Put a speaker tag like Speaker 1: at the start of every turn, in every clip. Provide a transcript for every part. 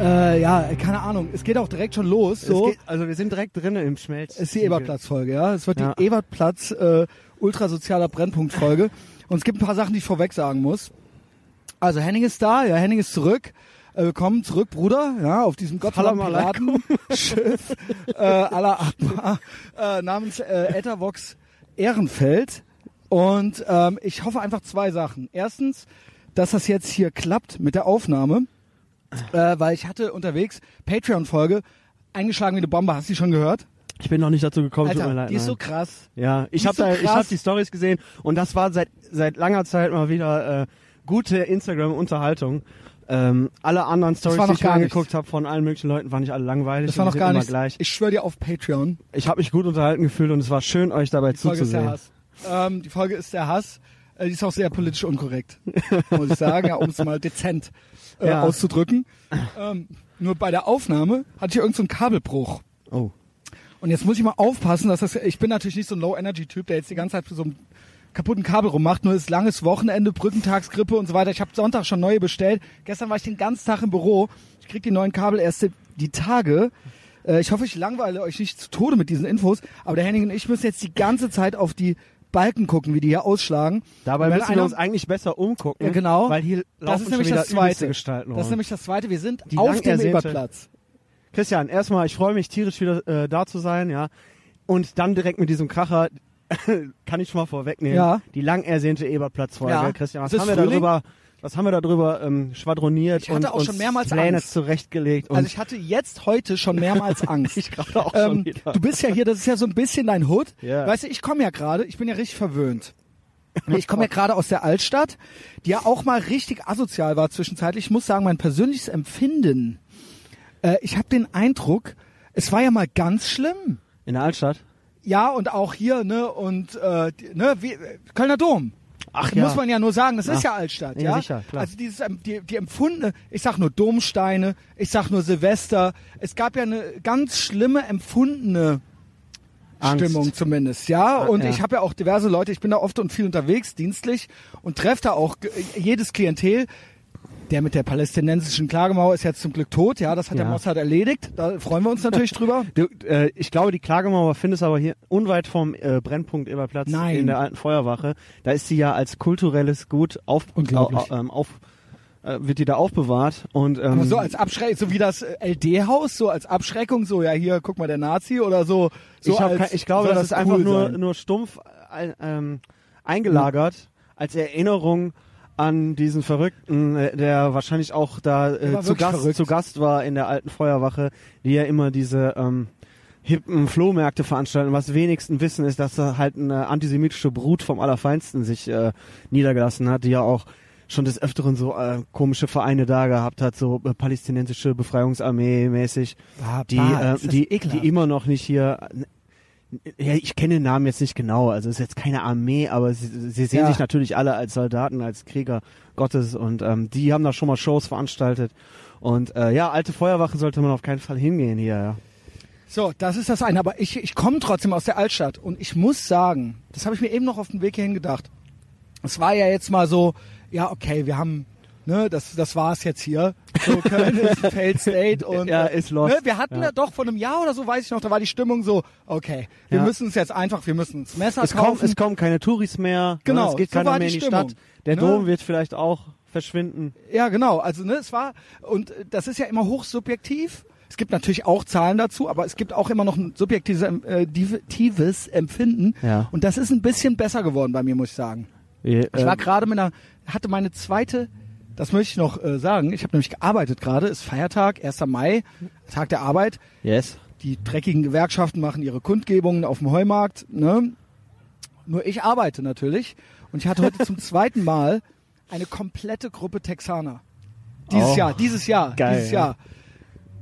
Speaker 1: Äh, ja, keine Ahnung. Es geht auch direkt schon los. So.
Speaker 2: Es geht, also wir sind direkt drinnen im Schmelz.
Speaker 1: Es ist eh die Ebertplatz-Folge, ja. Es wird
Speaker 2: Ja.
Speaker 1: die Ebertplatz äh, ultrasozialer Brennpunkt-Folge. Und es gibt ein paar Sachen, die ich vorweg sagen muss. Also Henning ist da, ja, Henning ist zurück. Äh, willkommen zurück, Bruder, ja, auf diesem
Speaker 2: Salam
Speaker 1: gottverdammten Schiff äh, aller Atma äh, namens äh, Ethervox Ehrenfeld. Und ähm, ich hoffe einfach zwei Sachen. Erstens, dass das jetzt hier klappt mit der Aufnahme äh, weil ich hatte unterwegs Patreon-Folge eingeschlagen wie eine Bombe. Hast du die schon gehört?
Speaker 2: Ich bin noch nicht dazu gekommen, tut mir
Speaker 1: Alter,
Speaker 2: leid.
Speaker 1: die ist so
Speaker 2: nein.
Speaker 1: krass.
Speaker 2: ja, ich
Speaker 1: die
Speaker 2: habe
Speaker 1: ist so
Speaker 2: da, ich
Speaker 1: krass.
Speaker 2: hab die Stories gesehen und das war seit seit langer Zeit mal wieder äh, gute Instagram Unterhaltung. Ähm, alle anderen Stories,
Speaker 1: war
Speaker 2: die
Speaker 1: noch
Speaker 2: ich mir
Speaker 1: gar
Speaker 2: angeguckt
Speaker 1: nichts.
Speaker 2: habe von allen möglichen Leuten, waren nicht alle langweilig.
Speaker 1: Das war
Speaker 2: und
Speaker 1: noch
Speaker 2: die
Speaker 1: gar
Speaker 2: sind immer
Speaker 1: nicht.
Speaker 2: gleich.
Speaker 1: Ich schwöre dir auf Patreon.
Speaker 2: Ich habe mich gut unterhalten gefühlt und es war schön euch dabei
Speaker 1: Die Folge ist der
Speaker 2: zuzusehen.
Speaker 1: Hass. Ähm, die Folge ist der Hass. Äh, die ist auch sehr politisch unkorrekt, muss ich sagen, ja, um es mal dezent äh,
Speaker 2: Ja.
Speaker 1: auszudrücken. Ähm, nur bei der Aufnahme hatte ich irgendeinen so einen Kabelbruch.
Speaker 2: Oh.
Speaker 1: Und jetzt muss ich mal aufpassen, dass das, ich bin natürlich nicht so ein Low-Energy-Typ, der jetzt die ganze Zeit für so einen kaputten Kabel rummacht, nur ist langes Wochenende, Brückentagsgrippe und so weiter. Ich habe Sonntag schon neue bestellt. Gestern war ich den ganzen Tag im Büro. Ich krieg die neuen Kabel erst die Tage. Äh, Ich hoffe, ich langweile euch nicht zu Tode mit diesen Infos, aber der Henning und ich müssen jetzt die ganze Zeit auf die Balken gucken, wie die hier ausschlagen.
Speaker 2: Dabei
Speaker 1: Und wenn
Speaker 2: müssen wir
Speaker 1: einer-
Speaker 2: uns eigentlich besser umgucken.
Speaker 1: Ja, genau.
Speaker 2: Weil hier
Speaker 1: das
Speaker 2: laufen
Speaker 1: ist
Speaker 2: schon
Speaker 1: nämlich
Speaker 2: wieder
Speaker 1: das zweite.
Speaker 2: übelste Gestalten
Speaker 1: das ist
Speaker 2: rum.
Speaker 1: nämlich das zweite. Wir sind
Speaker 2: Die
Speaker 1: auf
Speaker 2: lang
Speaker 1: dem
Speaker 2: ersehnte-
Speaker 1: Eberplatz.
Speaker 2: Christian, erstmal, ich freue mich tierisch wieder äh, da zu sein, ja. Und dann direkt mit diesem Kracher kann ich schon mal vorwegnehmen.
Speaker 1: Ja.
Speaker 2: Die lang ersehnte Ebertplatzfolge.
Speaker 1: Ja.
Speaker 2: Christian, was
Speaker 1: Es ist
Speaker 2: haben wir
Speaker 1: Frühling.
Speaker 2: darüber, was haben wir darüber ähm, schwadroniert
Speaker 1: Ich hatte
Speaker 2: und
Speaker 1: auch
Speaker 2: uns
Speaker 1: schon mehrmals
Speaker 2: Pläne
Speaker 1: Angst.
Speaker 2: zurechtgelegt und
Speaker 1: Also ich hatte jetzt heute schon mehrmals Angst.
Speaker 2: ich gerade auch
Speaker 1: Ähm,
Speaker 2: schon wieder.
Speaker 1: du bist ja hier, das ist ja so ein bisschen dein Hood.
Speaker 2: Ja.
Speaker 1: Weißt du, ich komme ja gerade, ich bin ja richtig verwöhnt. Ich komme ja gerade aus der Altstadt, die ja auch mal richtig asozial war zwischenzeitlich. Ich muss sagen, mein persönliches Empfinden, äh, ich habe den Eindruck, es war ja mal ganz schlimm.
Speaker 2: In der Altstadt.
Speaker 1: Ja, und auch hier, ne, und äh, die- ne, wie, äh, Kölner Dom.
Speaker 2: Ach
Speaker 1: Muss man ja nur sagen, das ist ja Altstadt,
Speaker 2: Ja,
Speaker 1: ja.
Speaker 2: sicher, klar.
Speaker 1: Also dieses, ähm, die, die empfundene, ich sag nur Domsteine, ich sag nur Silvester. Es gab ja eine ganz schlimme empfundene
Speaker 2: Angst. Ah,
Speaker 1: Stimmung zumindest, ja. Und
Speaker 2: ja.
Speaker 1: ich habe ja auch diverse Leute, ich bin da oft und viel unterwegs, dienstlich, und treffe da auch ge- jedes Klientel. Der mit der palästinensischen Klagemauer ist jetzt zum Glück tot, ja, das hat der
Speaker 2: Ja.
Speaker 1: Mossad erledigt, da freuen wir uns natürlich drüber.
Speaker 2: Du, äh, ich glaube, die Klagemauer findest du aber hier unweit vom äh, Brennpunkt Eberplatz
Speaker 1: Nein.
Speaker 2: in der alten Feuerwache. Da ist sie ja als kulturelles Gut auf,
Speaker 1: Unglaublich.
Speaker 2: au- au- ähm, auf äh, wird die da aufbewahrt und ähm,
Speaker 1: Aber so als Abschreckung, so wie das äh, LD-Haus, so als Abschreckung, so ja hier, guck mal, der Nazi oder so. so
Speaker 2: ich, hab
Speaker 1: als,
Speaker 2: kein, ich glaube,
Speaker 1: soll
Speaker 2: das ist
Speaker 1: cool
Speaker 2: einfach nur,
Speaker 1: sein.
Speaker 2: nur stumpf äh, ähm, eingelagert als Erinnerung an diesen Verrückten, äh, der wahrscheinlich auch da
Speaker 1: Der
Speaker 2: äh,
Speaker 1: war
Speaker 2: zu,
Speaker 1: wirklich
Speaker 2: Gast,
Speaker 1: verrückt.
Speaker 2: zu Gast war in der alten Feuerwache, die ja immer diese ähm, hippen Flohmärkte veranstalten. Was wenigsten wissen ist, dass da halt eine antisemitische Brut vom Allerfeinsten sich äh, niedergelassen hat, die ja auch schon des Öfteren so äh, komische Vereine da gehabt hat, so äh, palästinensische Befreiungsarmee mäßig
Speaker 1: Bah,
Speaker 2: die, äh,
Speaker 1: ist Ah, das
Speaker 2: die,
Speaker 1: ekelhaft.
Speaker 2: die immer noch nicht hier. Ja, ich kenne den Namen jetzt nicht genau. Also es ist jetzt keine Armee, aber sie, sie sehen
Speaker 1: Ja.
Speaker 2: sich natürlich alle als Soldaten, als Krieger Gottes und ähm, die haben da schon mal Shows veranstaltet. Und äh, ja, alte Feuerwache sollte man auf keinen Fall hingehen hier. Ja.
Speaker 1: So, das ist das eine. Aber ich, ich komme trotzdem aus der Altstadt und ich muss sagen, das habe ich mir eben noch auf den Weg hierhin gedacht. Es war ja jetzt mal so, ja, okay, wir haben, ne, das, das war's jetzt hier. So, Köln ist ein Failed State und
Speaker 2: Ja,
Speaker 1: äh,
Speaker 2: ist lost.
Speaker 1: Ne, wir hatten ja. doch vor einem Jahr oder so, weiß ich noch, da war die Stimmung so, okay, wir
Speaker 2: Ja.
Speaker 1: müssen es jetzt einfach, wir müssen uns Messer
Speaker 2: Es, kommen,
Speaker 1: kaufen.
Speaker 2: es kommen keine Touris mehr.
Speaker 1: Genau,
Speaker 2: ne, es geht
Speaker 1: so
Speaker 2: keiner
Speaker 1: war
Speaker 2: mehr in
Speaker 1: die
Speaker 2: die
Speaker 1: Stimmung,
Speaker 2: Stadt. Der
Speaker 1: ne?
Speaker 2: Dom wird vielleicht auch verschwinden.
Speaker 1: Ja, genau. Also ne, es war und äh, das ist ja immer hochsubjektiv. Es gibt natürlich auch Zahlen dazu, aber es gibt auch immer noch ein subjektives äh, div- tiefes Empfinden.
Speaker 2: Ja.
Speaker 1: Und das ist ein bisschen besser geworden bei mir, muss ich sagen.
Speaker 2: Äh,
Speaker 1: Ich
Speaker 2: Ähm.
Speaker 1: war gerade mit einer, hatte meine zweite, das möchte ich noch äh, sagen, ich habe nämlich gearbeitet gerade, ist Feiertag, 1. Mai, Tag der Arbeit.
Speaker 2: yes.
Speaker 1: Die dreckigen Gewerkschaften machen ihre Kundgebungen auf dem Heumarkt. Ne? Nur ich arbeite natürlich. Und ich hatte heute zum zweiten Mal eine komplette Gruppe Texaner. Dieses
Speaker 2: Oh.
Speaker 1: Jahr, dieses Jahr,
Speaker 2: Geil,
Speaker 1: dieses
Speaker 2: ja.
Speaker 1: Jahr.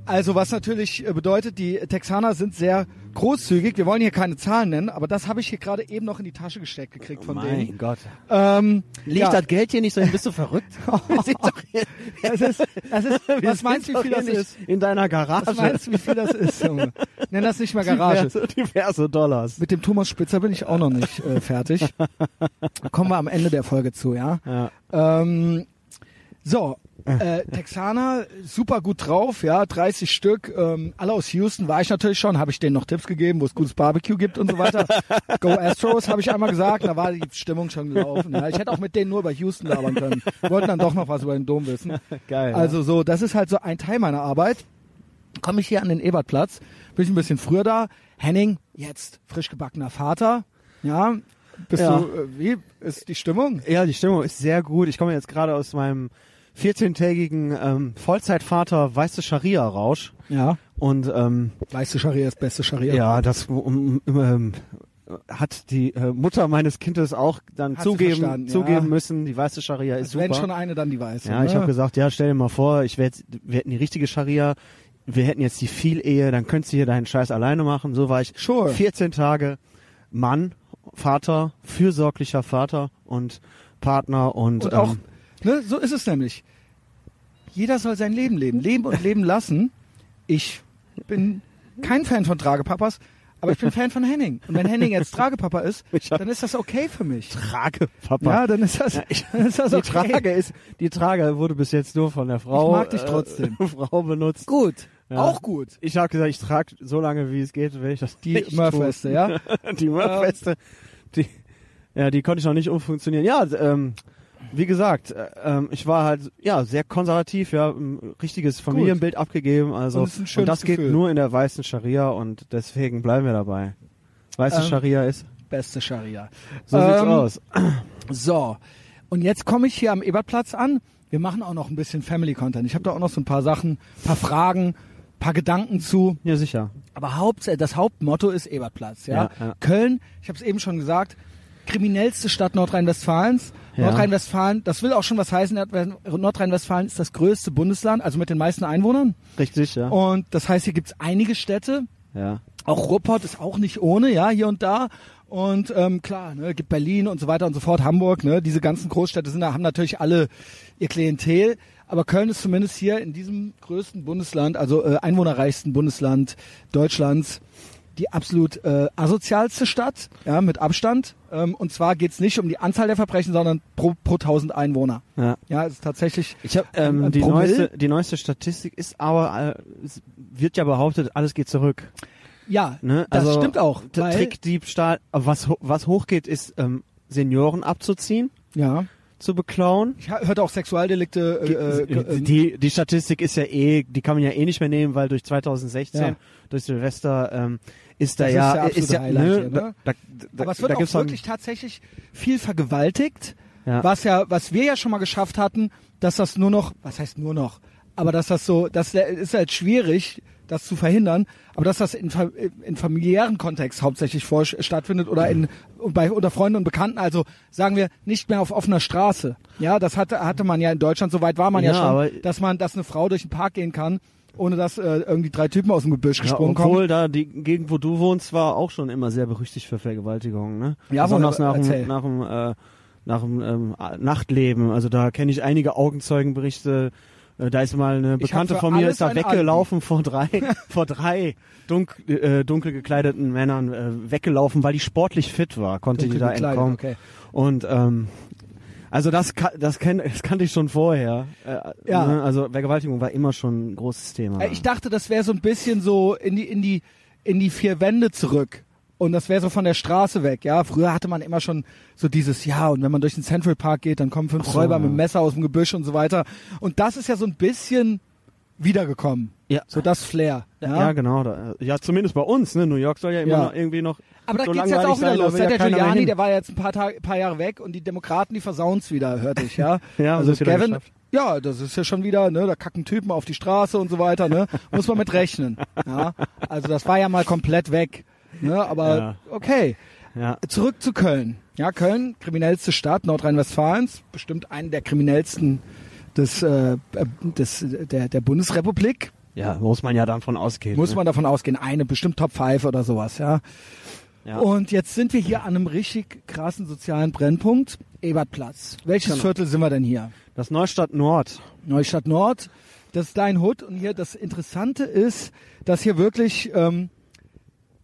Speaker 1: Also was natürlich äh, bedeutet, die Texaner sind sehr großzügig. Wir wollen hier keine Zahlen nennen, aber das habe ich hier gerade eben noch in die Tasche gesteckt gekriegt von denen.
Speaker 2: Oh mein Gott.
Speaker 1: Ähm,
Speaker 2: Liegt
Speaker 1: ja, Oh,
Speaker 2: das Geld hier nicht so hin? Bist du verrückt? Wir sind doch hier,
Speaker 1: das ist, das ist,
Speaker 2: wir
Speaker 1: was meinst du,
Speaker 2: sind
Speaker 1: wie
Speaker 2: doch
Speaker 1: viel
Speaker 2: hier
Speaker 1: das
Speaker 2: nicht
Speaker 1: ist?
Speaker 2: In deiner Garage.
Speaker 1: Was meinst du, wie viel das ist? Junge? Nenn das nicht mal Garage.
Speaker 2: Diverse, diverse Dollars.
Speaker 1: Mit dem Thomas Spitzer bin ich auch noch nicht äh, fertig. Da kommen wir am Ende der Folge zu, ja.
Speaker 2: Ja.
Speaker 1: Ähm, so, Äh, Texaner, super gut drauf, ja, 30 Stück, ähm, alle aus Houston war ich natürlich schon, habe ich denen noch Tipps gegeben, wo es gutes Barbecue gibt und so weiter. Go Astros, habe ich einmal gesagt, da war die Stimmung schon gelaufen. Ja. Ich hätte auch mit denen nur über Houston labern können, wollten dann doch noch was über den Dom wissen.
Speaker 2: Geil.
Speaker 1: Also so, das ist halt so ein Teil meiner Arbeit. Komme ich hier an den Ebertplatz, bin ich ein bisschen früher da. Henning, jetzt frisch gebackener Vater, ja. Bist
Speaker 2: Ja.
Speaker 1: du, äh, wie ist die Stimmung?
Speaker 2: ja. ja, die Stimmung ist sehr gut. Ich komme jetzt gerade aus meinem 14-tägigen ähm, Vollzeitvater Weiße Scharia-Rausch.
Speaker 1: Ja.
Speaker 2: Und ähm,
Speaker 1: Weißt du, Scharia ist beste Scharia.
Speaker 2: ja, das um, um, ähm, hat die äh, Mutter meines Kindes auch dann
Speaker 1: Hat sie verstanden,
Speaker 2: zugeben,
Speaker 1: ja.
Speaker 2: zugeben müssen. Die Weiße Scharia ist
Speaker 1: Also wenn
Speaker 2: super.
Speaker 1: schon eine, dann die weiße.
Speaker 2: Ja,
Speaker 1: ne?
Speaker 2: ich habe gesagt, ja, stell dir mal vor, ich wär jetzt, wir hätten die richtige Scharia, wir hätten jetzt die Vielehe, dann könntest du hier deinen Scheiß alleine machen. So war ich
Speaker 1: Sure.
Speaker 2: 14 Tage Mann, Vater, fürsorglicher Vater und Partner und,
Speaker 1: Und auch,
Speaker 2: ähm,
Speaker 1: ne, so ist es nämlich. Jeder soll sein Leben leben, leben und leben lassen. Ich bin kein Fan von Tragepapas, aber ich bin Fan von Henning. Und wenn Henning jetzt Tragepapa ist,
Speaker 2: Ich hab-
Speaker 1: dann ist das okay für mich.
Speaker 2: Trage, Papa.
Speaker 1: Ja, dann ist das,
Speaker 2: Ja, ich-
Speaker 1: dann ist das
Speaker 2: die
Speaker 1: okay.
Speaker 2: Trage ist, die Trage wurde bis jetzt nur von der Frau,
Speaker 1: mag dich trotzdem.
Speaker 2: Äh, Frau benutzt.
Speaker 1: Gut,
Speaker 2: Ja.
Speaker 1: auch gut.
Speaker 2: Ich habe gesagt, ich trage so lange, wie es geht, wenn ich das
Speaker 1: Die
Speaker 2: nicht tue.
Speaker 1: Mörfeste, ja.
Speaker 2: die Mörfeste, die, ja, die konnte ich noch nicht umfunktionieren. Ja, ähm, wie gesagt, äh, ähm, ich war halt ja sehr konservativ, ja, ein richtiges Familienbild abgegeben, also
Speaker 1: Und das ist ein schönes
Speaker 2: das geht
Speaker 1: Gefühl.
Speaker 2: nur in der weißen Scharia und deswegen bleiben wir dabei. Weiße
Speaker 1: Ähm,
Speaker 2: Scharia ist,
Speaker 1: Beste Scharia.
Speaker 2: so sieht's
Speaker 1: Ähm,
Speaker 2: aus.
Speaker 1: So, und jetzt komme ich hier am Ebertplatz an. Wir machen auch noch ein bisschen Family Content. Ich habe da auch noch so ein paar Sachen, paar Fragen, paar Gedanken zu.
Speaker 2: Ja, sicher.
Speaker 1: Aber Haupt, äh, das Hauptmotto ist Ebertplatz. Ja?
Speaker 2: Ja, ja.
Speaker 1: Köln, ich habe es eben schon gesagt, kriminellste Stadt Nordrhein-Westfalens.
Speaker 2: Ja.
Speaker 1: Nordrhein-Westfalen, das will auch schon was heißen. Nordrhein- Nordrhein-Westfalen ist das größte Bundesland, also mit den meisten Einwohnern.
Speaker 2: Richtig, ja.
Speaker 1: Und das heißt, hier gibt's einige Städte,
Speaker 2: ja.
Speaker 1: auch Ruhrpott ist auch nicht ohne, ja, hier und da. Und ähm, klar, ne, gibt Berlin und so weiter und so fort, Hamburg, ne, diese ganzen Großstädte sind da, haben natürlich alle ihr Klientel. Aber Köln ist zumindest hier in diesem größten Bundesland, also äh, einwohnerreichsten Bundesland Deutschlands, die absolut äh, asozialste Stadt, ja, mit Abstand. Ähm, und zwar geht's nicht um die Anzahl der Verbrechen, sondern pro, pro 1000 Einwohner.
Speaker 2: ja.
Speaker 1: Ja, es ist tatsächlich
Speaker 2: Ich habe
Speaker 1: Ein- ein
Speaker 2: ähm, die
Speaker 1: Promille?
Speaker 2: neueste die neueste Statistik ist aber äh, es wird ja behauptet, alles geht zurück.
Speaker 1: Ja,
Speaker 2: Ne?
Speaker 1: das
Speaker 2: also,
Speaker 1: stimmt auch.
Speaker 2: T-
Speaker 1: weil-
Speaker 2: Trickdiebstahl, aber was, ho- was hochgeht, ist ähm, Senioren abzuziehen,
Speaker 1: Ja,
Speaker 2: zu beklauen.
Speaker 1: ich hörte auch Sexualdelikte. Äh, äh,
Speaker 2: Die-
Speaker 1: äh,
Speaker 2: die, die Statistik ist ja eh, die kann man ja eh nicht mehr nehmen, weil durch 2016,
Speaker 1: Ja.
Speaker 2: durch Silvester, ähm, ist da
Speaker 1: Das ist
Speaker 2: ja,
Speaker 1: der absolute
Speaker 2: ist ja,
Speaker 1: Highlight
Speaker 2: ne,
Speaker 1: hier, ne?
Speaker 2: da, da, da,
Speaker 1: Aber es
Speaker 2: da
Speaker 1: wird auch
Speaker 2: gibt's dann-
Speaker 1: wirklich tatsächlich viel vergewaltigt,
Speaker 2: Ja.
Speaker 1: was ja, was wir ja schon mal geschafft hatten, dass das nur noch, was heißt nur noch, aber dass das so, das ist halt schwierig, das zu verhindern, aber dass das in, fa- in familiären Kontext hauptsächlich vor, stattfindet oder in, bei, unter Freunden und Bekannten, also sagen wir nicht mehr auf offener Straße. Ja, das hatte, hatte man ja in Deutschland, so weit war man ja,
Speaker 2: Ja,
Speaker 1: schon,
Speaker 2: aber-
Speaker 1: dass man, dass eine Frau durch den Park gehen kann, ohne dass äh, irgendwie drei Typen aus dem Gebüsch
Speaker 2: ja,
Speaker 1: gesprungen kommen.
Speaker 2: obwohl da die Gegend, wo du wohnst, war auch schon immer sehr berüchtigt für Vergewaltigungen, ne?
Speaker 1: Ja,
Speaker 2: Besonders
Speaker 1: aber-
Speaker 2: nach
Speaker 1: erzähl.
Speaker 2: dem, nach dem, äh, nach dem ähm, A- Nachtleben. Also da kenne ich einige Augenzeugenberichte. Äh, Da ist mal eine
Speaker 1: Ich hab
Speaker 2: Bekannte
Speaker 1: für
Speaker 2: von mir,
Speaker 1: alles
Speaker 2: ist da
Speaker 1: ein Alibi.
Speaker 2: weggelaufen vor drei, vor drei dunk, äh, dunkel gekleideten Männern äh, weggelaufen, weil die sportlich fit war, konnte
Speaker 1: Dunkel
Speaker 2: die da
Speaker 1: gekleidet,
Speaker 2: entkommen.
Speaker 1: okay.
Speaker 2: Und ähm, also das ka das, kenn das kannte ich schon vorher. Äh,
Speaker 1: Ja.
Speaker 2: ne? Also Vergewaltigung war immer schon ein großes Thema.
Speaker 1: Äh, Ich dachte, das wäre so ein bisschen so in die, in die, in die vier Wände zurück. Und das wäre so von der Straße weg, ja. Früher hatte man immer schon so dieses, ja, und wenn man durch den Central Park geht, dann kommen fünf
Speaker 2: so,
Speaker 1: Räuber mit
Speaker 2: ja.
Speaker 1: dem Messer aus dem Gebüsch und so weiter. Und das ist ja so ein bisschen wiedergekommen.
Speaker 2: ja.
Speaker 1: So das Flair. Ja,
Speaker 2: Ja, genau. Da, ja, zumindest bei uns. Ne? New York soll ja immer
Speaker 1: Ja.
Speaker 2: noch irgendwie noch.
Speaker 1: Aber da
Speaker 2: so
Speaker 1: geht's jetzt
Speaker 2: langweilig
Speaker 1: auch wieder
Speaker 2: sein, da
Speaker 1: los.
Speaker 2: will
Speaker 1: Seit
Speaker 2: ja
Speaker 1: der
Speaker 2: keiner mehr
Speaker 1: Giuliani,
Speaker 2: hin.
Speaker 1: der war jetzt ein paar, Tage, paar Jahre weg und die Demokraten, die versauen's wieder, hörte ich, ja.
Speaker 2: Ja,
Speaker 1: also
Speaker 2: das wieder
Speaker 1: Gavin,
Speaker 2: geschafft.
Speaker 1: ja, das ist ja schon wieder, ne, da kacken Typen auf die Straße und so weiter, ne. Muss man mit rechnen. Ja. Also das war ja mal komplett weg. Ne, aber
Speaker 2: Ja.
Speaker 1: okay.
Speaker 2: Ja,
Speaker 1: Zurück zu Köln. Ja, Köln, kriminellste Stadt Nordrhein-Westfalens, bestimmt einen der kriminellsten des, äh, äh, des der, der Bundesrepublik.
Speaker 2: ja, muss man ja dann von ausgehen.
Speaker 1: Muss
Speaker 2: ne?
Speaker 1: man davon ausgehen, eine bestimmt Top 5 oder sowas, ja.
Speaker 2: Ja.
Speaker 1: Und jetzt sind wir hier an einem richtig krassen sozialen Brennpunkt, Ebertplatz. Welches
Speaker 2: Genau.
Speaker 1: Viertel sind wir denn hier?
Speaker 2: Das Neustadt Nord.
Speaker 1: Neustadt Nord, das ist dein Hood und hier das Interessante ist, dass hier wirklich ähm,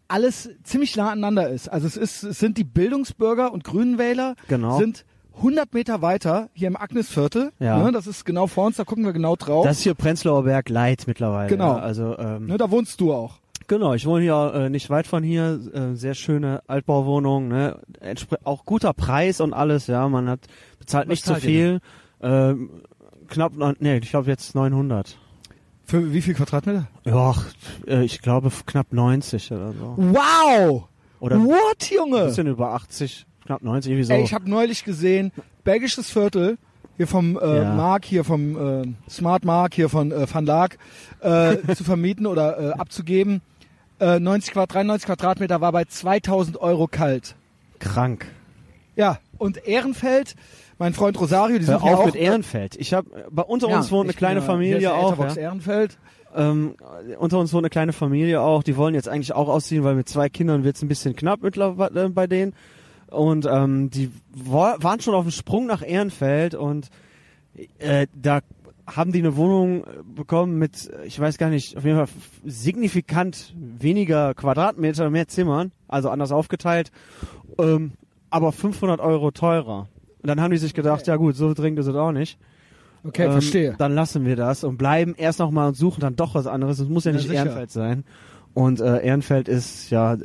Speaker 1: alles ziemlich nah aneinander ist. Also es ist, es sind die Bildungsbürger und Grünenwähler
Speaker 2: Genau.
Speaker 1: sind 100 Meter weiter, hier im Agnesviertel,
Speaker 2: Ja.
Speaker 1: ne, das ist genau vor uns, da gucken wir genau drauf.
Speaker 2: Das ist hier Prenzlauer Berg Light mittlerweile.
Speaker 1: Genau.
Speaker 2: Ja, also ähm,
Speaker 1: ne, da wohnst du auch.
Speaker 2: Genau, ich wohne hier äh, nicht weit von hier, äh, sehr schöne Altbauwohnung, ne? Entspre auch guter Preis und alles, ja, man hat bezahlt nicht zu
Speaker 1: zahlt
Speaker 2: viel, ähm, knapp, neun- nee, ich glaube jetzt 900.
Speaker 1: Für wie viel Quadratmeter?
Speaker 2: Ja, äh, ich glaube f- knapp 90 oder so.
Speaker 1: Wow!
Speaker 2: Oder ein
Speaker 1: What, Junge?
Speaker 2: bisschen über 80, knapp 90, irgendwie so.
Speaker 1: Ey, ich habe neulich gesehen, belgisches Viertel, hier vom äh,
Speaker 2: Ja.
Speaker 1: Mark, hier vom äh, Smart Mark, hier von äh, Van Laak, äh, zu vermieten oder äh, abzugeben. Äh, 90 Quadrat, 93 Quadratmeter war bei 2000 Euro kalt.
Speaker 2: Krank.
Speaker 1: Ja, und Ehrenfeld, mein Freund Rosario, die sind
Speaker 2: Hör
Speaker 1: ja
Speaker 2: Äh, auf
Speaker 1: auch... ne?
Speaker 2: mit Ehrenfeld. Ich habe bei unter
Speaker 1: ja,
Speaker 2: uns wohnt eine
Speaker 1: ich bin
Speaker 2: kleine
Speaker 1: ja- hier
Speaker 2: Familie
Speaker 1: ist ja
Speaker 2: auch.
Speaker 1: Etherbox Ehrenfeld.
Speaker 2: Ähm, unter uns wohnt eine kleine Familie auch. Die wollen jetzt eigentlich auch ausziehen, weil mit zwei Kindern wird's ein bisschen knapp mittlerweile bei denen. Und ähm, die wa- waren schon auf dem Sprung nach Ehrenfeld und äh, da haben die eine Wohnung äh, bekommen mit, äh, ich weiß gar nicht, auf jeden Fall f- signifikant weniger Quadratmeter, mehr Zimmern, also anders aufgeteilt, ähm, aber 500 Euro teurer. Und dann haben die sich gedacht, ja gut, so dringend ist es auch nicht.
Speaker 1: Okay,
Speaker 2: Ähm,
Speaker 1: verstehe.
Speaker 2: Dann lassen wir das und bleiben erst nochmal und suchen dann doch was anderes. Es muss ja
Speaker 1: Ja,
Speaker 2: nicht
Speaker 1: sicher.
Speaker 2: Ehrenfeld sein. Und äh, Ehrenfeld ist ja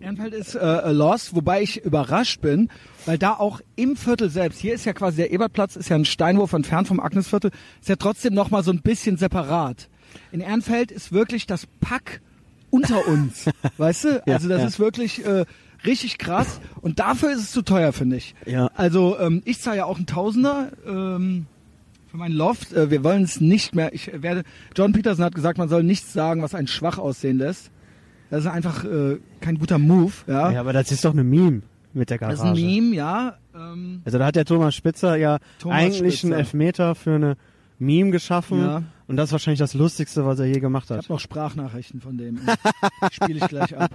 Speaker 1: Ehrenfeld ist äh, Lost, wobei ich überrascht bin, weil da auch im Viertel selbst, hier ist ja quasi der Ebertplatz, ist ja ein Steinwurf entfernt vom Agnesviertel, ist ja trotzdem nochmal so ein bisschen separat. In Ehrenfeld ist wirklich das Pack unter uns, weißt du?
Speaker 2: Ja,
Speaker 1: Also das
Speaker 2: ja.
Speaker 1: ist wirklich äh, richtig krass und dafür ist es zu teuer, finde ich.
Speaker 2: Ja.
Speaker 1: Also ähm, ich zahle ja auch einen Tausender ähm, für meinen Loft. Äh, wir wollen es nicht mehr. Ich werde. John Peterson hat gesagt, man soll nichts sagen, was einen schwach aussehen lässt. Das ist einfach äh, kein guter Move. Ja.
Speaker 2: ja, aber das ist doch eine Meme mit der Garage.
Speaker 1: das ist ein Meme, ja. Ähm,
Speaker 2: Also da hat der Thomas Spitzer ja
Speaker 1: Thomas
Speaker 2: eigentlich
Speaker 1: Spitzer.
Speaker 2: einen Elfmeter für eine Meme geschaffen
Speaker 1: Ja.
Speaker 2: und das ist wahrscheinlich das Lustigste, was er je gemacht
Speaker 1: ich
Speaker 2: hat.
Speaker 1: habe noch Sprachnachrichten von dem. Spiele ich gleich ab.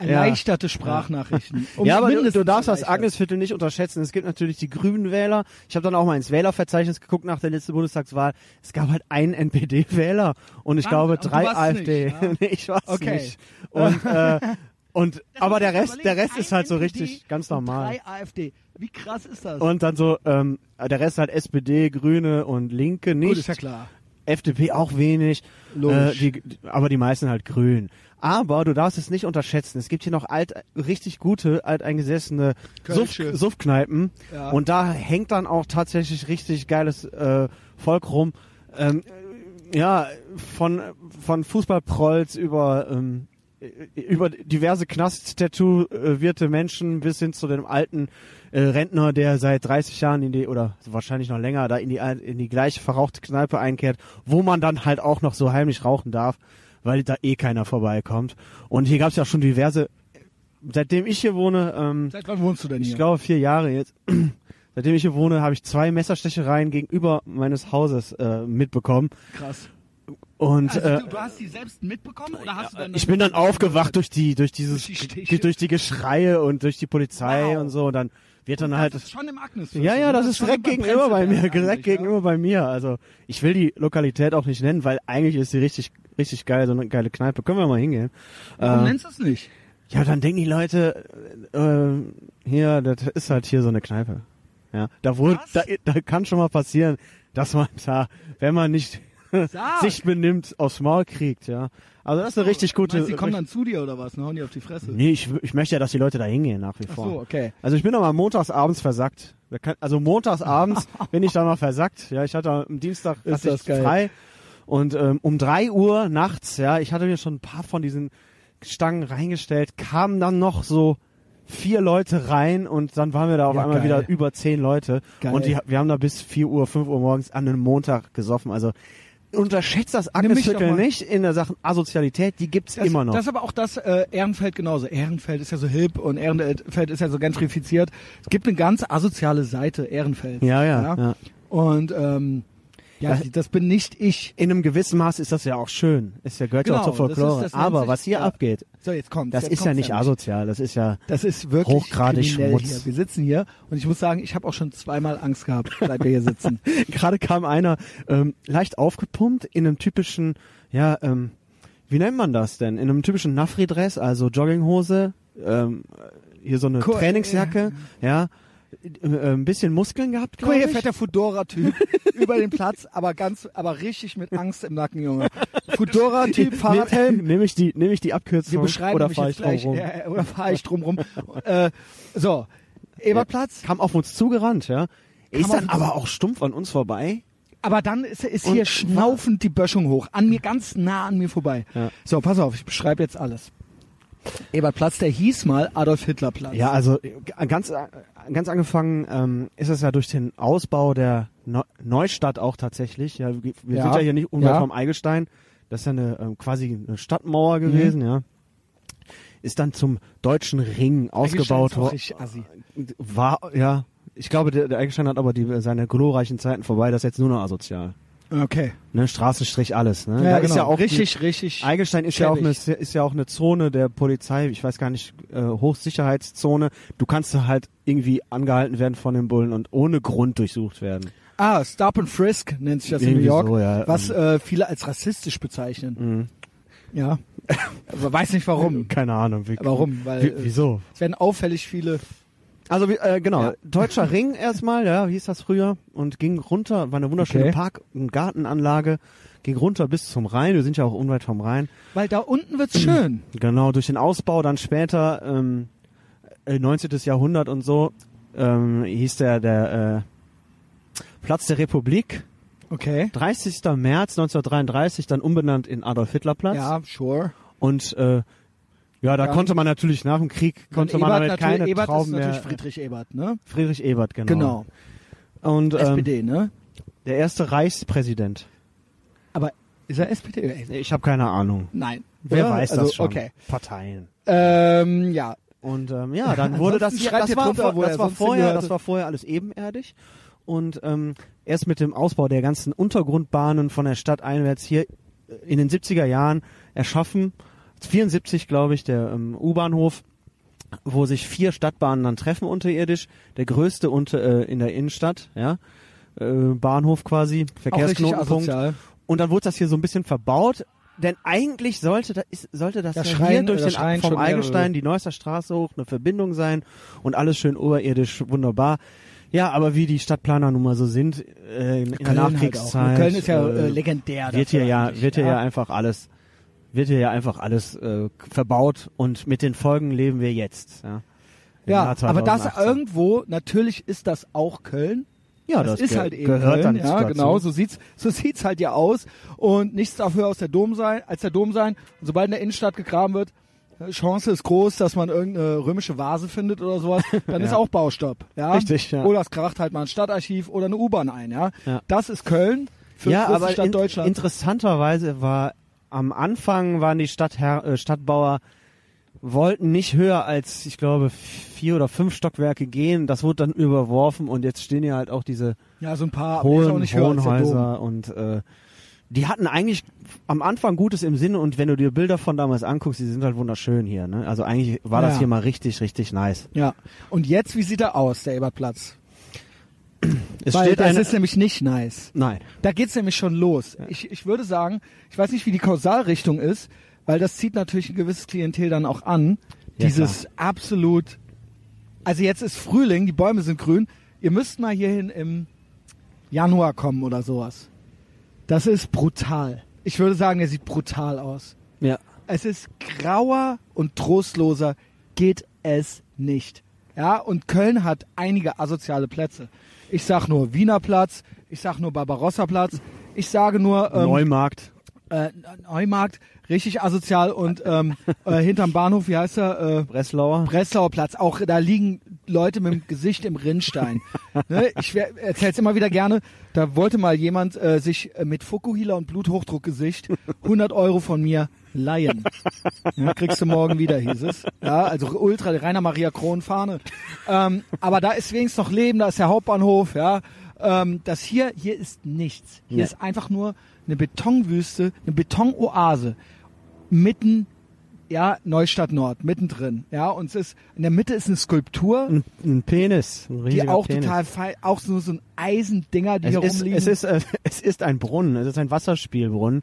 Speaker 2: Ja.
Speaker 1: Erleichterte Sprachnachrichten. Um
Speaker 2: ja, aber du,
Speaker 1: mindestens
Speaker 2: du darfst das
Speaker 1: erleichtert.
Speaker 2: Agnesviertel nicht unterschätzen. Es gibt natürlich die grünen Wähler. Ich habe dann auch mal ins Wählerverzeichnis geguckt nach der letzten Bundestagswahl. Es gab halt einen NPD-Wähler und ich
Speaker 1: Wahnsinn,
Speaker 2: glaube
Speaker 1: aber du
Speaker 2: drei
Speaker 1: warst's
Speaker 2: AfD.
Speaker 1: nicht, ja?
Speaker 2: nee, ich war's
Speaker 1: Okay.
Speaker 2: nicht. Und, äh, und aber der
Speaker 1: Muss ich
Speaker 2: Rest,
Speaker 1: Also
Speaker 2: der
Speaker 1: überlegen,
Speaker 2: Rest ist
Speaker 1: ein
Speaker 2: halt so
Speaker 1: NPD
Speaker 2: richtig ganz
Speaker 1: und
Speaker 2: normal.
Speaker 1: Drei AfD. Wie krass ist das?
Speaker 2: Und dann so ähm, der Rest halt SPD, Grüne und Linke nicht.
Speaker 1: Gut, ist ja klar.
Speaker 2: FDP auch wenig, äh,
Speaker 1: Logisch.
Speaker 2: die, aber die meisten halt grün. Aber du darfst es nicht unterschätzen. Es gibt hier noch alt, richtig gute, alteingesessene Suff,
Speaker 1: Kölsche.
Speaker 2: Suffkneipen.
Speaker 1: Ja.
Speaker 2: Und da hängt dann auch tatsächlich richtig geiles äh, Volk rum. Ähm, äh, ja, von, von Fußballprolls über, ähm, äh, über diverse Knast-Tätowierte Menschen bis hin zu dem alten äh, Rentner, der seit 30 Jahren in die, oder wahrscheinlich noch länger, da in die, al- in die gleiche verrauchte Kneipe einkehrt, wo man dann halt auch noch so heimlich rauchen darf, weil da eh keiner vorbeikommt. Und hier gab es ja schon diverse, seitdem ich hier wohne, ähm,
Speaker 1: Seit wann wohnst du denn hier?
Speaker 2: ich glaube vier Jahre jetzt. Seitdem ich hier wohne, habe ich zwei Messerstechereien gegenüber meines Hauses äh, mitbekommen.
Speaker 1: krass.
Speaker 2: Und
Speaker 1: Also,
Speaker 2: äh,
Speaker 1: du, du hast die selbst mitbekommen oder hast du dann Also,
Speaker 2: ich bin dann aufgewacht durch die, durch dieses,
Speaker 1: Durch die
Speaker 2: durch
Speaker 1: Stiche.
Speaker 2: die, Geschreie und durch die Polizei
Speaker 1: Wow.
Speaker 2: und so. Und dann wird dann halt.
Speaker 1: das ist schon im Also, Agnes.
Speaker 2: Ja, ja, das ist direkt gegenüber bei mir, direkt
Speaker 1: gegenüber.
Speaker 2: gegenüber bei mir. Also ich will die Lokalität auch nicht nennen, weil eigentlich ist sie richtig, richtig geil, so eine geile Kneipe. Können wir mal hingehen.
Speaker 1: Warum
Speaker 2: Ähm,
Speaker 1: nennst du es nicht?
Speaker 2: Ja, dann denken die Leute, äh, hier, das ist halt hier so eine Kneipe. Ja, da wurde,
Speaker 1: Was?
Speaker 2: da, da kann schon mal passieren, dass man da, wenn man nicht
Speaker 1: Sag.
Speaker 2: sich benimmt, aufs Maul kriegt, ja. Also das ist eine richtig gute.
Speaker 1: Meinst, du, die kommen dann zu dir oder was? Ne? Hauen die auf die Fresse?
Speaker 2: nee, ich, ich möchte ja, dass die Leute da hingehen nach wie
Speaker 1: Ach
Speaker 2: vor.
Speaker 1: so, okay.
Speaker 2: Also ich bin doch mal montagsabends versackt. Da kann- Also montagsabends bin ich da mal versackt. Ja, ich hatte am Dienstag
Speaker 1: Ist
Speaker 2: hatte ich
Speaker 1: das geil.
Speaker 2: frei. Und ähm, um drei Uhr nachts, ja, ich hatte mir schon ein paar von diesen Stangen reingestellt, kamen dann noch so vier Leute rein und dann waren wir da auf
Speaker 1: Ja,
Speaker 2: einmal
Speaker 1: geil.
Speaker 2: wieder über zehn Leute.
Speaker 1: Geil.
Speaker 2: Und die, wir haben da bis vier Uhr, fünf Uhr morgens an einem Montag gesoffen. Also unterschätzt das
Speaker 1: mich doch
Speaker 2: Agnesviertel
Speaker 1: mal.
Speaker 2: nicht in der Sachen Asozialität, die gibt's
Speaker 1: Das,
Speaker 2: immer noch.
Speaker 1: Das ist aber auch das äh, Ehrenfeld genauso. Ehrenfeld ist ja so hip und Ehrenfeld ist ja so gentrifiziert. Es gibt eine ganz asoziale Seite Ehrenfeld.
Speaker 2: Ja, ja, ja.
Speaker 1: Und ähm, ja,
Speaker 2: Das-
Speaker 1: das, das bin nicht ich.
Speaker 2: in einem gewissen Maß ist das ja auch schön. Ist ja gehört ja auch
Speaker 1: Genau,
Speaker 2: zur
Speaker 1: das ist-
Speaker 2: Folklore.
Speaker 1: das nennt
Speaker 2: Aber
Speaker 1: sich-
Speaker 2: was hier
Speaker 1: ja.
Speaker 2: abgeht,
Speaker 1: So, jetzt kommt.
Speaker 2: das
Speaker 1: jetzt
Speaker 2: ist ja
Speaker 1: kommt's
Speaker 2: nicht asozial. Das ist ja.
Speaker 1: Das ist wirklich
Speaker 2: Hochgradig
Speaker 1: kriminell
Speaker 2: Schmutz.
Speaker 1: Hier. Wir sitzen hier und ich muss sagen, ich habe auch schon zweimal Angst gehabt, seit wir hier sitzen.
Speaker 2: Gerade kam einer ähm, leicht aufgepumpt in einem typischen, ja, ähm, wie nennt man das denn? In einem typischen Nafri-Dress, also Jogginghose, ähm, hier so eine
Speaker 1: Cool.
Speaker 2: Trainingsjacke, ja. äh, ein bisschen Muskeln gehabt,
Speaker 1: Guck mal hier,
Speaker 2: glaube ich.
Speaker 1: fetter Fudora-Typ über den Platz, aber ganz, aber richtig mit Angst im Nacken, Junge. Fudora-Typ, Fahrradhelm,
Speaker 2: Nehm- Nehme ich die, nehme ich die
Speaker 1: Sie
Speaker 2: Abkürzung
Speaker 1: beschreiben
Speaker 2: oder
Speaker 1: mich
Speaker 2: fahre ich
Speaker 1: jetzt gleich.
Speaker 2: rum?
Speaker 1: Äh, oder fahre ich drum rum. äh, so, Eberplatz.
Speaker 2: Kam auf uns zugerannt, ja. Ist
Speaker 1: auf
Speaker 2: dann
Speaker 1: uns-
Speaker 2: aber auch stumpf an uns vorbei.
Speaker 1: Aber dann ist, ist
Speaker 2: Und
Speaker 1: hier schnaufend die Böschung hoch. An mir, ganz nah an mir vorbei.
Speaker 2: Ja.
Speaker 1: So, pass auf, ich beschreibe jetzt alles. Ebertplatz, der hieß mal Adolf-Hitler-Platz.
Speaker 2: Ja, also äh, ganz, äh, ganz angefangen ähm, ist es ja durch den Ausbau der Neu- Neustadt auch tatsächlich. Ja, wir wir
Speaker 1: Ja.
Speaker 2: sind ja hier nicht unweit
Speaker 1: Ja.
Speaker 2: vom Eigelstein. Das ist ja eine ähm, quasi eine
Speaker 1: Mhm.
Speaker 2: Stadtmauer gewesen, ja. Ist dann zum deutschen Ring ausgebaut
Speaker 1: Eingestein ist auch
Speaker 2: worden.
Speaker 1: richtig assi.
Speaker 2: War, ja. Ich glaube, der, der Eigelstein hat aber die, seine glorreichen Zeiten vorbei. Das ist jetzt nur noch asozial.
Speaker 1: Okay.
Speaker 2: Ne, Straßenstrich alles. Ne?
Speaker 1: Ja,
Speaker 2: da
Speaker 1: genau.
Speaker 2: ist ja auch die-
Speaker 1: richtig, richtig.
Speaker 2: Eigelstein ist ja, auch
Speaker 1: Schäbig.
Speaker 2: eine, ist ja auch eine Zone der Polizei, ich weiß gar nicht, äh, Hochsicherheitszone. Du kannst da halt irgendwie angehalten werden von den Bullen und ohne Grund durchsucht werden.
Speaker 1: Ah, Stop and Frisk nennt sich das in New
Speaker 2: Irgendwie
Speaker 1: York,
Speaker 2: so, ja, Mhm.
Speaker 1: was
Speaker 2: ähm.
Speaker 1: äh, viele als rassistisch bezeichnen. Ja. Aber weiß nicht warum.
Speaker 2: Keine Ahnung. Wie,
Speaker 1: Warum? Weil,
Speaker 2: wie, wieso?
Speaker 1: Es werden auffällig viele.
Speaker 2: äh, Also wie- äh, genau,
Speaker 1: Ja.
Speaker 2: Deutscher Ring erstmal, ja, wie hieß das früher? Und ging runter, war eine wunderschöne
Speaker 1: Okay.
Speaker 2: Park- und Gartenanlage, ging runter bis zum Rhein. Wir sind ja auch unweit vom Rhein.
Speaker 1: Weil da unten wird's schön.
Speaker 2: Genau, durch den Ausbau dann später, ähm, äh, 19. Jahrhundert und so, ähm, hieß der, der äh, Platz der Republik.
Speaker 1: Okay.
Speaker 2: 30. März 1933 dann umbenannt in Adolf-Hitler-Platz.
Speaker 1: Ja, sure.
Speaker 2: Und äh, ja,
Speaker 1: Ja.
Speaker 2: da konnte man natürlich nach dem Krieg, konnte
Speaker 1: Und
Speaker 2: man
Speaker 1: Ebert
Speaker 2: damit
Speaker 1: natürlich-
Speaker 2: keine
Speaker 1: Ebert
Speaker 2: Trauben
Speaker 1: ist natürlich
Speaker 2: mehr...
Speaker 1: Friedrich Ebert, ne?
Speaker 2: Friedrich Ebert, genau.
Speaker 1: Genau.
Speaker 2: Und ähm,
Speaker 1: SPD, ne?
Speaker 2: der erste Reichspräsident.
Speaker 1: Aber ist er SPD?
Speaker 2: Ich habe keine Ahnung.
Speaker 1: Nein.
Speaker 2: Wer
Speaker 1: Oder?
Speaker 2: weiß
Speaker 1: also,
Speaker 2: das schon?
Speaker 1: Okay.
Speaker 2: Parteien.
Speaker 1: Ähm, ja.
Speaker 2: Und ähm, ja, dann wurde das
Speaker 1: Ansonsten
Speaker 2: hier,
Speaker 1: schreibt
Speaker 2: das
Speaker 1: ihr
Speaker 2: war,
Speaker 1: drunter, wo
Speaker 2: das
Speaker 1: ihr
Speaker 2: war
Speaker 1: sonst
Speaker 2: vorher,
Speaker 1: hingehört.
Speaker 2: das war vorher alles ebenerdig. Und ähm, erst mit dem Ausbau der ganzen Untergrundbahnen von der Stadt einwärts hier äh, in den 70er Jahren erschaffen. 74, glaube ich, der ähm, U-Bahnhof, wo sich vier Stadtbahnen dann treffen unterirdisch. Der größte unter, äh, in der Innenstadt, ja. Äh, Bahnhof quasi,
Speaker 1: Auch richtig
Speaker 2: Verkehrsknotenpunkt.
Speaker 1: asozial.
Speaker 2: Und dann wurde das hier so ein bisschen verbaut. Denn eigentlich sollte das, ist, sollte das,
Speaker 1: Das
Speaker 2: ja hier
Speaker 1: Schreien-
Speaker 2: durch
Speaker 1: das
Speaker 2: den Ab
Speaker 1: Schreien
Speaker 2: vom
Speaker 1: schon
Speaker 2: Eigelstein,
Speaker 1: mehrere.
Speaker 2: die Neusser Straße hoch, eine Verbindung sein und alles schön oberirdisch, wunderbar. Ja, aber wie die Stadtplaner nun mal so sind, äh, in der
Speaker 1: Köln halt auch.
Speaker 2: Nachkriegszeit.
Speaker 1: Köln ist ja äh,
Speaker 2: äh,
Speaker 1: legendär.
Speaker 2: wird
Speaker 1: dafür
Speaker 2: hier ja,
Speaker 1: eigentlich,
Speaker 2: wird hier ja. einfach alles, wird hier ja einfach alles äh, verbaut und mit den Folgen leben wir jetzt. Ja, Im
Speaker 1: Ja,
Speaker 2: Jahr
Speaker 1: aber das
Speaker 2: 2018.
Speaker 1: irgendwo, natürlich ist das auch Köln.
Speaker 2: ja,
Speaker 1: das, ist
Speaker 2: ge-
Speaker 1: halt eben
Speaker 2: gehört
Speaker 1: Köln.
Speaker 2: dann
Speaker 1: ja,
Speaker 2: dazu.
Speaker 1: genau, so sieht's, so sieht's halt ja aus und nichts dafür aus der Dom sein, als der Dom sein. Und sobald in der Innenstadt gegraben wird, äh, Chance ist groß, dass man irgendeine römische Vase findet oder sowas, dann ist auch Baustopp, ja?
Speaker 2: Richtig, ja.
Speaker 1: Oder es kracht halt mal ein Stadtarchiv oder eine U-Bahn ein, ja?
Speaker 2: Ja.
Speaker 1: Das ist Köln, für
Speaker 2: ja, aber
Speaker 1: Stadt
Speaker 2: in,
Speaker 1: Deutschland.
Speaker 2: interessanterweise war am Anfang waren die Stadtherr, äh, Stadtbauer wollten nicht höher als ich glaube vier oder fünf Stockwerke gehen. Das wurde dann überworfen und jetzt stehen hier halt auch diese
Speaker 1: ja, so ein paar, aber ist auch
Speaker 2: hohen
Speaker 1: nicht höher als der Dom.
Speaker 2: Wohnhäuser und äh, die hatten eigentlich am Anfang Gutes im Sinne und wenn du dir Bilder von damals anguckst, die sind halt wunderschön hier. Ne? Also eigentlich war das
Speaker 1: Ja.
Speaker 2: hier mal richtig, richtig nice.
Speaker 1: Ja. Und jetzt, wie sieht er aus, der Ebertplatz?
Speaker 2: Es
Speaker 1: Weil
Speaker 2: steht
Speaker 1: das
Speaker 2: eine,
Speaker 1: ist nämlich nicht nice.
Speaker 2: nein.
Speaker 1: Da geht's nämlich schon los. Ich, ich würde sagen, ich weiß nicht, wie die Kausalrichtung ist, weil das zieht natürlich ein gewisses Klientel dann auch an.
Speaker 2: Ja,
Speaker 1: Dieses absolut. Also jetzt ist Frühling, die Bäume sind grün. Ihr müsst mal hierhin im Januar kommen oder sowas. Das ist brutal. Ich würde sagen, der sieht brutal aus.
Speaker 2: Ja.
Speaker 1: Es ist grauer und trostloser geht es nicht. Ja, und Köln hat einige asoziale Plätze. Ich sag nur Wiener Platz, ich sag nur Barbarossa Platz, ich sage nur ähm,
Speaker 2: Neumarkt.
Speaker 1: äh, Neumarkt, richtig asozial und ähm, äh, hinterm Bahnhof, wie heißt er? Äh,
Speaker 2: Breslauer.
Speaker 1: Breslauer Platz, auch da liegen Leute mit dem Gesicht im Rinnstein. ne? Ich erzähle es immer wieder gerne, da wollte mal jemand äh, sich äh, mit Fukuhila und Bluthochdruckgesicht 100 Euro von mir leihen. Ja, kriegst du morgen wieder, hieß es. Ja, also Ultra, Rainer Maria Kron Fahne. Ähm, aber da ist wenigstens noch Leben, da ist der Hauptbahnhof, ja. Ähm, das hier, hier ist nichts. Hier
Speaker 2: Nee.
Speaker 1: ist einfach nur eine Betonwüste, eine Betonoase mitten ja, Neustadt Nord, mittendrin. Ja, und es ist, in der Mitte ist eine Skulptur,
Speaker 2: Ein, ein Penis. Ein
Speaker 1: die
Speaker 2: riesiger
Speaker 1: auch
Speaker 2: Penis.
Speaker 1: total fein, auch so, so ein Eisendinger, die
Speaker 2: Es
Speaker 1: hier
Speaker 2: ist,
Speaker 1: rumliegen.
Speaker 2: es, ist, äh, es ist ein Brunnen, es ist ein Wasserspielbrunnen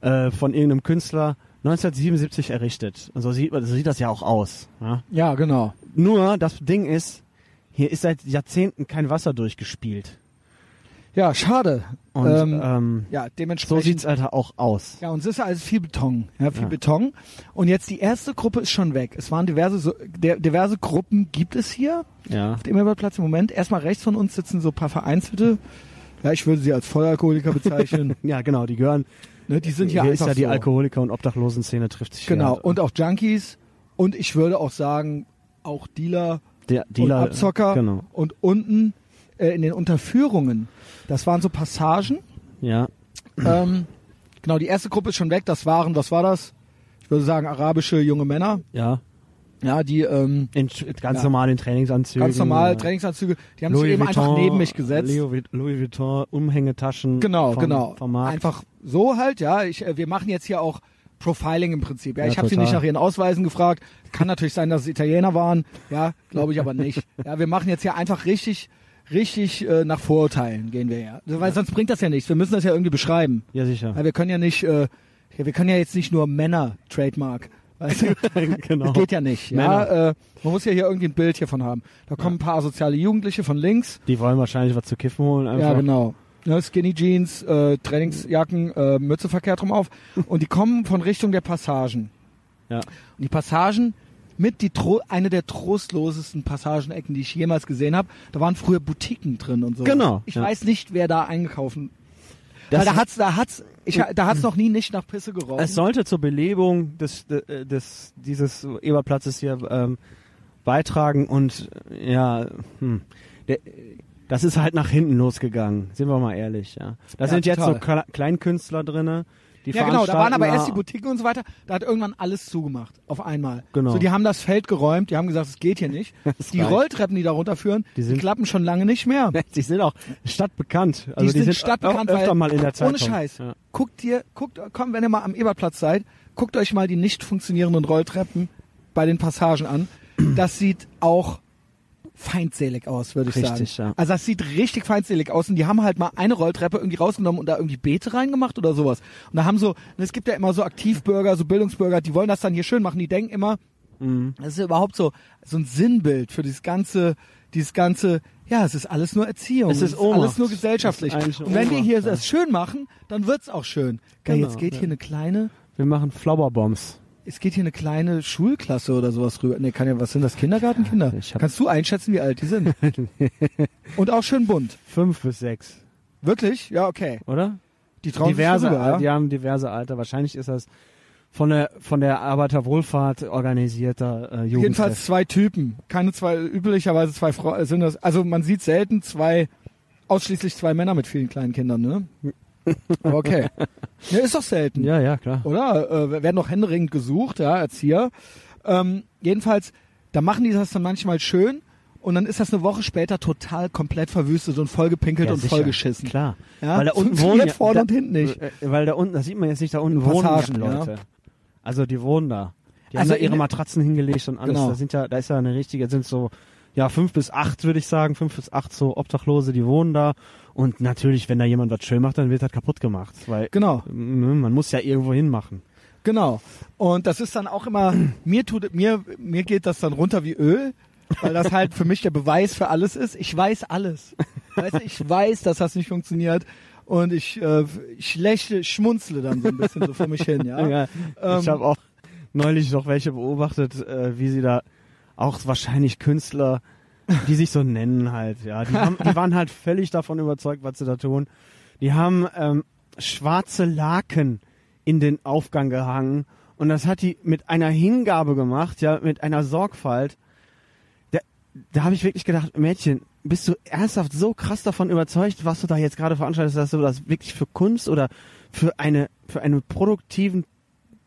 Speaker 2: äh, von irgendeinem Künstler 1977 errichtet. Und so sieht, man- so sieht das ja auch aus. Ja?
Speaker 1: ja, genau.
Speaker 2: Nur das Ding ist, Hier ist seit Jahrzehnten kein Wasser durchgespielt.
Speaker 1: Ja, schade.
Speaker 2: Und
Speaker 1: Ähm,
Speaker 2: ähm,
Speaker 1: Ja,
Speaker 2: so
Speaker 1: dementsprechend.
Speaker 2: sieht's halt auch aus.
Speaker 1: Ja, und es ist ja alles viel Beton. Ja, viel
Speaker 2: Ja.
Speaker 1: Beton. Und jetzt die erste Gruppe ist schon weg. Es waren diverse, so, der, diverse Gruppen gibt es hier
Speaker 2: Ja.
Speaker 1: auf dem Immerwaldplatz im Moment. Erstmal rechts von uns sitzen so ein paar Vereinzelte. Ja, ich würde sie als Vollalkoholiker bezeichnen.
Speaker 2: Ja, genau, die gehören.
Speaker 1: ne, die sind ja
Speaker 2: hier ist
Speaker 1: einfach
Speaker 2: ja die
Speaker 1: so.
Speaker 2: Alkoholiker- und Obdachlosenszene trifft sich
Speaker 1: Genau.
Speaker 2: Hier.
Speaker 1: Und auch Junkies. Und ich würde auch sagen, auch Dealer
Speaker 2: der
Speaker 1: und
Speaker 2: Dealer,
Speaker 1: Abzocker.
Speaker 2: Genau.
Speaker 1: Und unten äh, in den Unterführungen, das waren so Passagen.
Speaker 2: Ja.
Speaker 1: ähm, genau, die erste Gruppe ist schon weg. Das waren, was war das? Ich würde sagen, arabische junge Männer.
Speaker 2: Ja.
Speaker 1: Ja, die ähm,
Speaker 2: In sch- ganz
Speaker 1: Ja.
Speaker 2: normal in Trainingsanzügen. äh,
Speaker 1: ganz normal
Speaker 2: ja.
Speaker 1: Trainingsanzüge, die haben sich
Speaker 2: Louis
Speaker 1: eben einfach
Speaker 2: Vuitton,
Speaker 1: neben mich gesetzt.
Speaker 2: Leo Vu- Louis Vuitton, Umhängetaschen.
Speaker 1: genau,
Speaker 2: vom,
Speaker 1: genau.
Speaker 2: Vom Markt.
Speaker 1: Einfach so halt, ja. Ich, äh, wir machen jetzt hier auch Profiling im Prinzip. Ja,
Speaker 2: Ja,
Speaker 1: ich habe sie
Speaker 2: total.
Speaker 1: nicht nach ihren Ausweisen gefragt. Kann natürlich sein, dass es Italiener waren. Ja, glaube ich aber nicht. Ja, wir machen jetzt hier einfach richtig, richtig äh, nach Vorurteilen gehen wir ja. Weil sonst bringt das ja nichts. Wir müssen das ja irgendwie beschreiben.
Speaker 2: Ja, sicher.
Speaker 1: Ja, wir können ja nicht, äh, ja, wir können ja jetzt nicht nur Männer Trademark. Weißt du?
Speaker 2: genau.
Speaker 1: Das geht ja nicht. Ja, äh, man muss ja hier irgendwie ein Bild hiervon haben. Da kommen ein paar soziale Jugendliche von links.
Speaker 2: Die wollen wahrscheinlich was zu kiffen holen. Einfach.
Speaker 1: Ja, genau. Ne, Skinny Jeans, äh, Trainingsjacken, äh, Mütze verkehrt rum auf. Und die kommen von Richtung der Passagen.
Speaker 2: Ja.
Speaker 1: Und die Passagen mit die Tro eine der trostlosesten Passagenecken, die ich jemals gesehen habe. Da waren früher Boutiquen drin und so.
Speaker 2: Genau,
Speaker 1: Ich
Speaker 2: ja.
Speaker 1: weiß nicht, wer da eingekaufen.
Speaker 2: Das- Äh,
Speaker 1: Weil da hat's, da hat's, ich, da hat's noch nie nicht nach Pisse gerochen.
Speaker 2: Es sollte zur Belebung des, de- äh, des dieses Eberplatzes hier ähm, beitragen und äh, ja, hm, der, das ist halt nach hinten losgegangen, sind wir mal ehrlich. Ja, da
Speaker 1: Ja,
Speaker 2: sind jetzt so
Speaker 1: total.
Speaker 2: Kle Kleinkünstler drinne. Die
Speaker 1: Ja, genau, da waren aber
Speaker 2: Veranstalter-
Speaker 1: erst die Boutiquen und so weiter. Da hat irgendwann alles zugemacht, auf einmal.
Speaker 2: Genau.
Speaker 1: So, die haben das Feld geräumt, die haben gesagt, es geht hier nicht.
Speaker 2: Das
Speaker 1: die
Speaker 2: reicht.
Speaker 1: Rolltreppen, die da runterführen,
Speaker 2: Die
Speaker 1: die,
Speaker 2: sind-
Speaker 1: klappen schon lange nicht mehr.
Speaker 2: Die sind auch stadtbekannt. Also
Speaker 1: die, sind,
Speaker 2: sind
Speaker 1: stadtbekannt,
Speaker 2: ö- öfter
Speaker 1: weil,
Speaker 2: mal in der Zeitung.
Speaker 1: ohne Scheiß,
Speaker 2: Ja.
Speaker 1: guckt dir, guckt, komm, wenn ihr mal am Eberplatz seid, guckt euch mal die nicht funktionierenden Rolltreppen bei den Passagen an. Das sieht auch feindselig aus, würde ich
Speaker 2: Richtig,
Speaker 1: sagen.
Speaker 2: ja.
Speaker 1: Also das sieht richtig feindselig aus und die haben halt mal eine Rolltreppe irgendwie rausgenommen und da irgendwie Beete reingemacht oder sowas. Und da haben so, und es gibt ja immer so Aktivbürger, so Bildungsbürger, die wollen das dann hier schön machen, die denken immer, das ist ja überhaupt so, so ein Sinnbild für dieses ganze, dieses ganze, ja, es ist alles nur Erziehung.
Speaker 2: Es ist
Speaker 1: alles
Speaker 2: Ohnmacht.
Speaker 1: nur gesellschaftlich.
Speaker 2: Es ist eigentlich eine
Speaker 1: Und wenn wir
Speaker 2: Ohnmacht,
Speaker 1: hier
Speaker 2: ja.
Speaker 1: das schön machen, dann wird's auch schön. Ja,
Speaker 2: Genau,
Speaker 1: jetzt geht
Speaker 2: ja.
Speaker 1: hier eine kleine,
Speaker 2: Wir machen Flowerbombs.
Speaker 1: es geht hier eine kleine Schulklasse oder sowas rüber. Nee, kann ja, was sind das? Kindergartenkinder?
Speaker 2: Ich hab-
Speaker 1: Kannst du einschätzen, wie alt die sind? Und auch schön bunt.
Speaker 2: Fünf bis sechs,
Speaker 1: Wirklich? Ja, okay.
Speaker 2: oder?
Speaker 1: Die trauen
Speaker 2: diverse,
Speaker 1: sich rüber,
Speaker 2: Al-
Speaker 1: ja?
Speaker 2: die haben diverse Alter. Wahrscheinlich ist das von der von der Arbeiterwohlfahrt organisierter äh, Jugend.
Speaker 1: Jedenfalls zwei Typen. Keine zwei, üblicherweise zwei Frauen sind das. Also man sieht selten zwei, ausschließlich zwei Männer mit vielen kleinen Kindern, ne? Aber okay. Ja, ist doch selten.
Speaker 2: Ja, ja, klar.
Speaker 1: Oder? Äh, werden doch händeringend gesucht, ja, Erzieher. Ähm, jedenfalls, da machen die das dann manchmal schön und dann ist das eine Woche später total komplett verwüstet und vollgepinkelt
Speaker 2: ja,
Speaker 1: und
Speaker 2: sicher.
Speaker 1: vollgeschissen.
Speaker 2: Klar.
Speaker 1: Ja,
Speaker 2: weil da unten
Speaker 1: funktioniert
Speaker 2: wohnen ja-
Speaker 1: vorne
Speaker 2: da,
Speaker 1: und hinten nicht.
Speaker 2: äh, Weil da unten, das sieht man jetzt nicht, da unten wohnen
Speaker 1: Passagen,
Speaker 2: ja Leute.
Speaker 1: ja.
Speaker 2: Also die wohnen da. Die
Speaker 1: Also
Speaker 2: haben da ihre
Speaker 1: in-
Speaker 2: Matratzen hingelegt und alles.
Speaker 1: Genau.
Speaker 2: Da sind ja, da ist ja eine richtige, sind so ja fünf bis acht würde ich sagen, fünf bis acht so Obdachlose, die wohnen da. Und natürlich, wenn da jemand was schön macht, dann wird das kaputt gemacht, weil
Speaker 1: Genau.
Speaker 2: ne, man muss ja irgendwo hinmachen.
Speaker 1: Genau. Und das ist dann auch immer, mir tut, mir, mir geht das dann runter wie Öl, weil das halt für mich der Beweis für alles ist. Ich weiß alles. Weißt du, ich weiß, dass das nicht funktioniert. Und ich, äh, ich lächle, schmunzle dann so ein bisschen so vor mich hin, ja.
Speaker 2: Ja, ich
Speaker 1: Ähm,
Speaker 2: habe auch neulich noch welche beobachtet, äh, wie sie da auch wahrscheinlich Künstler, die sich so nennen halt, ja, die, haben, die waren halt völlig davon überzeugt, was sie da tun. Die haben ähm, schwarze Laken in den Aufgang gehangen und das hat die mit einer Hingabe gemacht, ja, mit einer Sorgfalt. Da, da habe ich wirklich gedacht, Mädchen, bist du ernsthaft so krass davon überzeugt, was du da jetzt gerade veranstaltest, dass du das wirklich für Kunst oder für eine für einen produktiven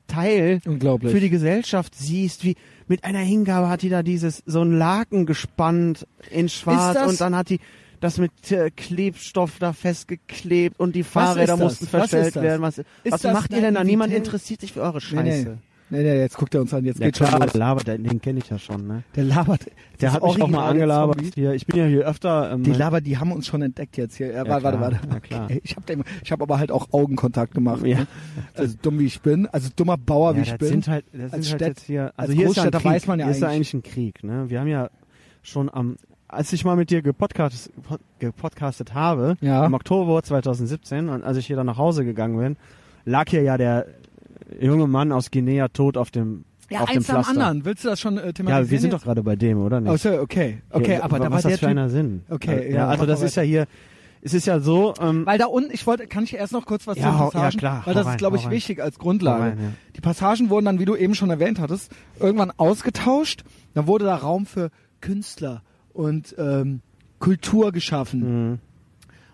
Speaker 2: Teil
Speaker 1: Unglaublich.
Speaker 2: für die Gesellschaft siehst, wie mit einer Hingabe hat die da dieses so ein Laken gespannt in
Speaker 1: Ist
Speaker 2: Schwarz
Speaker 1: das-
Speaker 2: und dann hat die das mit äh, Klebstoff da festgeklebt und die
Speaker 1: ist
Speaker 2: Fahrräder
Speaker 1: das?
Speaker 2: mussten
Speaker 1: Was
Speaker 2: verstellt
Speaker 1: ist das?
Speaker 2: werden. Was, was
Speaker 1: das
Speaker 2: macht ihr denn da? Niemand
Speaker 1: Naivität?
Speaker 2: interessiert sich für eure
Speaker 1: nee, nee.
Speaker 2: Scheiße.
Speaker 1: nee, nee, jetzt guckt er uns an, jetzt
Speaker 2: Der
Speaker 1: geht schon los.
Speaker 2: labert, den, den kenne ich ja schon, ne?
Speaker 1: Der labert.
Speaker 2: Der
Speaker 1: das
Speaker 2: hat mich auch mal
Speaker 1: originale
Speaker 2: angelabert
Speaker 1: Zombie.
Speaker 2: hier. Ich bin ja hier öfter. Ähm,
Speaker 1: Die Laber, die haben uns schon entdeckt jetzt hier. Ja,
Speaker 2: Ja,
Speaker 1: warte,
Speaker 2: klar.
Speaker 1: warte,
Speaker 2: Ja,
Speaker 1: warte.
Speaker 2: klar.
Speaker 1: Okay. Ich habe hab aber halt auch Augenkontakt gemacht.
Speaker 2: Ja.
Speaker 1: ne? Also dumm wie ich bin, also dummer Bauer
Speaker 2: ja,
Speaker 1: wie ich
Speaker 2: das
Speaker 1: bin.
Speaker 2: Sind halt, das
Speaker 1: als
Speaker 2: sind halt
Speaker 1: Städt-
Speaker 2: jetzt hier,
Speaker 1: als
Speaker 2: also hier ist ja ein
Speaker 1: Großstädter
Speaker 2: Krieg,
Speaker 1: weiß man ja
Speaker 2: hier ist ja
Speaker 1: eigentlich-
Speaker 2: eigentlich ein Krieg. Ne? Wir haben ja schon am als ich mal mit dir gepodcast, gepodcastet habe,
Speaker 1: Ja.
Speaker 2: im Oktober 2017, und als ich hier dann nach Hause gegangen bin, lag hier ja der junge Mann aus Guinea tot auf dem,
Speaker 1: Ja,
Speaker 2: auf dem
Speaker 1: eins am
Speaker 2: Pflaster.
Speaker 1: anderen. Willst du das schon äh, thematisieren?
Speaker 2: Ja, wir sind
Speaker 1: jetzt?
Speaker 2: doch gerade bei dem, oder nicht?
Speaker 1: Oh, sorry, okay, okay,
Speaker 2: Ja,
Speaker 1: aber da war
Speaker 2: was
Speaker 1: der
Speaker 2: das für
Speaker 1: typ,
Speaker 2: einer Sinn?
Speaker 1: Okay,
Speaker 2: ja,
Speaker 1: ja,
Speaker 2: also
Speaker 1: mach
Speaker 2: das
Speaker 1: mal
Speaker 2: ist ja hier, es ist ja so, ähm,
Speaker 1: Weil da unten, ich wollte, kann ich erst noch kurz was
Speaker 2: Ja,
Speaker 1: zu
Speaker 2: hau-
Speaker 1: den
Speaker 2: ja,
Speaker 1: Passagen,
Speaker 2: klar, hau
Speaker 1: weil das
Speaker 2: rein,
Speaker 1: ist, glaube ich,
Speaker 2: hau rein.
Speaker 1: wichtig als Grundlage.
Speaker 2: Hau rein, ja.
Speaker 1: Die Passagen wurden dann, wie du eben schon erwähnt hattest, irgendwann ausgetauscht. Dann wurde da Raum für Künstler und ähm, Kultur geschaffen.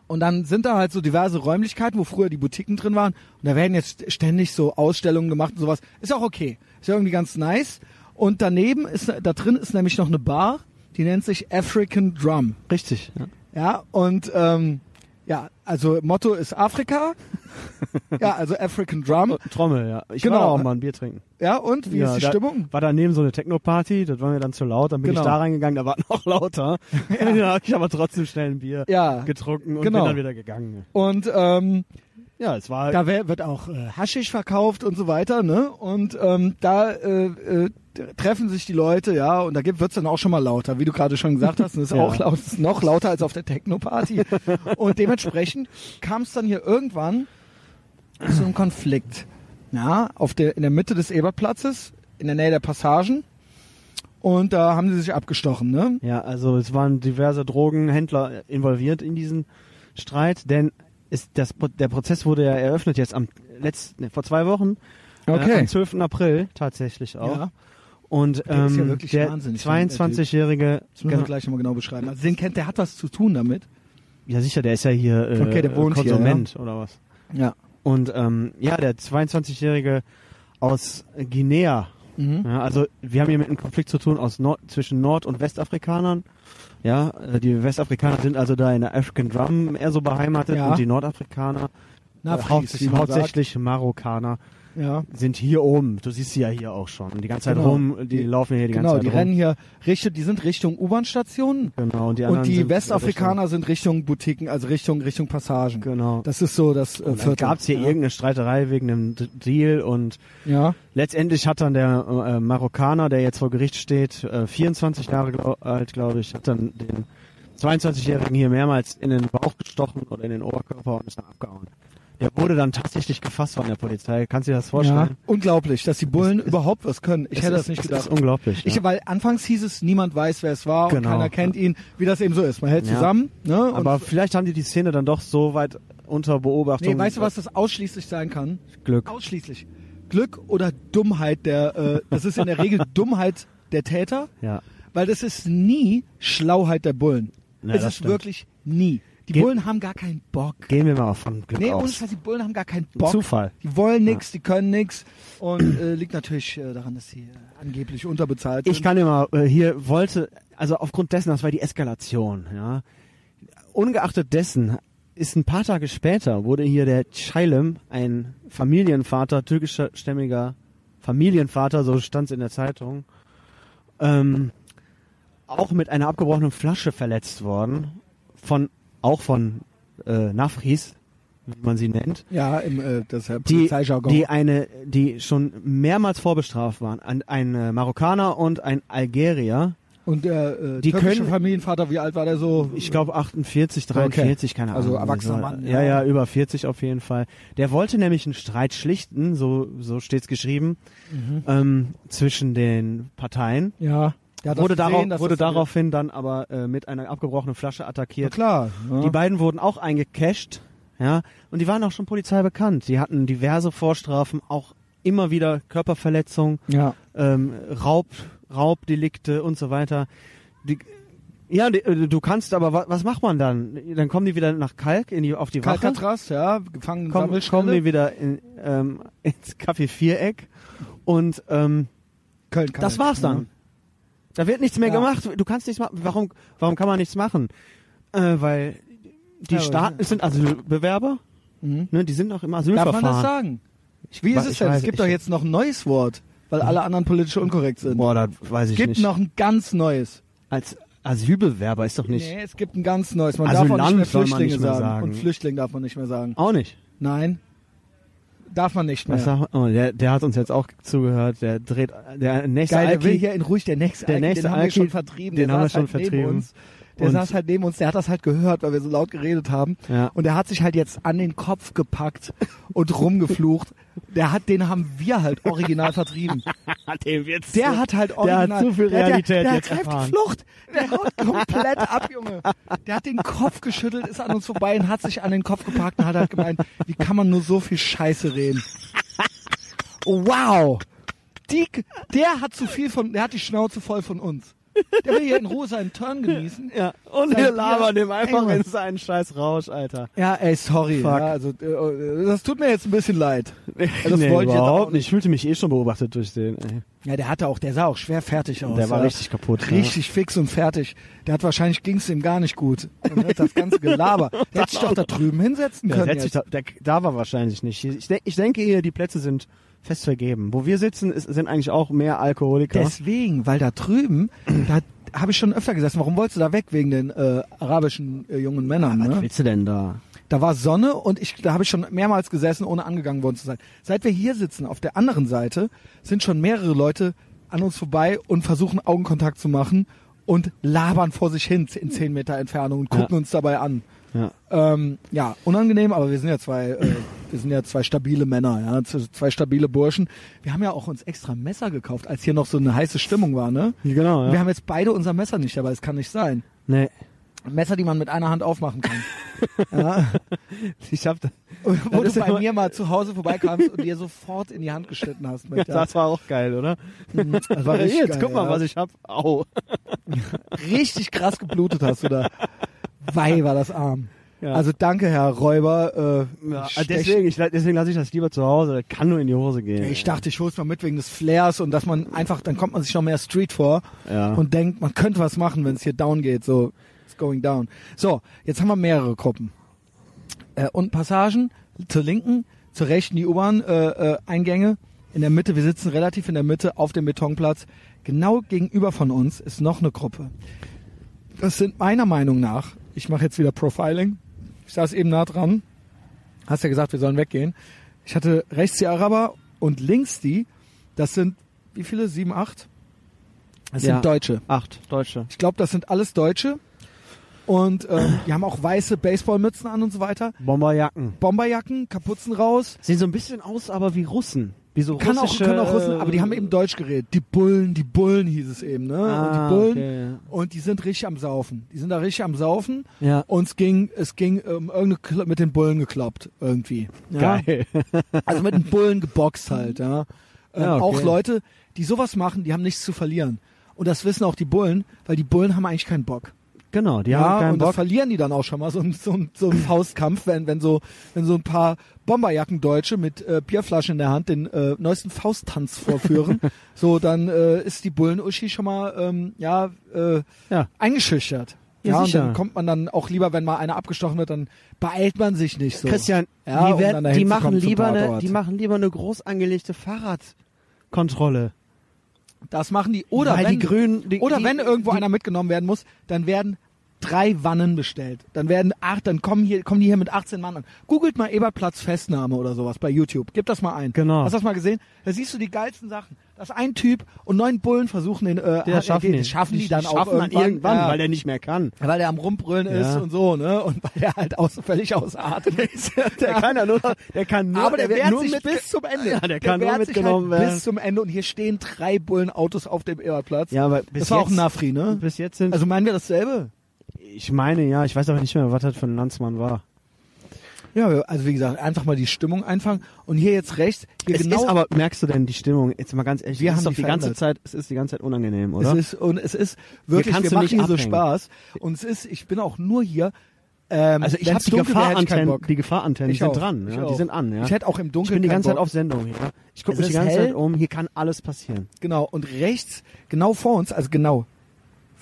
Speaker 1: Und dann sind da halt so diverse Räumlichkeiten, wo früher die Boutiquen drin waren. Und da werden jetzt ständig so Ausstellungen gemacht und sowas. Ist auch okay. Ist ja irgendwie ganz nice. Und daneben ist, da drin ist nämlich noch eine Bar, die nennt sich African Drum.
Speaker 2: richtig. Ja.
Speaker 1: Ja, und ähm, ja, also Motto ist Afrika. ja, also African Drum.
Speaker 2: Trommel, ja. Ich
Speaker 1: Genau.
Speaker 2: war da auch mal ein Bier trinken.
Speaker 1: Ja, und wie
Speaker 2: ja,
Speaker 1: ist die
Speaker 2: da
Speaker 1: Stimmung?
Speaker 2: War daneben so eine Techno-Party, das war mir dann zu laut, dann bin
Speaker 1: Genau.
Speaker 2: ich da reingegangen, da war noch lauter. ja. Da habe ich aber trotzdem schnell ein Bier
Speaker 1: Ja,
Speaker 2: getrunken und
Speaker 1: Genau.
Speaker 2: bin dann wieder gegangen.
Speaker 1: und ähm,
Speaker 2: Ja, es war
Speaker 1: da wer- wird auch äh, Haschisch verkauft und so weiter, ne? Und ähm, da äh, äh, t- treffen sich die Leute, ja, und da wird es dann auch schon mal lauter, wie du gerade schon gesagt hast, und ist
Speaker 2: Ja.
Speaker 1: auch laut, ist noch lauter als auf der Techno-Party. und dementsprechend kam es dann hier irgendwann zu einem Konflikt. Ja, auf der, in der Mitte des Eberplatzes, in der Nähe der Passagen. Und da haben sie sich abgestochen, ne?
Speaker 2: Ja, also es waren diverse Drogenhändler involviert in diesen Streit, denn ist das, Pro- der Prozess wurde ja eröffnet jetzt am letzten, vor zwei Wochen,
Speaker 1: Okay.
Speaker 2: äh, am 12. April tatsächlich auch.
Speaker 1: Ja.
Speaker 2: Und
Speaker 1: Der ist ja
Speaker 2: ähm,
Speaker 1: wirklich
Speaker 2: der
Speaker 1: wahnsinnig, ne, der Typ.
Speaker 2: 22-jährige,
Speaker 1: Das müssen
Speaker 2: genau,
Speaker 1: wir gleich nochmal genau beschreiben. Also den kennt, der hat was zu tun damit.
Speaker 2: ja sicher, der ist ja hier äh,
Speaker 1: Okay, der wohnt hier,
Speaker 2: Konsument oder was.
Speaker 1: Ja.
Speaker 2: Und ähm, ja, der 22-jährige aus Guinea.
Speaker 1: Mhm.
Speaker 2: Ja, also wir haben hier mit einem Konflikt zu tun aus Nord zwischen Nord- und Westafrikanern. Ja, äh, die Westafrikaner sind also da in der African Drum eher so beheimatet
Speaker 1: Ja.
Speaker 2: und die Nordafrikaner,
Speaker 1: Na,
Speaker 2: äh,
Speaker 1: Fries, wie
Speaker 2: hauptsächlich,
Speaker 1: man sagt.
Speaker 2: hauptsächlich Marokkaner,
Speaker 1: Ja.
Speaker 2: sind hier oben. Du siehst sie ja hier auch schon. Die ganze Zeit
Speaker 1: Genau.
Speaker 2: rum, die
Speaker 1: Die-
Speaker 2: laufen hier die
Speaker 1: Genau,
Speaker 2: ganze
Speaker 1: die
Speaker 2: Zeit rum.
Speaker 1: rennen hier Richtung, die sind Richtung U-Bahn-Stationen
Speaker 2: Genau, und die,
Speaker 1: und
Speaker 2: anderen
Speaker 1: die
Speaker 2: sind
Speaker 1: Westafrikaner sind Richtung Boutiquen, also Richtung Richtung Passagen.
Speaker 2: Richtung, genau.
Speaker 1: Das ist so das äh,
Speaker 2: Und dann
Speaker 1: Viertel.
Speaker 2: gab es hier eh
Speaker 1: ja.
Speaker 2: irgendeine Streiterei wegen einem D- Deal und
Speaker 1: Ja.
Speaker 2: Letztendlich hat dann der äh, Marokkaner, der jetzt vor Gericht steht, äh, 24 Jahre glau- alt, glaube ich, hat dann den 22-Jährigen hier mehrmals in den Bauch gestochen oder in den Oberkörper und ist dann abgehauen. Der wurde dann tatsächlich gefasst von der Polizei. Kannst du dir das
Speaker 1: ja.
Speaker 2: vorstellen?
Speaker 1: Unglaublich, dass die Bullen
Speaker 2: Es ist-
Speaker 1: überhaupt was können. Ich
Speaker 2: Es
Speaker 1: hätte
Speaker 2: ist-
Speaker 1: das nicht
Speaker 2: es
Speaker 1: gedacht.
Speaker 2: ist unglaublich.
Speaker 1: Ich,
Speaker 2: ja.
Speaker 1: weil anfangs hieß es, niemand weiß, wer es war und
Speaker 2: Genau.
Speaker 1: keiner kennt ihn, wie das eben so ist. Man hält
Speaker 2: Ja.
Speaker 1: zusammen, ne? Und
Speaker 2: Aber vielleicht haben die die Szene dann doch so weit unter Beobachtung.
Speaker 1: nee, weißt du, was das ausschließlich sein kann?
Speaker 2: Glück.
Speaker 1: Ausschließlich. Glück oder Dummheit der, äh, das ist in der Regel Dummheit der Täter,
Speaker 2: Ja.
Speaker 1: weil das ist nie Schlauheit der Bullen.
Speaker 2: Ja,
Speaker 1: es
Speaker 2: das
Speaker 1: ist
Speaker 2: stimmt.
Speaker 1: wirklich nie. Die
Speaker 2: Ge-
Speaker 1: Bullen haben gar keinen Bock.
Speaker 2: Gehen wir mal von Glück
Speaker 1: Nee, ohne
Speaker 2: aus.
Speaker 1: Scheiß, die Bullen haben gar keinen Bock.
Speaker 2: Zufall.
Speaker 1: Die wollen nix, die können nix. Und äh, liegt natürlich äh, daran, dass sie äh, angeblich unterbezahlt sind.
Speaker 2: Ich kann dir mal, äh, hier wollte, also aufgrund dessen, das war die Eskalation, ja. Ungeachtet dessen ist ein paar Tage später wurde hier der Chaylem, ein Familienvater, türkischer stämmiger Familienvater, so stand es in der Zeitung, ähm, auch mit einer abgebrochenen Flasche verletzt worden, von, auch von äh, Nafris, wie man sie nennt,
Speaker 1: ja, im, äh, das ist ja
Speaker 2: die,
Speaker 1: Polizeijargon.
Speaker 2: die eine, die schon mehrmals vorbestraft waren, ein, ein äh, Marokkaner und ein Algerier,
Speaker 1: Und der äh,
Speaker 2: die
Speaker 1: türkische
Speaker 2: können-
Speaker 1: Familienvater, wie alt war der so?
Speaker 2: ich glaube 48, 43, keine
Speaker 1: Also
Speaker 2: Ahnung.
Speaker 1: erwachsener Mann,
Speaker 2: Ja.
Speaker 1: ja.
Speaker 2: ja, über 40 auf jeden Fall. Der wollte nämlich einen Streit schlichten, so, so steht's geschrieben,
Speaker 1: Mhm.
Speaker 2: ähm, zwischen den Parteien.
Speaker 1: ja. Der hat
Speaker 2: Wurde,
Speaker 1: das gesehen,
Speaker 2: darauf,
Speaker 1: dass
Speaker 2: wurde
Speaker 1: das so-
Speaker 2: daraufhin dann aber äh, mit einer abgebrochenen Flasche
Speaker 1: Na
Speaker 2: attackiert.
Speaker 1: klar. ne?
Speaker 2: Die
Speaker 1: Ja.
Speaker 2: beiden wurden auch eingecasht, ja, und die waren auch schon Polizei bekannt. Die hatten diverse Vorstrafen, auch immer wieder Körperverletzung,
Speaker 1: ja.
Speaker 2: ähm, Raub, Raubdelikte und so weiter. Die, ja, die, äh, du kannst, aber wa, was macht man dann? Dann kommen die wieder nach Kalk in die, auf die Wache,
Speaker 1: Alcatraz, ja, gefangen
Speaker 2: kommen, kommen die wieder in, ähm, ins Café Viereck und ähm,
Speaker 1: Köln
Speaker 2: das war's dann. Da wird nichts mehr
Speaker 1: ne? Ja.
Speaker 2: gemacht. Du kannst nichts machen. Warum, warum kann man nichts machen? Äh, weil die
Speaker 1: Ja, aber-
Speaker 2: Staaten es sind Asylbewerber,
Speaker 1: Mhm.
Speaker 2: ne, die sind auch im
Speaker 1: Darf
Speaker 2: Asylverfahren.
Speaker 1: man das sagen? Wie ist
Speaker 2: ich
Speaker 1: es denn?
Speaker 2: weiß-
Speaker 1: Es gibt
Speaker 2: ich-
Speaker 1: doch jetzt noch ein neues Wort, weil alle anderen politisch unkorrekt sind.
Speaker 2: Boah, das weiß ich
Speaker 1: Es gibt
Speaker 2: nicht.
Speaker 1: noch ein ganz neues.
Speaker 2: Als Asylbewerber ist doch nicht.
Speaker 1: Nee, es gibt ein ganz neues. Man darf auch
Speaker 2: Asylant
Speaker 1: nicht mehr
Speaker 2: soll man
Speaker 1: Flüchtlinge
Speaker 2: nicht mehr
Speaker 1: sagen.
Speaker 2: sagen.
Speaker 1: Und Flüchtling darf man nicht mehr sagen.
Speaker 2: Auch nicht.
Speaker 1: Nein. Darf man nicht mehr.
Speaker 2: Was sagt man? Oh, der, der hat uns jetzt auch zugehört. Der dreht, der nächste
Speaker 1: Geil, der will
Speaker 2: Alki,
Speaker 1: hier in ruhig der nächste
Speaker 2: der
Speaker 1: Alki,
Speaker 2: nächste
Speaker 1: den haben
Speaker 2: Alki,
Speaker 1: wir schon vertrieben.
Speaker 2: den
Speaker 1: der
Speaker 2: haben wir
Speaker 1: saß
Speaker 2: schon
Speaker 1: halt neben
Speaker 2: vertrieben.
Speaker 1: Uns. Der
Speaker 2: Und-
Speaker 1: saß halt neben uns, der hat das halt gehört, weil wir so laut geredet haben.
Speaker 2: Ja.
Speaker 1: Und der hat sich halt jetzt an den Kopf gepackt und rumgeflucht. Der hat, den haben wir halt original vertrieben.
Speaker 2: Dem wird's
Speaker 1: Der hat halt original.
Speaker 2: Der hat zu viel
Speaker 1: der- der,
Speaker 2: Realität
Speaker 1: der
Speaker 2: jetzt
Speaker 1: greift
Speaker 2: erfahren.
Speaker 1: die Flucht. Der haut komplett ab, Junge. Der hat den Kopf geschüttelt, ist an uns vorbei und hat sich an den Kopf gepackt und hat halt gemeint, wie kann man nur so viel Scheiße reden? Wow. Die, der hat zu viel von, der hat die Schnauze voll von uns. Der will hier in Ruhe seinen Turn genießen.
Speaker 2: Ja. Und
Speaker 1: Sein
Speaker 2: wir
Speaker 1: Bier-
Speaker 2: labern dem einfach
Speaker 1: Ey,
Speaker 2: in seinen scheiß Rausch, Alter.
Speaker 1: Ja, ey, sorry.
Speaker 2: Fuck.
Speaker 1: Ja, also, äh, das tut mir jetzt ein bisschen leid. das
Speaker 2: nee,
Speaker 1: wollte ich jetzt auch
Speaker 2: überhaupt
Speaker 1: nicht.
Speaker 2: nicht. Ich fühlte mich eh schon beobachtet durch den. Ey.
Speaker 1: Ja, der hatte auch, der sah auch schwer fertig aus.
Speaker 2: Der war
Speaker 1: ja.
Speaker 2: Oh, richtig kaputt, ne?
Speaker 1: Richtig fix und fertig. Der hat wahrscheinlich ging's ihm gar nicht gut. Und hat das ganze Gelaber. Der hätte sich doch da drüben hinsetzen
Speaker 2: Der,
Speaker 1: können.
Speaker 2: setzt sich
Speaker 1: jetzt.
Speaker 2: da, der, da war wahrscheinlich nicht. Ich, denk- ich denke eher, die Plätze sind fest vergeben. Wo wir sitzen, ist, sind eigentlich auch mehr Alkoholiker.
Speaker 1: Deswegen, weil da drüben, da habe ich schon öfter gesessen, warum wolltest du da weg wegen den äh, arabischen äh, jungen Männern?
Speaker 2: Was
Speaker 1: Ne?
Speaker 2: willst du denn da?
Speaker 1: Da war Sonne und ich, da habe ich schon mehrmals gesessen, ohne angegangen worden zu sein. Seit wir hier sitzen, auf der anderen Seite, sind schon mehrere Leute an uns vorbei und versuchen Augenkontakt zu machen und labern vor sich hin in 10 Meter Entfernung und gucken
Speaker 2: Ja.
Speaker 1: uns dabei an.
Speaker 2: Ja.
Speaker 1: Ähm, ja, unangenehm, aber wir sind ja zwei, äh, wir sind ja zwei stabile Männer, ja, z- zwei stabile Burschen. Wir haben ja auch uns extra Messer gekauft, als hier noch so eine heiße Stimmung war, ne?
Speaker 2: Genau,
Speaker 1: Wir
Speaker 2: ja.
Speaker 1: haben jetzt beide unser Messer nicht dabei, es kann nicht sein.
Speaker 2: Nee,
Speaker 1: Messer, die man mit einer Hand aufmachen kann.
Speaker 2: ich hab da,
Speaker 1: Wo
Speaker 2: Das
Speaker 1: du
Speaker 2: ist
Speaker 1: bei
Speaker 2: immer-
Speaker 1: mir mal zu Hause vorbeikamst und dir sofort in die Hand geschnitten hast. Mit, ja.
Speaker 2: Das war auch geil, oder?
Speaker 1: Das war richtig
Speaker 2: Jetzt
Speaker 1: geil,
Speaker 2: guck mal,
Speaker 1: ja.
Speaker 2: was ich hab. Au.
Speaker 1: richtig krass geblutet hast du da. Wei, war das arm.
Speaker 2: Ja.
Speaker 1: Also danke, Herr Räuber. Äh,
Speaker 2: Ja, ah,
Speaker 1: stech-
Speaker 2: deswegen, ich, deswegen lasse ich das lieber zu Hause. Das kann nur in die Hose gehen.
Speaker 1: Ich dachte, ich hol's mal mit wegen des Flares und dass man einfach, dann kommt man sich noch mehr Street vor
Speaker 2: Ja.
Speaker 1: und denkt, man könnte was machen, wenn es hier down geht. So, it's going down. So, jetzt haben wir mehrere Gruppen. Äh, und Passagen zur linken, zur rechten die U-Bahn-Eingänge. in der Mitte, wir sitzen relativ in der Mitte auf dem Betonplatz. Genau gegenüber von uns ist noch eine Gruppe. Das sind meiner Meinung nach, ich mache jetzt wieder Profiling. Ich saß eben nah dran. Hast ja gesagt, wir sollen weggehen. Ich hatte rechts die Araber und links die. Das sind, wie viele? Sieben, acht? Das
Speaker 2: Ja.
Speaker 1: sind Deutsche.
Speaker 2: Acht Deutsche.
Speaker 1: Ich glaube, das sind alles Deutsche. Und ähm, die haben auch weiße Baseballmützen an und so weiter.
Speaker 2: Bomberjacken.
Speaker 1: Bomberjacken, Kapuzen raus.
Speaker 2: Sehen so ein bisschen aus, aber wie Russen. Wie so
Speaker 1: Kann auch,
Speaker 2: russische,
Speaker 1: können auch Russen,
Speaker 2: äh,
Speaker 1: aber die haben eben Deutsch geredet. Die Bullen, die Bullen hieß es eben, ne?
Speaker 2: Ah,
Speaker 1: und die Bullen.
Speaker 2: okay, ja.
Speaker 1: Und die sind richtig am Saufen. Die sind da richtig am Saufen.
Speaker 2: Ja.
Speaker 1: Und es ging, es ging ähm, irgendeine Kla- mit den Bullen gekloppt irgendwie. Ja?
Speaker 2: Geil.
Speaker 1: Also mit den Bullen geboxt halt, ja. Ähm,
Speaker 2: Ja, okay.
Speaker 1: Auch Leute, die sowas machen, die haben nichts zu verlieren. Und das wissen auch die Bullen, weil die Bullen haben eigentlich keinen Bock.
Speaker 2: Genau, die haben
Speaker 1: und
Speaker 2: keinen
Speaker 1: das
Speaker 2: Bock.
Speaker 1: verlieren die dann auch schon mal so, ein- so, ein- so einen Faustkampf, wenn, wenn, so, wenn so ein paar Bomberjackendeutsche mit äh, Bierflaschen in der Hand den äh, neuesten Fausttanz vorführen. so, dann äh, ist die Bullen-Uschi schon mal ähm, ja, äh,
Speaker 2: Ja.
Speaker 1: eingeschüchtert.
Speaker 2: Ja,
Speaker 1: und
Speaker 2: sicher.
Speaker 1: dann kommt man dann auch lieber, wenn mal einer abgestochen wird, dann beeilt man sich nicht so.
Speaker 2: Christian,
Speaker 1: Ja, um
Speaker 2: die, werden,
Speaker 1: dann dahin
Speaker 2: die,
Speaker 1: zu
Speaker 2: machen
Speaker 1: kommen zum
Speaker 2: lieber eine,
Speaker 1: Tatort.
Speaker 2: die machen lieber eine groß angelegte Fahrradkontrolle.
Speaker 1: Das machen die. Oder
Speaker 2: Weil
Speaker 1: wenn,
Speaker 2: die Grünen, die,
Speaker 1: Oder
Speaker 2: die,
Speaker 1: wenn irgendwo
Speaker 2: die,
Speaker 1: einer mitgenommen werden muss, dann werden drei Wannen bestellt. Dann werden acht, dann kommen hier, kommen die hier mit 18 Mann an. Googelt mal Ebertplatz Festnahme oder sowas bei YouTube. Gib das mal ein.
Speaker 2: Genau.
Speaker 1: Hast du das mal gesehen? Da siehst du die geilsten Sachen. Dass ein Typ und neun Bullen versuchen den, äh,
Speaker 2: der Ah, schaffen,
Speaker 1: den,
Speaker 2: den.
Speaker 1: schaffen die dann auch
Speaker 2: schaffen dann
Speaker 1: irgendwann,
Speaker 2: irgendwann
Speaker 1: ja,
Speaker 2: weil der nicht mehr kann.
Speaker 1: weil der am Rumbrüllen
Speaker 2: Ja.
Speaker 1: ist und so, ne? Und weil der halt aus, völlig aus Atem ist.
Speaker 2: Der kann ja nur, der kann nur,
Speaker 1: Aber der,
Speaker 2: wird
Speaker 1: wehrt
Speaker 2: nur
Speaker 1: sich
Speaker 2: mit,
Speaker 1: bis zum Ende.
Speaker 2: Ja, der kann nur
Speaker 1: wehrt
Speaker 2: mitgenommen
Speaker 1: sich halt
Speaker 2: werden.
Speaker 1: Bis zum Ende und hier stehen drei Bullenautos auf dem Ebertplatz.
Speaker 2: Ja, aber bis
Speaker 1: das war auch
Speaker 2: jetzt-
Speaker 1: ein Nafri, ne?
Speaker 2: bis jetzt sind,
Speaker 1: Also meinen wir dasselbe?
Speaker 2: ich meine, ja, ich weiß aber nicht mehr, was das für ein Landsmann war.
Speaker 1: Ja, also wie gesagt, einfach mal die Stimmung einfangen und hier jetzt rechts, hier
Speaker 2: Es
Speaker 1: genau.
Speaker 2: ist aber, merkst du denn die Stimmung? Jetzt mal ganz ehrlich,
Speaker 1: Wir
Speaker 2: es
Speaker 1: haben
Speaker 2: ist doch
Speaker 1: die
Speaker 2: die ganze
Speaker 1: verändert.
Speaker 2: Zeit, es ist die ganze Zeit unangenehm,
Speaker 1: es
Speaker 2: oder?
Speaker 1: ist und es ist wirklich,
Speaker 2: kannst
Speaker 1: wir
Speaker 2: du
Speaker 1: machen
Speaker 2: nicht
Speaker 1: hier so
Speaker 2: abhängen.
Speaker 1: Spaß und es ist, ich bin auch nur hier. Ähm,
Speaker 2: also ich
Speaker 1: wenn's
Speaker 2: habe die
Speaker 1: dunkel wär, hätte ich keinen
Speaker 2: Gefahrantennen,
Speaker 1: Bock.
Speaker 2: die Gefahrantennen
Speaker 1: Ich
Speaker 2: sind
Speaker 1: auch,
Speaker 2: dran,
Speaker 1: ich
Speaker 2: ja, die
Speaker 1: auch.
Speaker 2: sind an, ja.
Speaker 1: Ich hätte auch im
Speaker 2: Ich
Speaker 1: Dunkeln
Speaker 2: bin die
Speaker 1: keinen
Speaker 2: ganze Zeit
Speaker 1: Bock.
Speaker 2: auf Sendung hier. Ich
Speaker 1: Es
Speaker 2: gucke mich die
Speaker 1: ist
Speaker 2: ganze
Speaker 1: hell.
Speaker 2: Zeit um, hier kann alles passieren.
Speaker 1: Genau und rechts, genau vor uns, also genau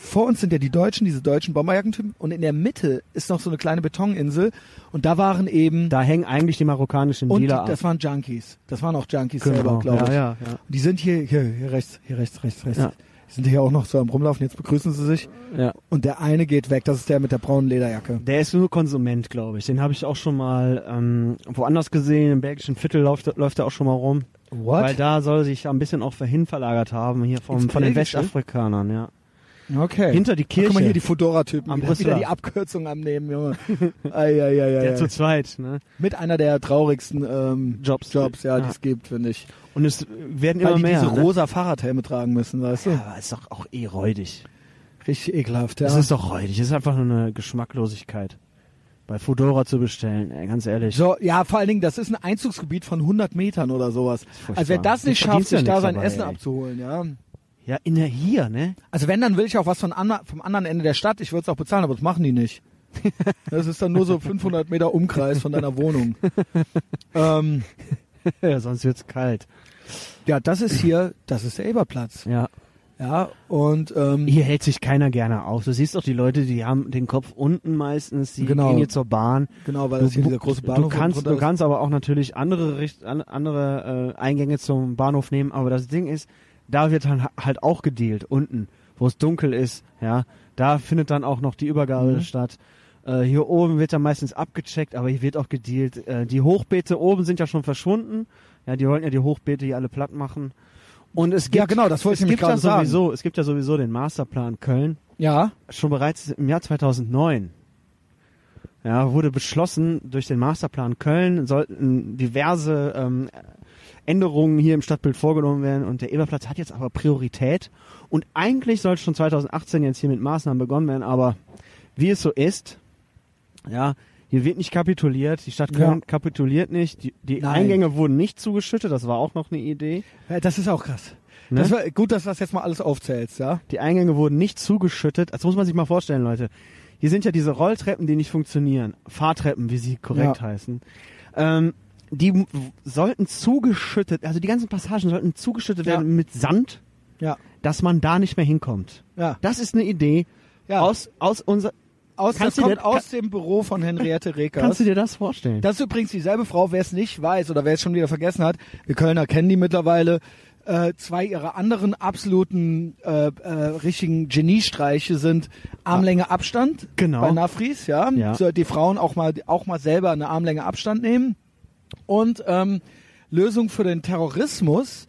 Speaker 1: vor uns sind ja die Deutschen, diese deutschen Bomberjackentypen und in der Mitte ist noch so eine kleine Betoninsel und da waren eben
Speaker 2: Da hängen eigentlich die marokkanischen
Speaker 1: und die,
Speaker 2: Dealer
Speaker 1: das waren Junkies, das waren auch Junkies
Speaker 2: Genau,
Speaker 1: selber, glaube
Speaker 2: ja,
Speaker 1: ich.
Speaker 2: ja, ja.
Speaker 1: Die sind hier, hier, hier rechts, hier rechts, rechts, rechts.
Speaker 2: Ja.
Speaker 1: Die sind hier auch noch so am Rumlaufen, jetzt begrüßen sie sich.
Speaker 2: ab. Ja.
Speaker 1: Und der eine geht weg, das ist der mit der braunen Lederjacke.
Speaker 2: Der ist nur Konsument, glaube ich. Den habe ich auch schon mal ähm, woanders gesehen. Im belgischen Viertel läuft, läuft er auch schon mal rum.
Speaker 1: What?
Speaker 2: Weil da soll sich ein bisschen auch hin verlagert haben, hier vom,
Speaker 1: Ins
Speaker 2: von den
Speaker 1: Belgische?
Speaker 2: Westafrikanern, ja.
Speaker 1: Okay.
Speaker 2: Hinter die
Speaker 1: Ach,
Speaker 2: Kirche.
Speaker 1: guck mal hier, die Fodora-Typen.
Speaker 2: Am
Speaker 1: Wieder, wieder
Speaker 2: Brüsseler.
Speaker 1: die Abkürzung am Nehmen, Junge. ei, ei, ei, ei,
Speaker 2: der
Speaker 1: ei.
Speaker 2: zu zweit, ne?
Speaker 1: Mit einer der traurigsten ähm,
Speaker 2: Jobs.
Speaker 1: Jobs, ja,
Speaker 2: Ja.
Speaker 1: die es gibt, finde ich.
Speaker 2: Und es werden
Speaker 1: Weil
Speaker 2: immer
Speaker 1: die
Speaker 2: mehr.
Speaker 1: diese
Speaker 2: ne?
Speaker 1: rosa Fahrradhelme tragen müssen, weißt du?
Speaker 2: Ja, aber ist doch auch eh räudig.
Speaker 1: Richtig ekelhaft, ja.
Speaker 2: Das ist doch räudig. Das ist einfach nur eine Geschmacklosigkeit. Bei Fudora zu bestellen, ey, ganz ehrlich.
Speaker 1: so, ja, vor allen Dingen, das ist ein Einzugsgebiet von 100 Metern oder sowas.
Speaker 2: furchtbar.
Speaker 1: Also wer das
Speaker 2: Du
Speaker 1: nicht schafft,
Speaker 2: verdienst ja
Speaker 1: sich da
Speaker 2: nichts
Speaker 1: sein
Speaker 2: dabei,
Speaker 1: Essen
Speaker 2: ey.
Speaker 1: abzuholen, ja.
Speaker 2: Ja, in der hier, ne?
Speaker 1: Also wenn, dann will ich auch was von ander, vom anderen Ende der Stadt. Ich würde es auch bezahlen, aber das machen die nicht. Das ist dann nur so 500 Meter Umkreis von deiner Wohnung. ähm,
Speaker 2: Sonst wird's kalt.
Speaker 1: ja, das ist hier, das ist der Eberplatz.
Speaker 2: Ja.
Speaker 1: Ja, und ähm,
Speaker 2: Hier hält sich keiner gerne auf. Du siehst doch die Leute, die haben den Kopf unten meistens, die
Speaker 1: Genau.
Speaker 2: gehen hier zur Bahn.
Speaker 1: genau, weil das hier dieser große Bahnhof
Speaker 2: du
Speaker 1: unten
Speaker 2: kannst,
Speaker 1: drunter
Speaker 2: du
Speaker 1: ist.
Speaker 2: kannst aber auch natürlich andere, Richt, an- andere äh, Eingänge zum Bahnhof nehmen. Aber das Ding ist, da wird dann ha- halt auch gedealt unten, wo es dunkel ist. Ja, da findet dann auch noch die Übergabe
Speaker 1: Mhm.
Speaker 2: statt. Äh, hier oben wird dann meistens abgecheckt, aber hier wird auch gedealt. Äh, die Hochbeete oben sind ja schon verschwunden. Ja, die wollten ja die Hochbeete hier alle platt machen. Und es gibt
Speaker 1: Ja, genau, das wollte ich
Speaker 2: es
Speaker 1: nämlich
Speaker 2: gibt ja
Speaker 1: gerade sagen.
Speaker 2: sowieso, es gibt ja sowieso den Masterplan Köln
Speaker 1: Ja,
Speaker 2: schon bereits im Jahr 2009 ja, wurde beschlossen, durch den Masterplan Köln sollten diverse ähm, Änderungen hier im Stadtbild vorgenommen werden und der Eberplatz hat jetzt aber Priorität und eigentlich soll schon 2018 jetzt hier mit Maßnahmen begonnen werden, aber wie es so ist, ja, hier wird nicht kapituliert, die Stadt Köln
Speaker 1: Ja.
Speaker 2: kapituliert nicht, die, die
Speaker 1: Nein.
Speaker 2: Eingänge wurden nicht zugeschüttet, das war auch noch eine Idee.
Speaker 1: Ja, das ist auch krass.
Speaker 2: Ne?
Speaker 1: Das war, gut, dass du das jetzt mal alles aufzählst, ja.
Speaker 2: Die Eingänge wurden nicht zugeschüttet. Das muss man sich mal vorstellen, Leute. Hier sind ja diese Rolltreppen, die nicht funktionieren. Fahrtreppen, wie sie korrekt
Speaker 1: Ja.
Speaker 2: heißen. Ähm, die w- sollten zugeschüttet, also die ganzen Passagen sollten zugeschüttet
Speaker 1: Ja.
Speaker 2: werden mit Sand,
Speaker 1: Ja,
Speaker 2: dass man da nicht mehr hinkommt.
Speaker 1: ja.
Speaker 2: Das ist eine Idee.
Speaker 1: ja.
Speaker 2: Aus, aus unser,
Speaker 1: aus, das
Speaker 2: kannst du
Speaker 1: kommt
Speaker 2: dir-
Speaker 1: aus dem Büro von Henriette Rekers.
Speaker 2: kannst du dir das vorstellen?
Speaker 1: Das ist übrigens dieselbe Frau, wer es nicht weiß oder wer es schon wieder vergessen hat, wir Kölner kennen die mittlerweile, äh, zwei ihrer anderen absoluten äh, äh, richtigen Geniestreiche sind Armlänge Abstand
Speaker 2: Genau.
Speaker 1: bei Nafris, ja.
Speaker 2: Ja.
Speaker 1: So, die Frauen auch mal, auch mal selber eine Armlänge Abstand nehmen. Und ähm, Lösung für den Terrorismus.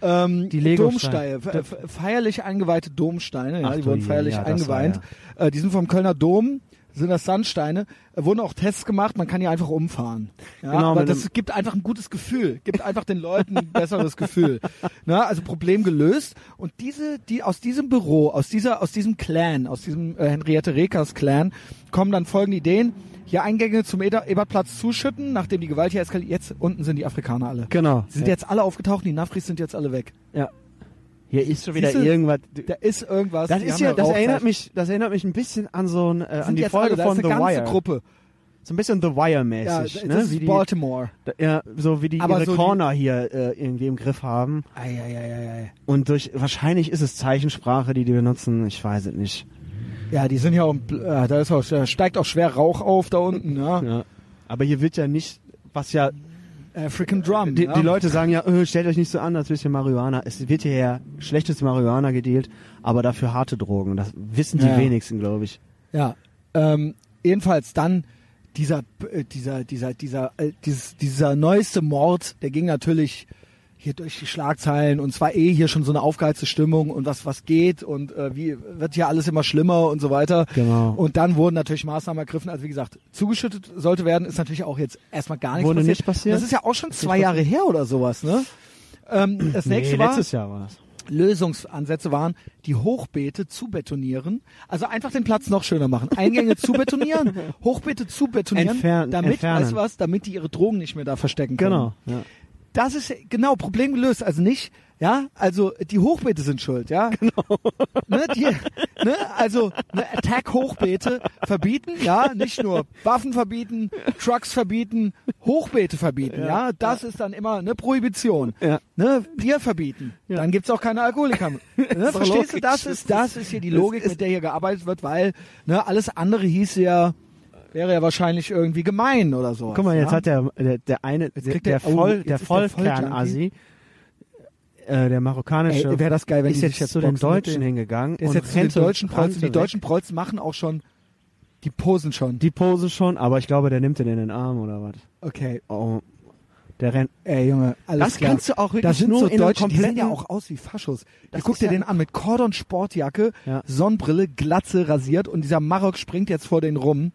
Speaker 1: Ähm,
Speaker 2: Die Lego-
Speaker 1: Domsteine, fe- fe- feierlich eingeweihte Domsteine, ja,
Speaker 2: Ach
Speaker 1: die
Speaker 2: du
Speaker 1: wurden
Speaker 2: je,
Speaker 1: feierlich
Speaker 2: ja, das
Speaker 1: eingeweint.
Speaker 2: war
Speaker 1: Äh, die sind vom Kölner Dom, sind das Sandsteine. Äh, wurden auch Tests gemacht, man kann hier einfach umfahren. Ja,
Speaker 2: Genau,
Speaker 1: aber
Speaker 2: mit
Speaker 1: das
Speaker 2: einem-
Speaker 1: gibt einfach ein gutes Gefühl, gibt einfach den Leuten ein besseres Gefühl. Na, also Problem gelöst. Und diese, die aus diesem Büro, aus dieser, aus diesem Clan, aus diesem äh, Henriette Rekers Clan, kommen dann folgende Ideen. Hier Eingänge zum Eder Ebertplatz zuschütten, nachdem die Gewalt hier eskaliert. Jetzt unten sind die Afrikaner alle.
Speaker 2: Genau.
Speaker 1: Sie sind
Speaker 2: ja.
Speaker 1: jetzt alle aufgetaucht, die Nafris sind jetzt alle weg.
Speaker 2: ja. Hier ist schon wieder
Speaker 1: Siehst du?
Speaker 2: irgendwas.
Speaker 1: Da ist irgendwas.
Speaker 2: Das
Speaker 1: die
Speaker 2: ist
Speaker 1: haben
Speaker 2: ja,
Speaker 1: eine
Speaker 2: das erinnert
Speaker 1: Rauchzeichen.
Speaker 2: mich, das erinnert mich ein bisschen an so ein, äh,
Speaker 1: Sind
Speaker 2: an die
Speaker 1: jetzt
Speaker 2: Folge
Speaker 1: alle, da
Speaker 2: von
Speaker 1: ist
Speaker 2: The
Speaker 1: eine ganze
Speaker 2: Wire.
Speaker 1: Gruppe.
Speaker 2: So ein bisschen The
Speaker 1: Ja,
Speaker 2: Wire-mäßig, ne?
Speaker 1: das
Speaker 2: Wie
Speaker 1: ist
Speaker 2: die,
Speaker 1: Baltimore.
Speaker 2: Da- Ja, so wie die
Speaker 1: Aber
Speaker 2: ihre
Speaker 1: so die-
Speaker 2: Corner hier äh, irgendwie im Griff haben.
Speaker 1: Eieieiei.
Speaker 2: Und durch wahrscheinlich ist es Zeichensprache, die die benutzen. Ich weiß es nicht.
Speaker 1: Ja, die sind ja auch, äh, da ist auch, da steigt auch schwer Rauch auf da unten, ne? ja.
Speaker 2: Ja. Aber hier wird ja nicht, was ja
Speaker 1: African Äh, Drum. ne?
Speaker 2: die,
Speaker 1: ja.
Speaker 2: die Leute sagen ja, öh, stellt euch nicht so an, als wisst ihr Marihuana. Es wird hier ja schlechtes Marihuana gedealt, aber dafür harte Drogen. Das wissen die
Speaker 1: Ja.
Speaker 2: wenigsten, glaube ich.
Speaker 1: Ja. Ähm, jedenfalls dann dieser, äh, dieser, dieser, dieser, äh, dieses, dieser neueste Mord, der ging natürlich hier durch die Schlagzeilen und zwar eh hier schon so eine aufgeheizte Stimmung und was was geht und äh, wie wird hier alles immer schlimmer und so weiter.
Speaker 2: Genau.
Speaker 1: Und dann wurden natürlich Maßnahmen ergriffen. Also wie gesagt, zugeschüttet sollte werden, ist natürlich auch jetzt erstmal gar nichts
Speaker 2: Wurde
Speaker 1: passiert.
Speaker 2: nicht passiert?
Speaker 1: Das ist ja auch schon zwei Jahre her oder sowas, ne? Ähm, das nächste
Speaker 2: nee,
Speaker 1: war
Speaker 2: letztes Jahr war das.
Speaker 1: Lösungsansätze waren, die Hochbeete zu betonieren, also einfach den Platz noch schöner machen. Eingänge zu betonieren, Hochbeete zu betonieren,
Speaker 2: Entfernen,
Speaker 1: damit,
Speaker 2: entfernen.
Speaker 1: weißt du was, damit die ihre Drogen nicht mehr da verstecken können.
Speaker 2: Genau. Ja.
Speaker 1: Das ist genau Problem gelöst, also nicht, ja, also die Hochbeete sind schuld, ja. Genau. Ne, die, ne, also ne, Attack Hochbeete verbieten, ja, nicht nur Waffen verbieten, Trucks verbieten, Hochbeete verbieten, ja. Das ist dann immer eine Prohibition
Speaker 2: Ja.
Speaker 1: ne, Bier verbieten,
Speaker 2: Ja.
Speaker 1: dann gibt's auch keine Alkoholiker. mehr. Ne,
Speaker 2: doch
Speaker 1: verstehst du,
Speaker 2: logisch.
Speaker 1: das ist, das ist hier die Logik, mit der hier gearbeitet wird, weil ne, alles andere hieß ja, wäre ja wahrscheinlich irgendwie gemein oder so.
Speaker 2: Guck mal, jetzt
Speaker 1: ja?
Speaker 2: hat der, der, der eine, der,
Speaker 1: kriegt der-
Speaker 2: der, Voll,
Speaker 1: oh,
Speaker 2: der
Speaker 1: jetzt ist der
Speaker 2: Vollkern-Asi, äh, der marokkanische,
Speaker 1: Ey, wäre das geil, wenn
Speaker 2: ist
Speaker 1: die sich
Speaker 2: jetzt
Speaker 1: jetzt
Speaker 2: zu den
Speaker 1: boxen.
Speaker 2: Deutschen hingegangen
Speaker 1: der ist
Speaker 2: und
Speaker 1: jetzt zu den
Speaker 2: rennte-
Speaker 1: deutschen Preußen. Die
Speaker 2: rannte
Speaker 1: deutschen Preußen machen auch schon, die posen schon.
Speaker 2: Die Pose schon, aber ich glaube, der nimmt den in den Arm oder was.
Speaker 1: Okay.
Speaker 2: Oh. Der rennt.
Speaker 1: Ey, Junge, alles
Speaker 2: Das
Speaker 1: klar.
Speaker 2: kannst du auch wirklich
Speaker 1: das sind
Speaker 2: nur
Speaker 1: so
Speaker 2: in einem
Speaker 1: Deutsche, die sehen
Speaker 2: kompletten-
Speaker 1: ja auch aus wie Faschos.
Speaker 2: Das
Speaker 1: Ich guck
Speaker 2: ist
Speaker 1: dir
Speaker 2: ja-
Speaker 1: den an mit Kordon Sportjacke,
Speaker 2: Ja.
Speaker 1: Sonnenbrille, Glatze rasiert und dieser Marok springt jetzt vor den rum.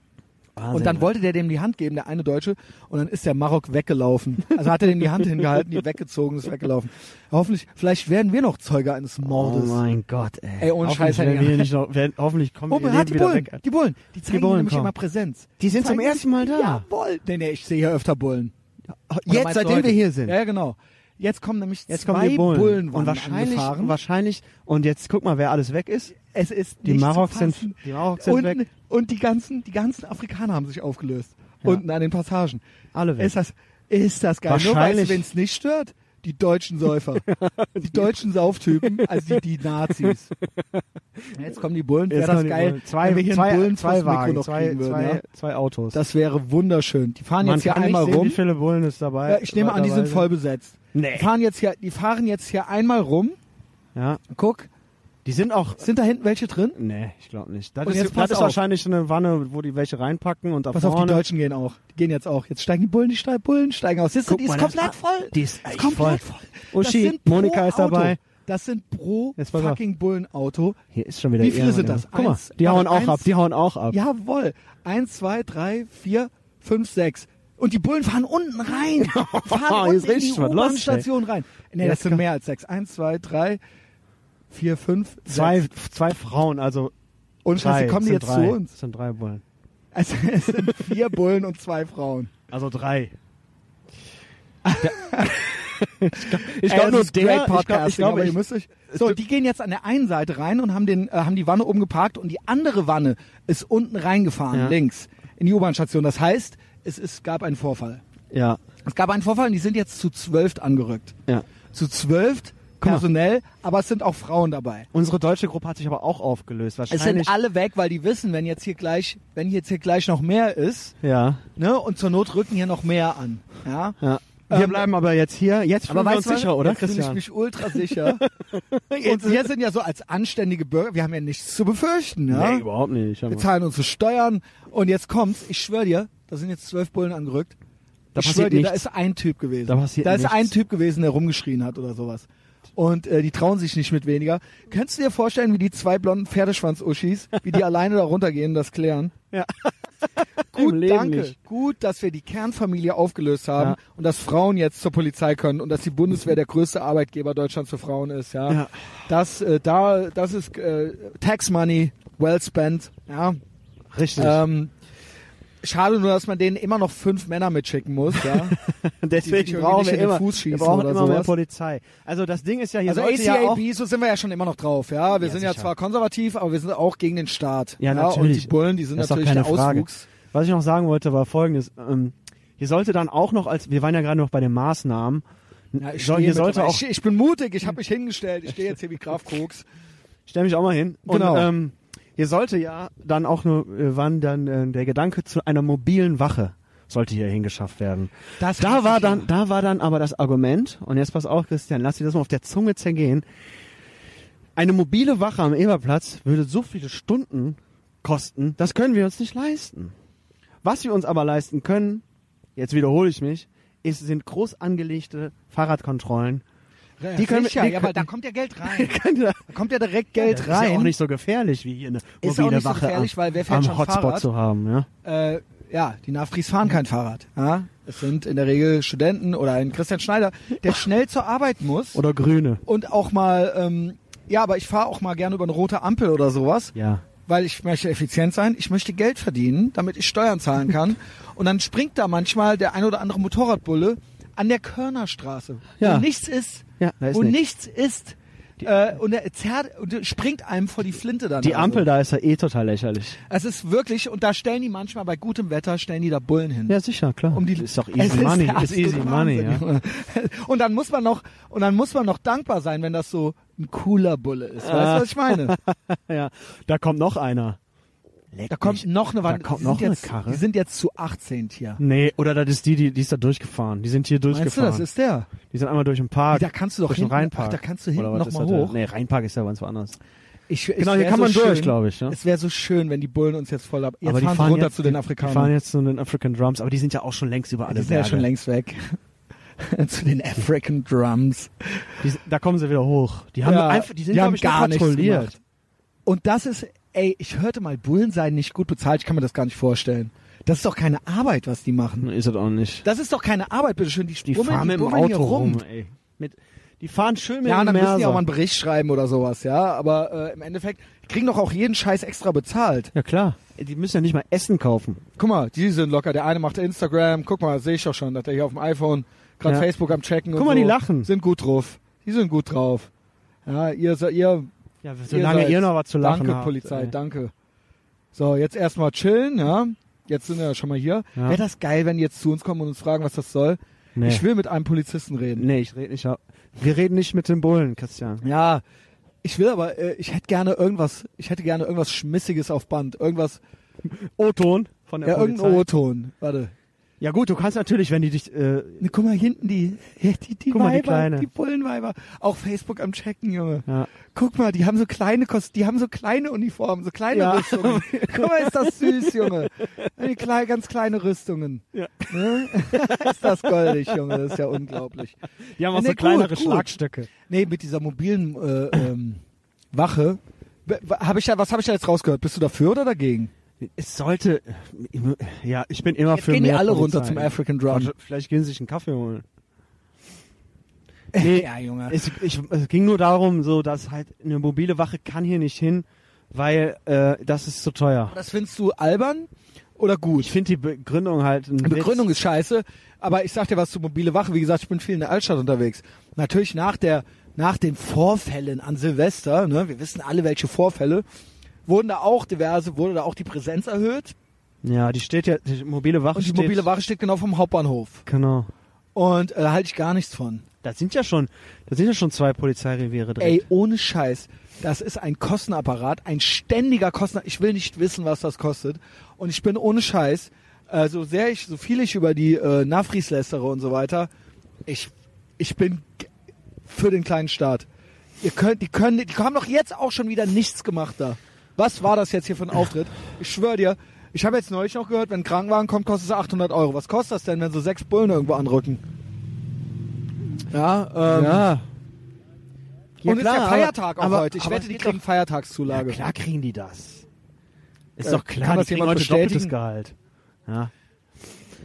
Speaker 1: Und dann wollte der dem die Hand geben, der eine Deutsche, und dann ist der Marok weggelaufen. Also hat er dem die Hand hingehalten, die weggezogen, ist weggelaufen. Hoffentlich, vielleicht werden wir noch Zeuge eines
Speaker 2: Oh
Speaker 1: Mordes.
Speaker 2: mein Gott, ey.
Speaker 1: Ey, ohne
Speaker 2: hoffentlich
Speaker 1: Scheiß,
Speaker 2: werden
Speaker 1: Henning.
Speaker 2: wir nicht noch, werden, hoffentlich kommen
Speaker 1: Oh,
Speaker 2: wir
Speaker 1: man hat die
Speaker 2: leben wieder
Speaker 1: Bullen,
Speaker 2: weg.
Speaker 1: die Bullen, die zeigen
Speaker 2: Bullen
Speaker 1: nämlich
Speaker 2: kommen.
Speaker 1: immer Präsenz.
Speaker 2: Die sind
Speaker 1: Zeigen
Speaker 2: zum ersten Mal da.
Speaker 1: Jawohl. Nee, nee, ich sehe hier öfter Bullen. Oder
Speaker 2: Jetzt,
Speaker 1: meinst du
Speaker 2: seitdem
Speaker 1: heute?
Speaker 2: wir hier sind.
Speaker 1: Ja, ja, genau. Jetzt kommen nämlich
Speaker 2: Jetzt
Speaker 1: zwei
Speaker 2: kommen die Bullen. und
Speaker 1: waren
Speaker 2: wahrscheinlich,
Speaker 1: angefahren.
Speaker 2: wahrscheinlich, und jetzt guck mal, wer alles weg ist.
Speaker 1: es ist
Speaker 2: Die
Speaker 1: nicht
Speaker 2: Maroks
Speaker 1: zu
Speaker 2: sind,
Speaker 1: fassen.
Speaker 2: die Maroks sind
Speaker 1: und,
Speaker 2: weg.
Speaker 1: und die ganzen, die ganzen Afrikaner haben sich aufgelöst.
Speaker 2: Ja.
Speaker 1: Unten an den Passagen.
Speaker 2: Alle weg.
Speaker 1: Ist das, ist das geil? Nur weißt
Speaker 2: Wahrscheinlich-
Speaker 1: du, wenn es nicht stört, die deutschen Säufer. die deutschen Sauftypen, also die, die Nazis. Jetzt kommen die Bullen, wäre
Speaker 2: Jetzt
Speaker 1: das
Speaker 2: kommen die
Speaker 1: geil,
Speaker 2: Bullen. Zwei,
Speaker 1: wenn wir hier
Speaker 2: zwei,
Speaker 1: einen Bullen
Speaker 2: zwei
Speaker 1: vors Mikro
Speaker 2: Wagen,
Speaker 1: noch
Speaker 2: zwei,
Speaker 1: kriegen würden.
Speaker 2: zwei,
Speaker 1: ja?
Speaker 2: zwei Autos.
Speaker 1: Das wäre wunderschön. Die fahren
Speaker 2: Man
Speaker 1: jetzt hier
Speaker 2: kann nicht
Speaker 1: einmal
Speaker 2: sehen,
Speaker 1: rum.
Speaker 2: wie viele Bullen ist dabei.
Speaker 1: Ja, ich nehme an, die sind
Speaker 2: dabei
Speaker 1: voll besetzt.
Speaker 2: Nee.
Speaker 1: Die fahren jetzt hier, die fahren jetzt hier einmal rum.
Speaker 2: Ja,
Speaker 1: Guck,
Speaker 2: die sind auch,
Speaker 1: sind da hinten welche drin?
Speaker 2: nee, ich glaube nicht. Das
Speaker 1: Und
Speaker 2: ist,
Speaker 1: jetzt
Speaker 2: das
Speaker 1: pass
Speaker 2: ist
Speaker 1: auf.
Speaker 2: wahrscheinlich eine Wanne, wo die welche reinpacken und da
Speaker 1: Pass auf, die
Speaker 2: vorne.
Speaker 1: Deutschen gehen auch. Die gehen jetzt auch. Jetzt steigen die Bullen, die Ste Bullen steigen aus. Siehst du,
Speaker 2: Guck
Speaker 1: die ist
Speaker 2: mal, das-
Speaker 1: komplett voll.
Speaker 2: die ist echt
Speaker 1: komplett
Speaker 2: voll.
Speaker 1: voll.
Speaker 2: Uschi,
Speaker 1: das sind pro
Speaker 2: Monika ist
Speaker 1: Auto.
Speaker 2: dabei.
Speaker 1: Das sind pro
Speaker 2: Jetzt pass auf.
Speaker 1: fucking Bullenauto.
Speaker 2: Hier ist schon wieder
Speaker 1: Wie viele
Speaker 2: irgendwann
Speaker 1: sind
Speaker 2: der-
Speaker 1: das?
Speaker 2: Guck mal,
Speaker 1: Eins,
Speaker 2: die hauen auch
Speaker 1: eins-
Speaker 2: ab, die hauen auch ab.
Speaker 1: Jawohl. Eins, zwei, drei, vier, fünf, sechs. Und die Bullen fahren unten rein. fahren
Speaker 2: Hier ist
Speaker 1: unten in die
Speaker 2: richtig was los,
Speaker 1: U-Bahn-Station rein. Nee,
Speaker 2: Ja,
Speaker 1: das sind
Speaker 2: klar.
Speaker 1: mehr als sechs. Eins, zwei, drei, vier, fünf,
Speaker 2: Zwei,
Speaker 1: sechs.
Speaker 2: zwei Frauen, also
Speaker 1: Und
Speaker 2: drei.
Speaker 1: Scheiße, kommen die
Speaker 2: Es sind
Speaker 1: jetzt
Speaker 2: drei.
Speaker 1: zu uns?
Speaker 2: Es sind drei Bullen.
Speaker 1: Also, es sind vier Bullen und zwei Frauen.
Speaker 2: Also drei. Äh, ich
Speaker 1: Ey,
Speaker 2: glaube nur
Speaker 1: das ist great
Speaker 2: der, ich glaube,
Speaker 1: Podcasting,
Speaker 2: ich, glaub,
Speaker 1: aber ihr
Speaker 2: ich,
Speaker 1: müsst euch, so, die gehen jetzt an der einen Seite rein und haben den, äh, haben die Wanne oben geparkt und die andere Wanne ist unten reingefahren,
Speaker 2: Ja.
Speaker 1: links, in die U-Bahn-Station. Das heißt, es, es gab einen Vorfall.
Speaker 2: ja,
Speaker 1: Es gab einen Vorfall und die sind jetzt zu zwölf angerückt.
Speaker 2: ja.
Speaker 1: Zu zwölf,
Speaker 2: mal.
Speaker 1: personell, aber es sind auch Frauen dabei.
Speaker 2: Unsere deutsche Gruppe hat sich aber auch aufgelöst.
Speaker 1: Es
Speaker 2: Wahrscheinlich.
Speaker 1: sind alle weg, weil die wissen, wenn jetzt hier gleich, wenn jetzt hier gleich noch mehr ist,
Speaker 2: ja,
Speaker 1: ne, und zur Not rücken hier noch mehr an, ja.
Speaker 2: ja. Wir
Speaker 1: Ähm,
Speaker 2: bleiben aber jetzt hier. Jetzt fühlen
Speaker 1: Aber
Speaker 2: wir
Speaker 1: weißt
Speaker 2: uns
Speaker 1: du,
Speaker 2: sicher, oder
Speaker 1: jetzt fühle ich
Speaker 2: Christian?
Speaker 1: mich ultra sicher. Und wir sind ja so als anständige Bürger, wir haben ja nichts zu befürchten. Ja?
Speaker 2: Nee, überhaupt nicht. Hör mal.
Speaker 1: wir zahlen unsere Steuern und jetzt kommt's, ich schwöre dir, da sind jetzt zwölf Bullen angerückt.
Speaker 2: Da
Speaker 1: ich schwöre
Speaker 2: passiert
Speaker 1: dir, da
Speaker 2: nichts.
Speaker 1: ist ein Typ gewesen.
Speaker 2: Da passiert
Speaker 1: ist ein
Speaker 2: nichts.
Speaker 1: Typ gewesen, der rumgeschrien hat oder sowas. Und äh, die trauen sich nicht mit weniger. Könntest du dir vorstellen, wie die zwei blonden Pferdeschwanz-Uschis, wie die alleine da runtergehen und das klären?
Speaker 2: Ja. Im
Speaker 1: Gut,
Speaker 2: Leben
Speaker 1: danke.
Speaker 2: nicht.
Speaker 1: Gut, dass wir die Kernfamilie aufgelöst haben
Speaker 2: Ja.
Speaker 1: und dass Frauen jetzt zur Polizei können und dass die Bundeswehr der größte Arbeitgeber Deutschlands für Frauen ist. Ja,
Speaker 2: Ja.
Speaker 1: das äh, da das ist äh, Tax Money well spent. Ja,
Speaker 2: Richtig.
Speaker 1: ähm, schade nur, dass man denen immer noch fünf Männer mitschicken muss. Ja, die sich
Speaker 2: Deswegen
Speaker 1: irgendwie
Speaker 2: brauchen
Speaker 1: nicht
Speaker 2: wir
Speaker 1: in den
Speaker 2: immer,
Speaker 1: Fuß
Speaker 2: wir
Speaker 1: schießen
Speaker 2: brauchen
Speaker 1: oder
Speaker 2: immer mehr
Speaker 1: sowas.
Speaker 2: Polizei. Also das Ding ist ja hier
Speaker 1: also
Speaker 2: sollte ja auch
Speaker 1: ACAB, so sind wir ja schon immer noch drauf. Ja, wir
Speaker 2: Ja,
Speaker 1: sind ja
Speaker 2: sicher.
Speaker 1: zwar konservativ, aber wir sind auch gegen den Staat.
Speaker 2: Ja,
Speaker 1: Und die
Speaker 2: natürlich.
Speaker 1: Bullen, die sind
Speaker 2: Das ist doch
Speaker 1: natürlich
Speaker 2: keine
Speaker 1: der
Speaker 2: Frage.
Speaker 1: Auswuchs.
Speaker 2: Was ich noch sagen wollte, war folgendes. Ähm, hier sollte dann auch noch, als wir waren ja gerade noch bei den Maßnahmen,
Speaker 1: Ja, ich,
Speaker 2: soll-
Speaker 1: stehe
Speaker 2: hier sollte
Speaker 1: mittlerweile-
Speaker 2: auch,
Speaker 1: ich, ich bin mutig, ich habe mich hingestellt, ich stehe jetzt hier wie Graf Koks.
Speaker 2: ich stell mich auch mal hin.
Speaker 1: Genau.
Speaker 2: Und ähm, hier sollte ja dann auch nur, äh, wann dann äh, der Gedanke zu einer mobilen Wache sollte hier hingeschafft werden.
Speaker 1: Das
Speaker 2: da
Speaker 1: hasse
Speaker 2: war
Speaker 1: ich ja.
Speaker 2: dann, da war dann aber das Argument, und jetzt pass auf, Christian, lass dir das mal auf der Zunge zergehen. Eine mobile Wache am Eberplatz würde so viele Stunden kosten, das können wir uns nicht leisten. Was wir uns aber leisten können, jetzt wiederhole ich mich, ist, sind groß angelegte Fahrradkontrollen. Die können-
Speaker 1: Sicher,
Speaker 2: die
Speaker 1: ja,
Speaker 2: können-
Speaker 1: aber da kommt ja Geld rein.
Speaker 2: Geld
Speaker 1: Da kommt ja direkt Geld
Speaker 2: Ist ja auch
Speaker 1: rein.
Speaker 2: nicht so gefährlich, wie hier eine
Speaker 1: auch
Speaker 2: mobile
Speaker 1: nicht so
Speaker 2: Wache
Speaker 1: gefährlich,
Speaker 2: am,
Speaker 1: weil wer fährt
Speaker 2: am
Speaker 1: schon
Speaker 2: Hotspot
Speaker 1: Fahrrad?
Speaker 2: zu haben. Ja?
Speaker 1: äh, ja, die Nafris fahren kein Fahrrad. Ja? Es sind in der Regel Studenten oder ein Christian Schneider, der schnell zur Arbeit muss
Speaker 2: Oder Grüne.
Speaker 1: und auch mal, ähm, ja, aber ich fahre auch mal gerne über eine rote Ampel oder sowas,
Speaker 2: Ja.
Speaker 1: weil ich möchte effizient sein, ich möchte Geld verdienen, damit ich Steuern zahlen kann. und dann springt da manchmal der ein oder andere Motorradbulle an der Körnerstraße,
Speaker 2: Ja.
Speaker 1: wo nichts ist,
Speaker 2: Ja, da ist
Speaker 1: wo nichts
Speaker 2: nichts.
Speaker 1: ist. Äh, und er zerrt und springt einem vor die Flinte dann.
Speaker 2: Die
Speaker 1: also.
Speaker 2: Ampel da ist ja eh total lächerlich.
Speaker 1: Es ist wirklich, und da stellen die manchmal bei gutem Wetter, stellen die da Bullen hin.
Speaker 2: Ja, sicher, klar.
Speaker 1: Um die,
Speaker 2: ist doch
Speaker 1: Es
Speaker 2: easy money.
Speaker 1: der
Speaker 2: Ist easy
Speaker 1: absolute
Speaker 2: money, ja.
Speaker 1: Wahnsinn, Junge. Und dann muss man noch, und dann muss man noch dankbar sein, wenn das so ein cooler Bulle ist. Weißt du, was ich
Speaker 2: Ah.
Speaker 1: meine?
Speaker 2: Ja, da kommt noch einer.
Speaker 1: Da kommt noch eine Wand.
Speaker 2: Da kommt
Speaker 1: die
Speaker 2: noch
Speaker 1: sind
Speaker 2: eine
Speaker 1: jetzt,
Speaker 2: Karre.
Speaker 1: Die sind jetzt zu 18 hier.
Speaker 2: Nee, oder das ist die, die, die ist da durchgefahren. Die sind hier
Speaker 1: Meinst du,
Speaker 2: durchgefahren.
Speaker 1: das ist der?
Speaker 2: die sind einmal durch den Park.
Speaker 1: Da kannst du doch
Speaker 2: durch den
Speaker 1: hinten-
Speaker 2: Rheinpark.
Speaker 1: ach, da kannst du hinten
Speaker 2: Oder was
Speaker 1: noch
Speaker 2: ist
Speaker 1: mal
Speaker 2: das da?
Speaker 1: hoch.
Speaker 2: Nee, Rheinpark ist ja ganz woanders.
Speaker 1: Ich, es
Speaker 2: Genau, hier
Speaker 1: wär
Speaker 2: kann
Speaker 1: so
Speaker 2: man
Speaker 1: schön,
Speaker 2: durch, glaube ich. Ne?
Speaker 1: Es wäre so schön, wenn die Bullen uns jetzt voll ab. Jetzt
Speaker 2: aber die
Speaker 1: fahren sie
Speaker 2: fahren
Speaker 1: runter
Speaker 2: jetzt,
Speaker 1: zu den
Speaker 2: Die fahren
Speaker 1: Afrikanern.
Speaker 2: jetzt zu den African Drums, aber die sind ja auch schon längst über alle
Speaker 1: Die sind ja
Speaker 2: Berge.
Speaker 1: schon längst weg. zu den African Drums.
Speaker 2: Die, da kommen sie wieder hoch. Die haben
Speaker 1: Ja,
Speaker 2: einfach, die sind
Speaker 1: die
Speaker 2: glaub
Speaker 1: haben
Speaker 2: ich,
Speaker 1: gar
Speaker 2: noch
Speaker 1: nichts
Speaker 2: kontrolliert.
Speaker 1: gemacht. Und das ist, ey, ich hörte mal, Bullen seien nicht gut bezahlt. Ich kann mir das gar nicht vorstellen. Das ist doch keine Arbeit, was die machen.
Speaker 2: Hm, Ist es auch nicht.
Speaker 1: Das ist doch keine Arbeit, bitteschön. Die,
Speaker 2: Die
Speaker 1: die
Speaker 2: fahren
Speaker 1: die
Speaker 2: mit dem
Speaker 1: bummeln
Speaker 2: Auto
Speaker 1: hier rum.
Speaker 2: rum, ey. Mit, die fahren schön mit
Speaker 1: Ja, und
Speaker 2: dem
Speaker 1: dann müssen die auch mal
Speaker 2: Merser.
Speaker 1: einen Bericht schreiben oder sowas, ja. Aber äh, im Endeffekt die kriegen doch auch jeden Scheiß extra bezahlt.
Speaker 2: Ja, klar. Die müssen ja nicht mal Essen kaufen.
Speaker 1: Guck mal, die sind locker. Der eine macht Instagram. Guck mal, sehe ich doch schon, dass der hier auf dem iPhone gerade
Speaker 2: Ja.
Speaker 1: Facebook am Checken
Speaker 2: Guck
Speaker 1: und
Speaker 2: mal,
Speaker 1: so.
Speaker 2: die lachen.
Speaker 1: Sind gut drauf. Die sind gut drauf. Ja, ihr, so- ihr
Speaker 2: Ja, solange
Speaker 1: seid-
Speaker 2: ihr, noch was zu lachen
Speaker 1: Danke,
Speaker 2: habt.
Speaker 1: Polizei,
Speaker 2: ey.
Speaker 1: danke. So, jetzt erstmal chillen, ja. Jetzt sind wir ja schon mal hier.
Speaker 2: Ja.
Speaker 1: Wäre das geil, wenn die jetzt zu uns kommen und uns fragen, was das soll?
Speaker 2: Nee.
Speaker 1: Ich will mit einem Polizisten reden.
Speaker 2: nee, ich rede nicht. Wir reden nicht mit den Bullen, Christian.
Speaker 1: Ja, ich will aber, äh, ich hätte gerne irgendwas, ich hätte gerne irgendwas Schmissiges auf Band. Irgendwas,
Speaker 2: O-Ton von der
Speaker 1: ja,
Speaker 2: Polizei.
Speaker 1: irgendein O-Ton. Warte.
Speaker 2: ja gut, du kannst natürlich, wenn die dich... Äh,
Speaker 1: Ne, guck mal hinten, die, die, die
Speaker 2: Guck mal, die
Speaker 1: Weiber,
Speaker 2: Kleine.
Speaker 1: die Bullenweiber. Auch Facebook am Checken, Junge.
Speaker 2: ja.
Speaker 1: Guck mal, die haben so kleine Kost die haben so kleine Uniformen, so kleine
Speaker 2: Ja.
Speaker 1: Rüstungen. Guck mal, ist das süß, Junge. Die klei ganz kleine Rüstungen.
Speaker 2: Ja.
Speaker 1: Ne? ist das goldig, Junge, das ist ja unglaublich.
Speaker 2: Die haben auch
Speaker 1: Nee,
Speaker 2: so
Speaker 1: gut,
Speaker 2: kleinere
Speaker 1: gut.
Speaker 2: Schlagstöcke.
Speaker 1: Nee, mit dieser mobilen äh, ähm, Wache. Be- wa- Hab ich da, was habe ich da jetzt rausgehört? Bist du dafür oder dagegen?
Speaker 2: Es sollte... Ja, ich bin immer
Speaker 1: Jetzt
Speaker 2: für
Speaker 1: gehen die
Speaker 2: mehr
Speaker 1: alle
Speaker 2: Polizei.
Speaker 1: runter zum African Drum.
Speaker 2: Vielleicht gehen sie sich einen Kaffee holen. Nee,
Speaker 1: ja, Junge.
Speaker 2: es, ich, es ging nur darum, so dass halt eine mobile Wache kann hier nicht hin, weil äh, das ist zu teuer.
Speaker 1: Das findest du albern oder gut?
Speaker 2: Ich finde die Begründung halt ein
Speaker 1: Die Begründung ist scheiße, aber ich sag dir was zur mobile Wache. Wie gesagt, ich bin viel in der Altstadt unterwegs. Natürlich nach der, nach den Vorfällen an Silvester, ne, wir wissen alle, welche Vorfälle, wurden da auch diverse, wurde da auch die Präsenz erhöht.
Speaker 2: Witz. Ja, die steht ja, die mobile Wache
Speaker 1: Und die
Speaker 2: steht,
Speaker 1: mobile Wache steht genau vom Hauptbahnhof.
Speaker 2: Genau.
Speaker 1: Und äh, da halte ich gar nichts von.
Speaker 2: Da sind ja schon, da sind ja schon zwei Polizeireviere drin.
Speaker 1: Ey, ohne Scheiß. Das ist ein Kostenapparat, ein ständiger Kostenapparat. Ich will nicht wissen, was das kostet. Und ich bin ohne Scheiß, äh, so sehr ich, so viel ich über die äh, Nafris lästere und so weiter, ich, ich bin g- für den kleinen Staat. Ihr könnt, die können, die haben doch jetzt auch schon wieder nichts gemacht da. Was war das jetzt hier für ein Auftritt? Ich schwöre dir, ich habe jetzt neulich noch gehört, wenn ein Krankenwagen kommt, kostet es 800 Euro. Was kostet das denn, wenn so sechs Bullen irgendwo anrücken? Ja, ähm,
Speaker 2: ja.
Speaker 1: und ist ja Feiertag
Speaker 2: aber,
Speaker 1: auch heute. Ich
Speaker 2: aber
Speaker 1: wette, die
Speaker 2: es geht
Speaker 1: kriegen
Speaker 2: doch, ja,
Speaker 1: Feiertagszulage.
Speaker 2: klar kriegen die das. Ist
Speaker 1: Äh,
Speaker 2: doch
Speaker 1: kann
Speaker 2: klar,
Speaker 1: das
Speaker 2: die kriegen
Speaker 1: jemand
Speaker 2: heute doppeltes
Speaker 1: bestätigen?
Speaker 2: Gehalt. Ja.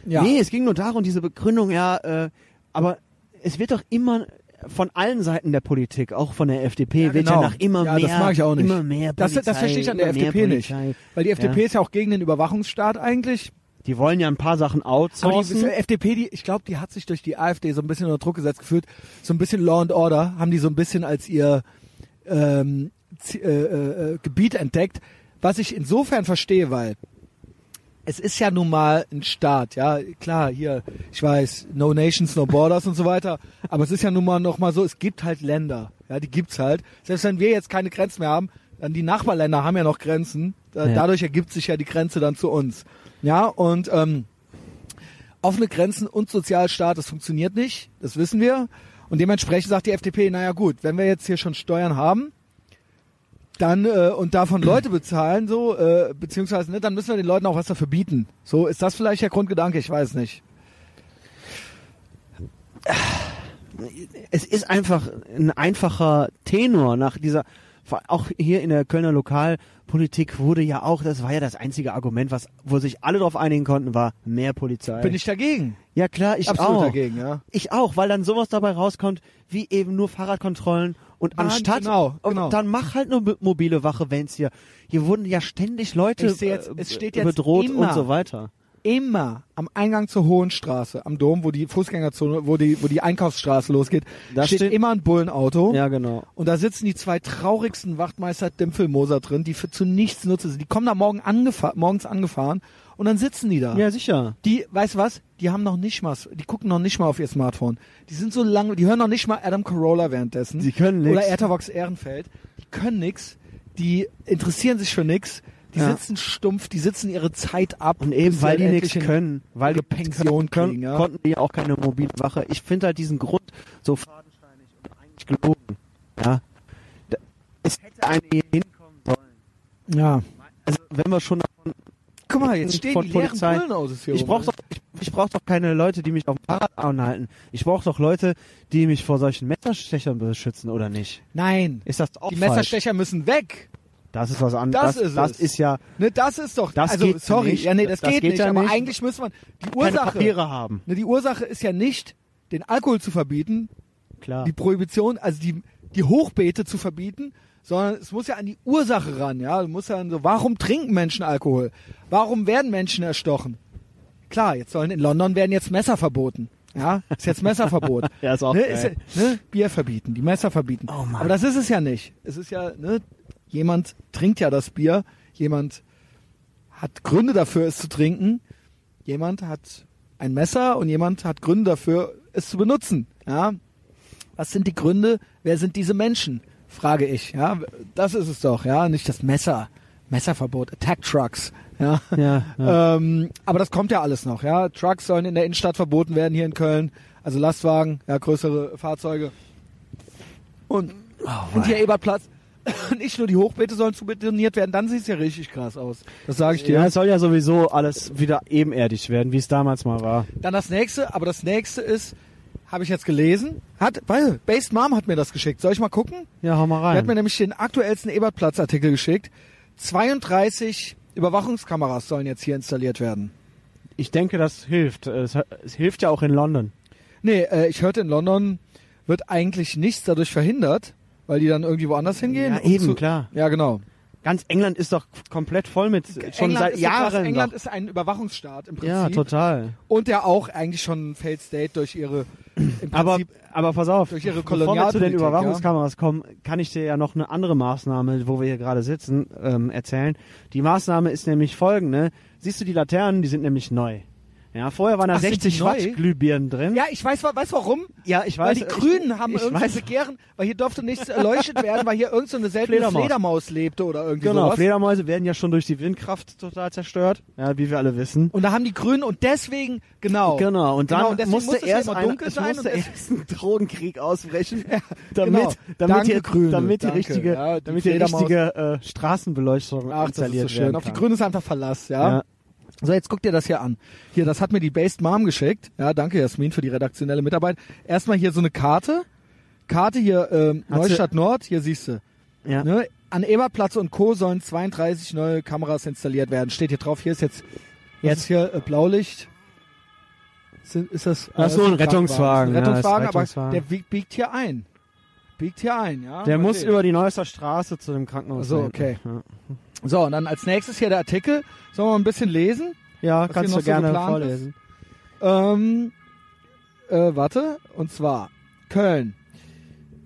Speaker 1: Ja.
Speaker 2: Nee, es ging nur darum, diese Begründung, ja, äh, aber es wird doch immer von allen Seiten der Politik, auch von der FDP,
Speaker 1: Ja,
Speaker 2: wird
Speaker 1: genau.
Speaker 2: ja nach immer
Speaker 1: Ja,
Speaker 2: mehr,
Speaker 1: das mag ich auch nicht.
Speaker 2: immer mehr
Speaker 1: Das-
Speaker 2: Polizei,
Speaker 1: das verstehe ich an der
Speaker 2: immer mehr
Speaker 1: FDP nicht.
Speaker 2: Polizei.
Speaker 1: Weil die FDP
Speaker 2: Ja.
Speaker 1: ist ja auch gegen den Überwachungsstaat eigentlich.
Speaker 2: Die wollen ja ein paar Sachen
Speaker 1: Aber die,
Speaker 2: outsourcen.
Speaker 1: die FDP, die, ich glaube, die hat sich durch die AfD so ein bisschen unter Druck gesetzt gefühlt. So ein bisschen Law and Order haben die so ein bisschen als ihr ähm, Z- äh, äh, äh, Gebiet entdeckt. Was ich insofern verstehe, weil es ist ja nun mal ein Staat, ja, klar, hier, ich weiß, No Nations, No Borders und so weiter, aber es ist ja nun mal noch mal so, es gibt halt Länder, ja, die gibt's halt. Selbst wenn wir jetzt keine Grenzen mehr haben, dann die Nachbarländer haben ja noch Grenzen, da,
Speaker 2: Ja.
Speaker 1: dadurch ergibt sich ja die Grenze dann zu uns. Ja, und ähm, offene Grenzen und Sozialstaat, das funktioniert nicht, das wissen wir. Und dementsprechend sagt die FDP, naja gut, wenn wir jetzt hier schon Steuern haben, dann äh, und davon Leute bezahlen, so, äh, beziehungsweise ne, dann müssen wir den Leuten auch was dafür bieten. So ist das vielleicht der Grundgedanke, ich weiß nicht.
Speaker 2: es ist einfach ein einfacher Tenor nach dieser vor- auch hier in der Kölner Lokalpolitik wurde ja auch, das war ja das einzige Argument, was wo sich alle darauf einigen konnten, war mehr Polizei.
Speaker 1: Bin ich dagegen?
Speaker 2: ja klar, ich
Speaker 1: Absolut
Speaker 2: auch.
Speaker 1: dagegen, ja.
Speaker 2: Ich auch, weil dann sowas dabei rauskommt, wie eben nur Fahrradkontrollen und
Speaker 1: Ja,
Speaker 2: anstatt
Speaker 1: genau,
Speaker 2: und
Speaker 1: genau.
Speaker 2: dann mach halt nur mo- mobile Wache, wenn's hier hier wurden ja ständig Leute
Speaker 1: Ich seh jetzt,
Speaker 2: äh,
Speaker 1: es steht jetzt
Speaker 2: bedroht
Speaker 1: immer.
Speaker 2: und so weiter.
Speaker 1: Immer am Eingang zur Hohenstraße, am Dom, wo die Fußgängerzone, wo die, wo die Einkaufsstraße losgeht,
Speaker 2: Da
Speaker 1: steht,
Speaker 2: steht-
Speaker 1: immer ein Bullenauto.
Speaker 2: Ja, genau.
Speaker 1: Und da sitzen die zwei traurigsten Wachtmeister Dimpfelmoser drin, die für zu nichts nutze sind. Die kommen da morgen angefa morgens angefahren und dann sitzen die da.
Speaker 2: Ja, sicher.
Speaker 1: Die, weißt du was? Die haben noch nicht mal, die gucken noch nicht mal auf ihr Smartphone. Die sind so lange, die hören noch nicht mal Adam Carolla währenddessen.
Speaker 2: Die können nix.
Speaker 1: Oder Ertavox Ehrenfeld. Die können nix. Die interessieren sich für nix. Die
Speaker 2: Ja.
Speaker 1: sitzen stumpf, die sitzen ihre Zeit ab.
Speaker 2: Und eben,
Speaker 1: bis
Speaker 2: weil
Speaker 1: sie
Speaker 2: die
Speaker 1: dann
Speaker 2: nichts
Speaker 1: endlich in-
Speaker 2: können, weil die
Speaker 1: ihre Pension
Speaker 2: nichts können,
Speaker 1: kriegen, ja.
Speaker 2: konnten die auch keine mobile Wache. Ich finde halt diesen Grund so fadenscheinig und eigentlich gelogen. Ja. Da, es hätte eine hier hinkommen sollen.
Speaker 1: Ja. Äh,
Speaker 2: Also wenn wir schon
Speaker 1: Guck mal, jetzt stehen
Speaker 2: Von
Speaker 1: die leeren
Speaker 2: Polizei.
Speaker 1: Bullenautos hier
Speaker 2: ich
Speaker 1: rum.
Speaker 2: brauche ich Ich brauche doch keine Leute, die mich auf dem Fahrrad anhalten. Ich brauche doch Leute, die mich vor solchen Messerstechern beschützen, oder nicht?
Speaker 1: Nein.
Speaker 2: Ist das auch
Speaker 1: Die
Speaker 2: falsch?
Speaker 1: Messerstecher müssen weg.
Speaker 2: Das ist was
Speaker 1: Das
Speaker 2: anderes.
Speaker 1: ist
Speaker 2: das
Speaker 1: es.
Speaker 2: ist ja
Speaker 1: Ne, das ist doch.
Speaker 2: Das
Speaker 1: also,
Speaker 2: geht
Speaker 1: sorry.
Speaker 2: nicht.
Speaker 1: Ja, nee, das,
Speaker 2: Das
Speaker 1: geht,
Speaker 2: geht
Speaker 1: nicht.
Speaker 2: ja
Speaker 1: aber
Speaker 2: nicht.
Speaker 1: eigentlich müsste man. Die
Speaker 2: keine
Speaker 1: Ursache.
Speaker 2: Papiere haben.
Speaker 1: Ne, die Ursache ist ja nicht, den Alkohol zu verbieten,
Speaker 2: Klar.
Speaker 1: die Prohibition, also die, die Hochbeete zu verbieten, sondern es muss ja an die Ursache ran, ja. Du musst ja an so, warum trinken Menschen Alkohol? Warum werden Menschen erstochen? Klar, jetzt sollen in London werden jetzt Messer verboten. Ja, ist jetzt Messerverbot.
Speaker 2: Ja, ist auch
Speaker 1: ne,
Speaker 2: geil.
Speaker 1: ist, ja- ne, Bier verbieten, die Messer verbieten.
Speaker 2: Oh Mann.
Speaker 1: Aber das ist es ja nicht. Es ist ja, ne, jemand trinkt ja das Bier, jemand hat Gründe dafür, es zu trinken, jemand hat ein Messer und jemand hat Gründe dafür, es zu benutzen. Ja, was sind die Gründe? Wer sind diese Menschen? Frage ich. Ja, das ist es doch. Ja, nicht das Messer, Messerverbot, Attack Trucks. Ja.
Speaker 2: ja, ja.
Speaker 1: Ähm, aber das kommt ja alles noch. Ja, Trucks sollen in der Innenstadt verboten werden hier in Köln. Also Lastwagen, ja, größere Fahrzeuge. Und,
Speaker 2: Oh,
Speaker 1: und hier Ebertplatz. Nicht nur die Hochbeete sollen subventioniert werden, dann sieht es ja richtig krass aus. Das sage ich dir.
Speaker 2: ja, es soll ja sowieso alles wieder ebenerdig werden, wie es damals mal war.
Speaker 1: Dann das nächste, aber das nächste ist, habe ich jetzt gelesen, hat, weil, Based Mom hat mir das geschickt. Soll ich mal gucken?
Speaker 2: Ja, hau mal
Speaker 1: Er hat mir
Speaker 2: rein.
Speaker 1: nämlich den aktuellsten Ebertplatz-Artikel geschickt. 32 Überwachungskameras sollen jetzt hier installiert werden.
Speaker 2: Ich denke, das hilft. Es, es hilft ja auch in London.
Speaker 1: Nee, äh, ich hörte, in London wird eigentlich nichts dadurch verhindert, weil die dann irgendwie woanders hingehen.
Speaker 2: Ja,
Speaker 1: um
Speaker 2: eben,
Speaker 1: zu-
Speaker 2: klar.
Speaker 1: Ja, genau.
Speaker 2: Ganz England ist doch komplett voll mit, schon
Speaker 1: England
Speaker 2: seit
Speaker 1: ist so krass.
Speaker 2: Jahren.
Speaker 1: England
Speaker 2: noch.
Speaker 1: ist ein Überwachungsstaat im Prinzip.
Speaker 2: Ja, total.
Speaker 1: Und der auch eigentlich schon Failed State durch ihre, im Prinzip,
Speaker 2: Aber, aber pass auf,
Speaker 1: durch ihre
Speaker 2: bevor wir zu den
Speaker 1: Kolonialpolitik,
Speaker 2: Überwachungskameras kommen, kann ich dir ja noch eine andere Maßnahme, wo wir hier gerade sitzen, ähm, erzählen. Die Maßnahme ist nämlich folgende. Siehst du die Laternen, die sind nämlich neu. Ja, vorher waren da
Speaker 1: Ach, sind die
Speaker 2: 60 Watt
Speaker 1: neu?
Speaker 2: Glühbirnen drin.
Speaker 1: ja, ich weiß, wa- weißt du warum?
Speaker 2: Ja, ich
Speaker 1: Weil
Speaker 2: weiß.
Speaker 1: die Grünen haben
Speaker 2: ich, ich
Speaker 1: irgendwie
Speaker 2: weiß,
Speaker 1: Begehren, weil hier durfte nichts erleuchtet werden, weil hier irgendeine so eine seltene Fledermaus.
Speaker 2: Fledermaus.
Speaker 1: lebte oder irgendwie
Speaker 2: Genau,
Speaker 1: sowas.
Speaker 2: Fledermäuse werden ja schon durch die Windkraft total zerstört, ja, wie wir alle wissen.
Speaker 1: Und da haben die Grünen und deswegen, genau.
Speaker 2: Genau, und dann
Speaker 1: Genau, und deswegen
Speaker 2: musste
Speaker 1: muss es
Speaker 2: erst,
Speaker 1: ja immer
Speaker 2: ein,
Speaker 1: dunkel
Speaker 2: es
Speaker 1: sein
Speaker 2: musste
Speaker 1: und es-
Speaker 2: erst ein Drogenkrieg ausbrechen,
Speaker 1: genau.
Speaker 2: damit, damit,
Speaker 1: Danke,
Speaker 2: hier,
Speaker 1: Grüne,
Speaker 2: damit die
Speaker 1: danke.
Speaker 2: richtige,
Speaker 1: Ja, die
Speaker 2: damit die
Speaker 1: Fledermaus-
Speaker 2: richtige äh, Straßenbeleuchtung
Speaker 1: Ach, das ist
Speaker 2: installiert
Speaker 1: so schön.
Speaker 2: werden
Speaker 1: Auf die
Speaker 2: kann.
Speaker 1: Grünen ist einfach Verlass, ja?
Speaker 2: ja.
Speaker 1: So, jetzt guck dir das hier an. Hier, das hat mir die Based Mom geschickt. Ja, danke Jasmin für die redaktionelle Mitarbeit. Erstmal hier so eine Karte. Karte hier, ähm,
Speaker 2: Hat sie-
Speaker 1: Neustadt Nord, hier siehst du.
Speaker 2: Ja.
Speaker 1: Ne? An Eberplatz und Co. sollen 32 neue Kameras installiert werden. Steht hier drauf, hier ist jetzt, jetzt
Speaker 2: Jetzt-
Speaker 1: ist hier äh, Blaulicht. Sind, ist das,
Speaker 2: Ach so,
Speaker 1: äh,
Speaker 2: ein
Speaker 1: ist
Speaker 2: Rettungswagen,
Speaker 1: Ein
Speaker 2: ja, ist ein
Speaker 1: Rettungswagen, aber
Speaker 2: Rettungswagen.
Speaker 1: der biegt, biegt hier ein. Biegt hier ein, ja.
Speaker 2: Der
Speaker 1: Mal
Speaker 2: muss
Speaker 1: sehen.
Speaker 2: über die Neusser Straße zu dem Krankenhaus.
Speaker 1: Ach so,
Speaker 2: da
Speaker 1: okay.
Speaker 2: hinten. Ja,
Speaker 1: So, und dann als nächstes hier der Artikel. Sollen wir mal ein bisschen lesen?
Speaker 2: ja
Speaker 1: Was hier
Speaker 2: kannst
Speaker 1: noch
Speaker 2: du
Speaker 1: so
Speaker 2: gerne
Speaker 1: geplant ist?
Speaker 2: vorlesen.
Speaker 1: Ähm, äh, warte, und zwar Köln.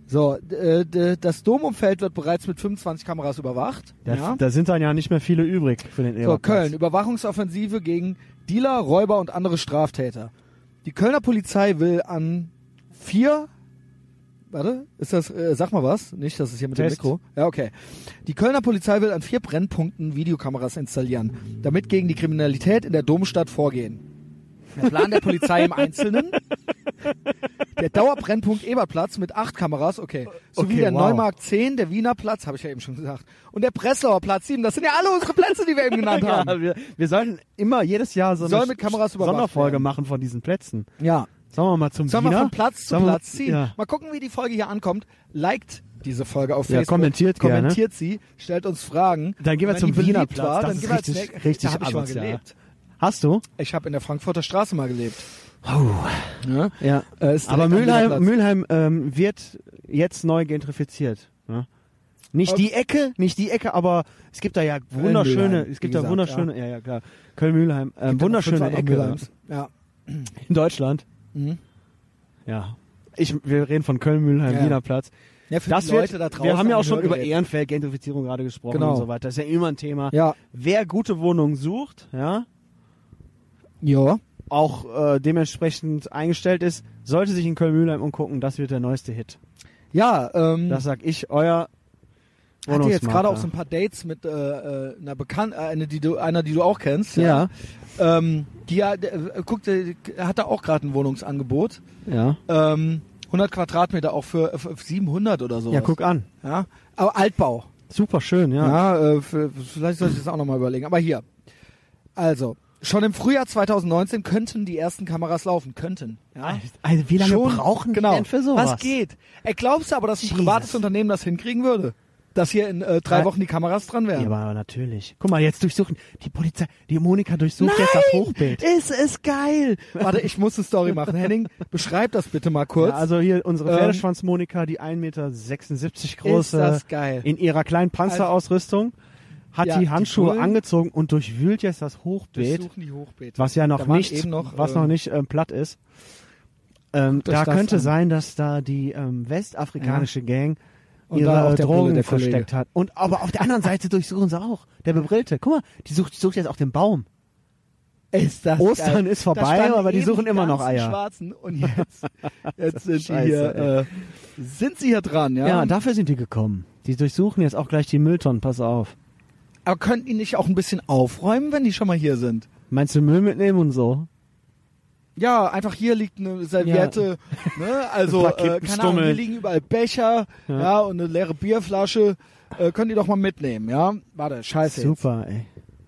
Speaker 1: So, d- äh, d- das Domumfeld wird bereits mit 25 Kameras überwacht.
Speaker 2: Da,
Speaker 1: ja.
Speaker 2: da sind dann ja nicht mehr viele übrig für den
Speaker 1: So,
Speaker 2: Eberplatz.
Speaker 1: Köln, Überwachungsoffensive gegen Dealer, Räuber und andere Straftäter. Die Kölner Polizei will an vier. Warte, ist das, äh, sag mal was, nicht, das ist hier mit
Speaker 2: Test.
Speaker 1: dem Mikro. Ja, okay. Die Kölner Polizei will an vier Brennpunkten Videokameras installieren, damit gegen die Kriminalität in der Domstadt vorgehen. Der Plan der Polizei im Einzelnen. Der Dauerbrennpunkt Eberplatz mit acht Kameras, okay. Sowie
Speaker 2: Okay,
Speaker 1: der
Speaker 2: wow.
Speaker 1: Neumarkt 10, der Wiener Platz, habe ich ja eben schon gesagt. Und der Breslauer Platz 7, das sind ja alle unsere Plätze, die wir eben genannt haben.
Speaker 2: Ja, wir, wir sollten immer jedes Jahr so
Speaker 1: Soll
Speaker 2: eine
Speaker 1: mit Kameras überwacht
Speaker 2: Sonderfolge
Speaker 1: werden.
Speaker 2: machen von diesen Plätzen.
Speaker 1: Ja.
Speaker 2: Sollen wir mal zum
Speaker 1: Sollen wir
Speaker 2: Wiener?
Speaker 1: von Platz zu
Speaker 2: Sollen wir-
Speaker 1: Platz ziehen?
Speaker 2: Ja.
Speaker 1: Mal gucken, wie die Folge hier ankommt. Liked diese Folge auf
Speaker 2: Ja,
Speaker 1: Facebook.
Speaker 2: kommentiert gerne.
Speaker 1: kommentiert sie, stellt uns Fragen.
Speaker 2: Dann gehen wir
Speaker 1: Wenn
Speaker 2: zum
Speaker 1: die beliebt
Speaker 2: Wiener Platz.
Speaker 1: War,
Speaker 2: Das
Speaker 1: dann
Speaker 2: ist
Speaker 1: gehen wir als
Speaker 2: richtig-
Speaker 1: nächstes-
Speaker 2: richtig
Speaker 1: da hab ich mal
Speaker 2: asozial.
Speaker 1: gelebt.
Speaker 2: Hast du?
Speaker 1: Ich habe in der Frankfurter Straße mal gelebt.
Speaker 2: Oh. Ja.
Speaker 1: Äh, ist direkt
Speaker 2: Aber
Speaker 1: am Wiener
Speaker 2: Mülheim,
Speaker 1: Platz.
Speaker 2: Mülheim ähm, wird jetzt neu gentrifiziert. Ja? Nicht
Speaker 1: Ähm,
Speaker 2: die Ecke, nicht die Ecke, aber es gibt da ja wunderschöne,
Speaker 1: Mülheim,
Speaker 2: es gibt
Speaker 1: wie
Speaker 2: da
Speaker 1: gesagt,
Speaker 2: wunderschöne, ja, ja, klar. Köln-Mülheim, ähm, wunderschöne
Speaker 1: Fünf andere
Speaker 2: Ecke
Speaker 1: Mülheims. Ja.
Speaker 2: in Deutschland.
Speaker 1: Mhm.
Speaker 2: Ja. Ich, wir reden von Köln-Mülheim,
Speaker 1: Ja.
Speaker 2: Wiener Platz.
Speaker 1: ja, für
Speaker 2: Das
Speaker 1: die
Speaker 2: wird,
Speaker 1: Leute da draußen.
Speaker 2: wir haben ja auch
Speaker 1: die
Speaker 2: schon
Speaker 1: Hürde
Speaker 2: über
Speaker 1: reden.
Speaker 2: Ehrenfeld, Gentrifizierung gerade gesprochen
Speaker 1: Genau.
Speaker 2: und so weiter. Das ist ja immer ein Thema.
Speaker 1: Ja.
Speaker 2: Wer gute Wohnungen sucht, ja,
Speaker 1: Ja.
Speaker 2: auch äh, dementsprechend eingestellt ist, sollte sich in Köln-Mülheim umgucken, das wird der neueste Hit.
Speaker 1: Ja, ähm,
Speaker 2: Das sag ich, euer
Speaker 1: hatte jetzt gerade
Speaker 2: Wohnungsmakler.
Speaker 1: auch so ein paar Dates mit äh, äh, einer Bekannten, äh, eine, die du, einer, die du auch kennst.
Speaker 2: ja,
Speaker 1: Ähm, die ja, der, äh, guckt, der hat da auch gerade ein Wohnungsangebot.
Speaker 2: ja.
Speaker 1: Ähm, 100 Quadratmeter auch für, äh, für 700 oder so.
Speaker 2: Ja, guck an.
Speaker 1: Ja, aber Altbau.
Speaker 2: Super schön, ja.
Speaker 1: Ja, äh, für, vielleicht sollte ich das auch nochmal überlegen. Aber hier. Also, Schon im Frühjahr 2019 könnten die ersten Kameras laufen. Könnten. Ja?
Speaker 2: Also wie lange
Speaker 1: Schon,
Speaker 2: brauchen
Speaker 1: genau.
Speaker 2: die denn für sowas?
Speaker 1: Was geht? Ey, glaubst du aber, dass ein
Speaker 2: Jesus.
Speaker 1: privates Unternehmen das hinkriegen würde? Dass hier in äh, drei
Speaker 2: Ja.
Speaker 1: Wochen die Kameras dran
Speaker 2: Ja,
Speaker 1: wären?
Speaker 2: aber natürlich. Guck mal, jetzt durchsuchen. Die Polizei, die Monika durchsucht jetzt das Hochbild.
Speaker 1: Ist es geil! Warte, ich muss eine Story machen. Henning, beschreib das bitte mal kurz.
Speaker 2: Ja, also hier unsere
Speaker 1: Ähm,
Speaker 2: Pferdeschwanz-Monika, die 1,76 Meter große,
Speaker 1: Ist das geil.
Speaker 2: in ihrer kleinen Panzerausrüstung, hat
Speaker 1: Ja,
Speaker 2: die
Speaker 1: die
Speaker 2: Handschuhe
Speaker 1: Bullen-
Speaker 2: angezogen und durchwühlt jetzt das Hochbeet,
Speaker 1: Durchsuchen die Hochbeete.
Speaker 2: was ja noch
Speaker 1: Da waren
Speaker 2: nicht,
Speaker 1: eben noch,
Speaker 2: was
Speaker 1: äh,
Speaker 2: noch nicht ähm, platt ist. Ähm,
Speaker 1: euch
Speaker 2: da
Speaker 1: das
Speaker 2: könnte
Speaker 1: an.
Speaker 2: sein, dass da die ähm, westafrikanische Gang
Speaker 1: Und da
Speaker 2: ihre
Speaker 1: auch
Speaker 2: äh,
Speaker 1: der Bulle,
Speaker 2: Drogen
Speaker 1: der Kollege.
Speaker 2: versteckt hat. Und aber auf der anderen Seite durchsuchen sie auch. Der Bebrillte. Guck mal, die sucht, die sucht jetzt auch den Baum.
Speaker 1: Ist das
Speaker 2: Ostern
Speaker 1: geil.
Speaker 2: ist
Speaker 1: Da
Speaker 2: vorbei,
Speaker 1: standen
Speaker 2: aber die
Speaker 1: eben
Speaker 2: suchen immer noch
Speaker 1: ganzen
Speaker 2: Eier.
Speaker 1: Schwarzen und jetzt, jetzt sind sie
Speaker 2: Scheiße,
Speaker 1: hier,
Speaker 2: ey.
Speaker 1: äh, sind sie hier dran, ja?
Speaker 2: Ja, dafür sind die gekommen. Die durchsuchen jetzt auch gleich die Mülltonnen, pass auf.
Speaker 1: aber könnten die nicht auch ein bisschen aufräumen, wenn die schon mal hier sind?
Speaker 2: Meinst du Müll mitnehmen und so?
Speaker 1: Ja, einfach hier liegt eine Serviette, ne? Also, äh,
Speaker 2: Ein paar
Speaker 1: keine Ahnung,
Speaker 2: Kippenstummel.
Speaker 1: hier liegen überall Becher, ja, und eine leere Bierflasche. Äh, können die doch mal mitnehmen, ja? Warte, scheiße. jetzt.
Speaker 2: Super, ey.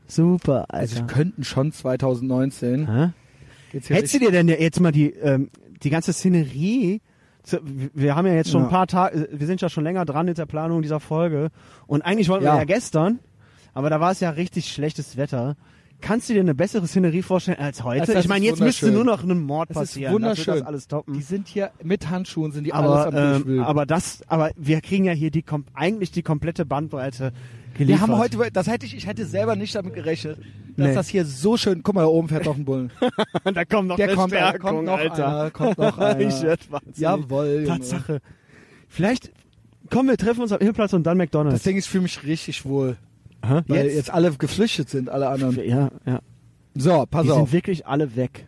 Speaker 2: Super,
Speaker 1: Also,
Speaker 2: Alter.
Speaker 1: könnten schon 2019.
Speaker 2: Hä?
Speaker 1: Geht's hier
Speaker 2: Hättest du dir denn jetzt mal die, ähm, die ganze Szenerie, zu, wir haben ja jetzt schon
Speaker 1: Ja.
Speaker 2: ein paar Tage, wir sind ja schon länger dran mit der Planung dieser Folge und eigentlich wollten
Speaker 1: Ja.
Speaker 2: wir ja gestern, aber da war es ja richtig schlechtes Wetter. Kannst du dir eine bessere Szenerie vorstellen als heute?
Speaker 1: Das heißt,
Speaker 2: ich meine,
Speaker 1: es
Speaker 2: jetzt
Speaker 1: ist
Speaker 2: müsste nur
Speaker 1: wunderschön.
Speaker 2: noch ein Mord
Speaker 1: Es ist
Speaker 2: passieren.
Speaker 1: wunderschön.
Speaker 2: Das, das alles toppen.
Speaker 1: die sind hier mit Handschuhen, sind die alles
Speaker 2: aber,
Speaker 1: am
Speaker 2: ähm,
Speaker 1: Durchwühlen.
Speaker 2: aber das, aber wir kriegen ja hier die kom- eigentlich die komplette Bandbreite geliefert.
Speaker 1: Wir haben heute, das hätte ich, ich hätte selber nicht damit gerechnet, dass
Speaker 2: Nee.
Speaker 1: das hier so schön, guck mal, da oben fährt noch ein Bullen.
Speaker 2: da kommt noch
Speaker 1: Der kommt, da
Speaker 2: Verstärkung,
Speaker 1: kommt noch
Speaker 2: Alter.
Speaker 1: einer, kommt noch einer.
Speaker 2: ich werd wahnsinnig.
Speaker 1: Jawohl. Junge.
Speaker 2: Tatsache. Vielleicht kommen wir treffen uns am Hillplatz und dann
Speaker 1: Das
Speaker 2: McDonalds.
Speaker 1: Ding ist, ich fühle mich richtig wohl,
Speaker 2: Hä?
Speaker 1: weil jetzt,
Speaker 2: jetzt?
Speaker 1: alle geflüchtet sind, alle anderen.
Speaker 2: Ja, ja.
Speaker 1: So, pass
Speaker 2: die
Speaker 1: auf.
Speaker 2: sind wirklich alle weg.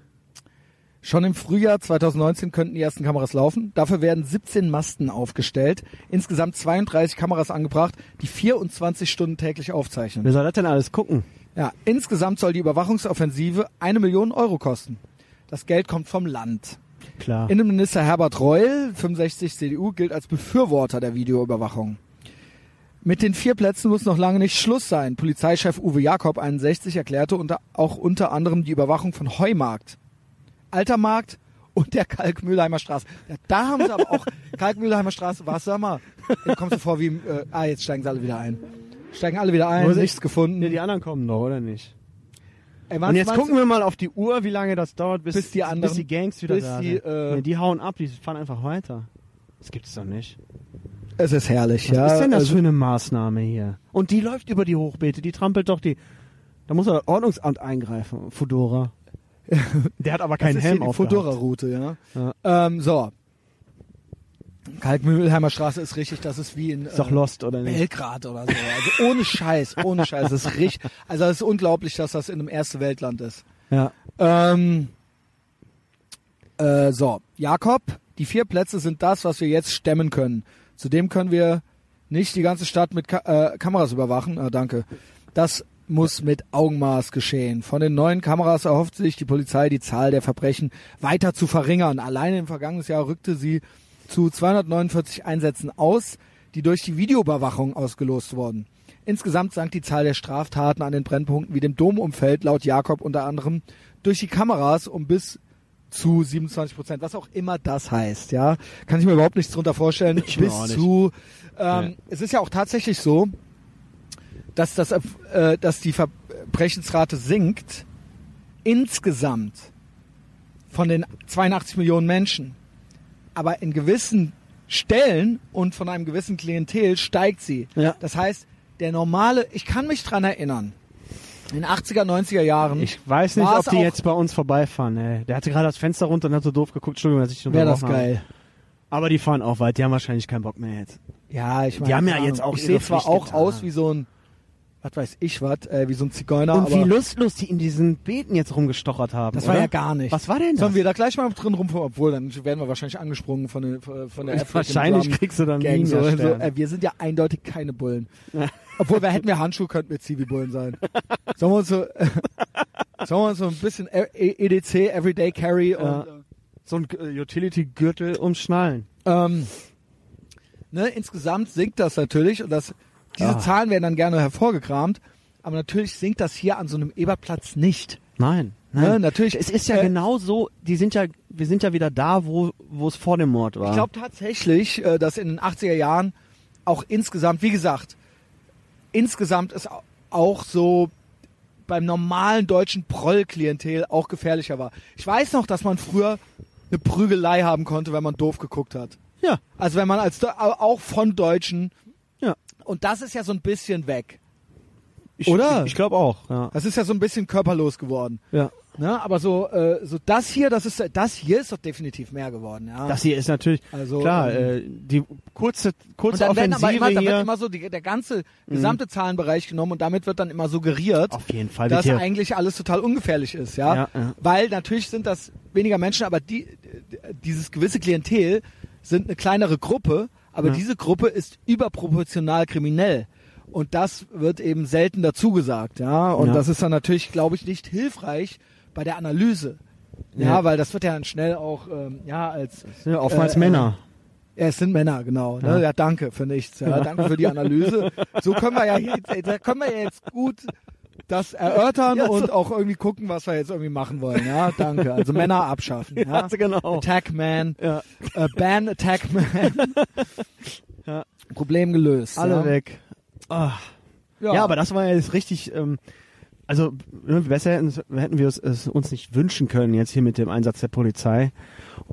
Speaker 1: Schon im Frühjahr 2019 könnten die ersten Kameras laufen. Dafür werden 17 Masten aufgestellt, insgesamt 32 Kameras angebracht, die 24 Stunden täglich aufzeichnen.
Speaker 2: Wer soll das denn alles gucken?
Speaker 1: Ja, insgesamt soll die Überwachungsoffensive eine Million Euro kosten. Das Geld kommt vom Land.
Speaker 2: Klar.
Speaker 1: Innenminister Herbert Reul, 65 CDU, gilt als Befürworter der Videoüberwachung. Mit den vier Plätzen muss noch lange nicht Schluss sein. Polizeichef Uwe Jakob, 61, erklärte unter, auch unter anderem die Überwachung von Heumarkt, Altermarkt und der Kalkmühlheimer Straße. Ja, da haben sie aber auch Kalkmühlheimer Straße. Was sag mal? Jetzt kommst du vor wie im, äh, ah, jetzt steigen sie alle wieder ein. Steigen alle wieder
Speaker 2: Wo
Speaker 1: ein,
Speaker 2: sind-
Speaker 1: nichts gefunden.
Speaker 2: Nee, die anderen kommen doch, oder nicht?
Speaker 1: Ey,
Speaker 2: und
Speaker 1: meinst-
Speaker 2: jetzt
Speaker 1: meinst du-
Speaker 2: gucken wir mal auf die Uhr, wie lange das dauert, bis,
Speaker 1: Bis die anderen-
Speaker 2: bis die Gangs wieder
Speaker 1: bis
Speaker 2: da
Speaker 1: die,
Speaker 2: sind.
Speaker 1: äh,
Speaker 2: nee, die hauen ab, die fahren einfach weiter. Das gibt's doch nicht.
Speaker 1: Es ist herrlich, ja.
Speaker 2: Was ist denn das
Speaker 1: also,
Speaker 2: für eine Maßnahme hier? Und die läuft über die Hochbeete, die trampelt doch die. Da muss doch das Ordnungsamt eingreifen, Fudora. Der hat aber
Speaker 1: das
Speaker 2: keinen
Speaker 1: ist
Speaker 2: Helm
Speaker 1: hier die
Speaker 2: auf.
Speaker 1: Fudora-Route, ja. Ähm, so. Kalkmühlheimer Straße ist richtig, das ist wie in
Speaker 2: Ist doch
Speaker 1: äh,
Speaker 2: lost, oder nicht?
Speaker 1: Belgrad oder so. Also ohne Scheiß, ohne Scheiß. Das ist richtig, also es ist unglaublich, dass das in einem ersten Weltland ist.
Speaker 2: Ja.
Speaker 1: Ähm, äh, so, Jakob, die vier Plätze sind das, was wir jetzt stemmen können. Zudem können wir nicht die ganze Stadt mit Ka äh, Kameras überwachen. Ah, danke. Das muss mit Augenmaß geschehen. Von den neuen Kameras erhofft sich die Polizei, die Zahl der Verbrechen weiter zu verringern. Alleine im vergangenen Jahr rückte sie zu 249 Einsätzen aus, die durch die Videoüberwachung ausgelost wurden. Insgesamt sank die Zahl der Straftaten an den Brennpunkten wie dem Domumfeld laut Jakob unter anderem durch die Kameras um bis zu 27 Prozent, was auch immer das heißt, ja. Kann ich mir überhaupt nichts drunter vorstellen.
Speaker 2: Ich mir
Speaker 1: bis
Speaker 2: auch nicht.
Speaker 1: zu, ähm,
Speaker 2: Nee.
Speaker 1: es ist ja auch tatsächlich so, dass das, äh, dass die Verbrechensrate sinkt insgesamt von den 82 Millionen Menschen. Aber in gewissen Stellen und von einem gewissen Klientel steigt sie.
Speaker 2: Ja.
Speaker 1: Das heißt, der normale, ich kann mich dran erinnern, in den 80er, 90er Jahren,
Speaker 2: Ich weiß nicht,
Speaker 1: Hm? War's
Speaker 2: ob die
Speaker 1: auch-
Speaker 2: jetzt bei uns vorbeifahren, ey. Der hatte gerade das Fenster runter und hat so doof geguckt. Entschuldigung, dass ich
Speaker 1: wäre das
Speaker 2: unterbrochen habe.
Speaker 1: geil.
Speaker 2: Aber die fahren auch weit, die haben wahrscheinlich keinen Bock mehr jetzt.
Speaker 1: Ja, ich meine,
Speaker 2: Die haben ja
Speaker 1: keine
Speaker 2: jetzt
Speaker 1: Ahnung.
Speaker 2: auch
Speaker 1: Ich
Speaker 2: ihre
Speaker 1: sehe zwar
Speaker 2: Pflicht
Speaker 1: auch
Speaker 2: getan.
Speaker 1: aus wie so ein, was weiß ich was, äh, wie so ein Zigeuner,
Speaker 2: und wie
Speaker 1: aber
Speaker 2: lustlos die in diesen Beeten jetzt rumgestochert haben.
Speaker 1: das
Speaker 2: oder?
Speaker 1: war ja gar nicht.
Speaker 2: Was war denn das?
Speaker 1: Sollen wir da gleich mal drin rumfahren? Obwohl, dann werden wir wahrscheinlich angesprungen von der, von der
Speaker 2: wahrscheinlich
Speaker 1: African
Speaker 2: kriegst du dann
Speaker 1: Gang.
Speaker 2: einen
Speaker 1: So, so,
Speaker 2: Ninja-Stern.
Speaker 1: äh, wir sind ja eindeutig keine Bullen. Obwohl, wir hätten wir Handschuhe, könnten wir Zivi-Bullen sein. Sollen wir uns so, sollen wir uns so ein bisschen E- E- EDC, Everyday Carry
Speaker 2: Ja.
Speaker 1: und,
Speaker 2: So ein äh, Utility-Gürtel um umschnallen.
Speaker 1: ähm, ne, insgesamt sinkt das natürlich und das, diese
Speaker 2: Ah.
Speaker 1: Zahlen werden dann gerne hervorgekramt, aber natürlich sinkt das hier an so einem Eberplatz nicht.
Speaker 2: Nein.
Speaker 1: Ne?
Speaker 2: nein.
Speaker 1: Natürlich.
Speaker 2: Es ist ja
Speaker 1: äh,
Speaker 2: genau so, die sind ja, wir sind ja wieder da, wo wo es vor dem Mord war.
Speaker 1: Ich glaube tatsächlich, äh, dass in den 80er Jahren auch insgesamt, wie gesagt, insgesamt ist auch so beim normalen deutschen Proll-Klientel auch gefährlicher war. Ich weiß noch, dass man früher eine Prügelei haben konnte, wenn man doof geguckt hat.
Speaker 2: ja,
Speaker 1: Also wenn man als Do- au- auch von Deutschen
Speaker 2: ja.
Speaker 1: und das ist ja so ein bisschen weg.
Speaker 2: Ich,
Speaker 1: Oder?
Speaker 2: Ich, ich glaube auch. Ja.
Speaker 1: Das ist ja so ein bisschen körperlos geworden.
Speaker 2: ja.
Speaker 1: Ne? Aber so, äh, so das hier, das ist das hier ist doch definitiv mehr geworden. Ja.
Speaker 2: Das hier ist natürlich
Speaker 1: Also,
Speaker 2: klar.
Speaker 1: ähm,
Speaker 2: äh, die kurze kurze
Speaker 1: Und dann werden
Speaker 2: Offensive
Speaker 1: aber immer, da wird
Speaker 2: hier. Mhm.
Speaker 1: immer so die, der ganze gesamte Zahlenbereich genommen und damit wird dann immer suggeriert,
Speaker 2: auf jeden Fall wird
Speaker 1: dass
Speaker 2: hier.
Speaker 1: eigentlich alles total ungefährlich ist, ja?
Speaker 2: Ja, ja.
Speaker 1: Weil natürlich sind das weniger Menschen, aber die, dieses gewisse Klientel sind eine kleinere Gruppe, aber
Speaker 2: Ja.
Speaker 1: diese Gruppe ist überproportional kriminell. Und das wird eben selten dazu gesagt, ja. Und
Speaker 2: Ja.
Speaker 1: das ist dann natürlich, glaube ich, nicht hilfreich bei der Analyse. Ja,
Speaker 2: Ja.
Speaker 1: weil das wird ja dann schnell auch, ähm, ja, als
Speaker 2: Ja, oftmals
Speaker 1: äh,
Speaker 2: Männer.
Speaker 1: ja, es sind Männer, genau. Ne? Ja.
Speaker 2: Ja.
Speaker 1: danke für nichts. Ja, Danke für die Analyse. So können wir ja jetzt, da können wir ja jetzt gut das erörtern
Speaker 2: Ja, so.
Speaker 1: und auch irgendwie gucken, was wir jetzt irgendwie machen wollen. Ja, danke. Also Männer abschaffen. Ja,
Speaker 2: genau.
Speaker 1: Attack Man,
Speaker 2: Ja.
Speaker 1: äh, Ban Attack Man.
Speaker 2: Ja.
Speaker 1: Problem gelöst.
Speaker 2: Alle
Speaker 1: ja.
Speaker 2: weg. Ah. Ja. aber das war ja jetzt richtig. Ähm, also ne, besser hätten, hätten wir es, es uns nicht wünschen können jetzt hier mit dem Einsatz der Polizei,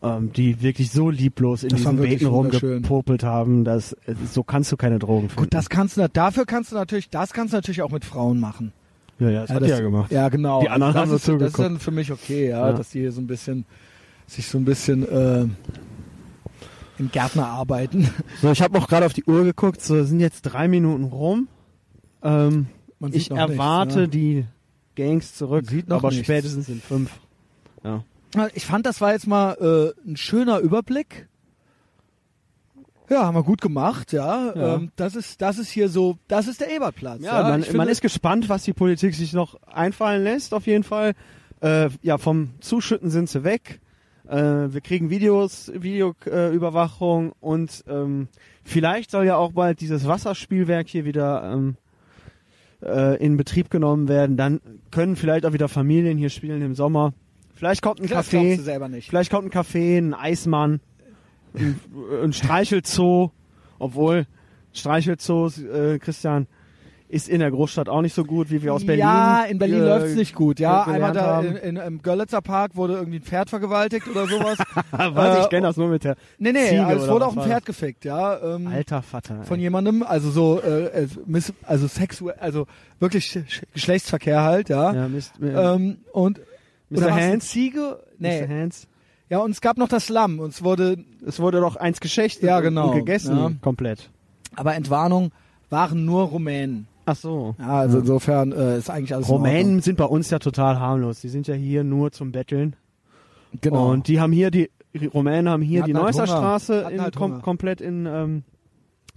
Speaker 2: ähm, die wirklich so lieblos in
Speaker 1: Das war
Speaker 2: diesen
Speaker 1: wirklich
Speaker 2: Beeten
Speaker 1: wunderschön.
Speaker 2: rumgepopelt haben, dass äh, so kannst du keine Drogen finden.
Speaker 1: Gut, das kannst du, na- dafür kannst du natürlich, das kannst du natürlich auch mit Frauen machen.
Speaker 2: ja, ja, das hat
Speaker 1: das,
Speaker 2: die ja gemacht.
Speaker 1: Ja, genau.
Speaker 2: Die anderen
Speaker 1: das
Speaker 2: haben nur
Speaker 1: ist, Das ist
Speaker 2: zugeguckt.
Speaker 1: dann für mich okay, ja,
Speaker 2: Ja.
Speaker 1: dass die hier so ein bisschen, sich so ein bisschen äh, im Gärtner arbeiten.
Speaker 2: So, ich habe auch gerade auf die Uhr geguckt. So sind jetzt drei Minuten rum. Ähm,
Speaker 1: Man sieht
Speaker 2: ich
Speaker 1: noch nichts,
Speaker 2: erwarte
Speaker 1: ne?
Speaker 2: die Gangs zurück,
Speaker 1: Sieht noch
Speaker 2: aber
Speaker 1: nichts.
Speaker 2: spätestens in fünf. Ja.
Speaker 1: Ich fand, das war jetzt mal äh, ein schöner Überblick. Ja, haben wir gut gemacht, ja.
Speaker 2: Ja.
Speaker 1: Ähm, das ist, das ist hier so, das ist der Ebertplatz.
Speaker 2: Ja, man,
Speaker 1: Ich finde,
Speaker 2: man ist gespannt, was die Politik sich noch einfallen lässt, auf jeden Fall. Äh, ja, vom Zuschütten sind sie weg. Äh, wir kriegen Videos, Videoüberwachung äh, Überwachung und ähm, vielleicht soll ja auch bald dieses Wasserspielwerk hier wieder ähm, äh, in Betrieb genommen werden. Dann können vielleicht auch wieder Familien hier spielen im Sommer. Vielleicht kommt ein
Speaker 1: das glaubst du
Speaker 2: Café,
Speaker 1: selber nicht.
Speaker 2: vielleicht kommt ein Café, ein Eismann, ein, ein Streichelzoo. Obwohl Streichelzoos, äh, Christian, ist in der Großstadt auch nicht so gut, wie wir aus Berlin.
Speaker 1: Ja, in Berlin
Speaker 2: äh,
Speaker 1: läuft's nicht gut. Ja,
Speaker 2: gelernt
Speaker 1: einmal da
Speaker 2: haben.
Speaker 1: in, in, im Görlitzer Park wurde irgendwie ein Pferd vergewaltigt oder sowas.
Speaker 2: Was,
Speaker 1: äh,
Speaker 2: ich kenne das nur mit der.
Speaker 1: nee, nee,
Speaker 2: Ziege
Speaker 1: also es
Speaker 2: oder
Speaker 1: wurde
Speaker 2: was
Speaker 1: auch ein
Speaker 2: war
Speaker 1: Pferd gefickt, ja. Ähm,
Speaker 2: Alter Vater. ey.
Speaker 1: von jemandem, also so, äh, äh, miss, also sexuell, also wirklich Sch- Sch- Geschlechtsverkehr halt, ja.
Speaker 2: ja, Mist, äh,
Speaker 1: Ähm, und
Speaker 2: Mr.
Speaker 1: war's eine
Speaker 2: Hans?
Speaker 1: Ziege?
Speaker 2: Mr.
Speaker 1: Nee.
Speaker 2: Hans.
Speaker 1: Ja, und es gab noch das Lamm. Und es wurde,
Speaker 2: Es wurde doch eins geschächtet
Speaker 1: Ja,
Speaker 2: und-
Speaker 1: genau,
Speaker 2: und gegessen,
Speaker 1: ja.
Speaker 2: komplett.
Speaker 1: aber Entwarnung waren nur Rumänen.
Speaker 2: Ach so.
Speaker 1: Ja, also insofern äh, ist eigentlich alles in
Speaker 2: Rumänen sind bei uns ja total harmlos. Die sind ja hier nur zum Betteln.
Speaker 1: Ordnung. Genau.
Speaker 2: Und die haben hier die, die Rumänen haben hier
Speaker 1: Die
Speaker 2: die,
Speaker 1: hatten halt
Speaker 2: Neusser
Speaker 1: Hunger.
Speaker 2: Straße
Speaker 1: Hatten
Speaker 2: in,
Speaker 1: halt Hunger.
Speaker 2: kom komplett in, ähm,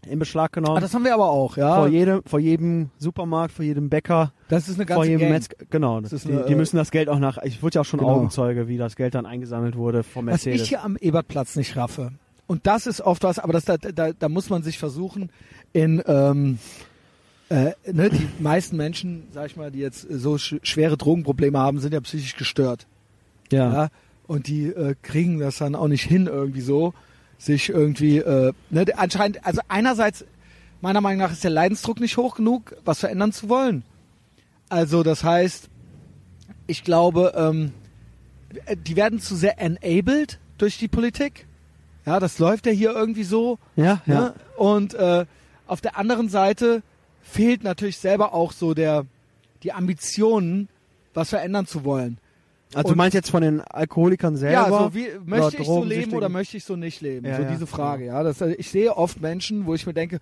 Speaker 2: in Beschlag
Speaker 1: ah,
Speaker 2: genommen.
Speaker 1: das ah. haben wir aber auch, ja.
Speaker 2: vor, jedem, vor jedem Supermarkt, vor jedem Bäcker,
Speaker 1: das ist eine
Speaker 2: vor
Speaker 1: ganze
Speaker 2: jedem
Speaker 1: Gang.
Speaker 2: Metzger. Genau,
Speaker 1: ist
Speaker 2: die,
Speaker 1: eine, äh,
Speaker 2: die müssen das Geld auch nach. Ich wurde ja auch schon
Speaker 1: Genau.
Speaker 2: Augenzeuge, wie das Geld dann eingesammelt wurde vom
Speaker 1: Was
Speaker 2: Mercedes.
Speaker 1: ich hier am Ebertplatz nicht raffe. Und das ist oft was, aber das, da, da, da muss man sich versuchen, in ähm, äh, ne, die meisten Menschen, sag ich mal, die jetzt so sch schwere Drogenprobleme haben, sind ja psychisch gestört.
Speaker 2: ja.
Speaker 1: Ja. Und die äh, kriegen das dann auch nicht hin irgendwie so, sich irgendwie, äh, ne, anscheinend, also einerseits, meiner Meinung nach ist der Leidensdruck nicht hoch genug, was verändern zu wollen. Also das heißt, ich glaube, ähm, die werden zu sehr enabled durch die Politik. Ja, das läuft ja hier irgendwie so.
Speaker 2: ja, ja.
Speaker 1: Ne? Und äh, auf der anderen Seite fehlt natürlich selber auch so der, die Ambitionen, was verändern zu wollen.
Speaker 2: Also du
Speaker 1: Und-
Speaker 2: meinst jetzt von den Alkoholikern selber?
Speaker 1: Ja, so wie möchte ich so leben
Speaker 2: Drogensüchtigen?
Speaker 1: oder möchte ich so nicht leben?
Speaker 2: Ja,
Speaker 1: so
Speaker 2: ja.
Speaker 1: diese Frage, ja. Das, also ich sehe oft Menschen, wo ich mir denke,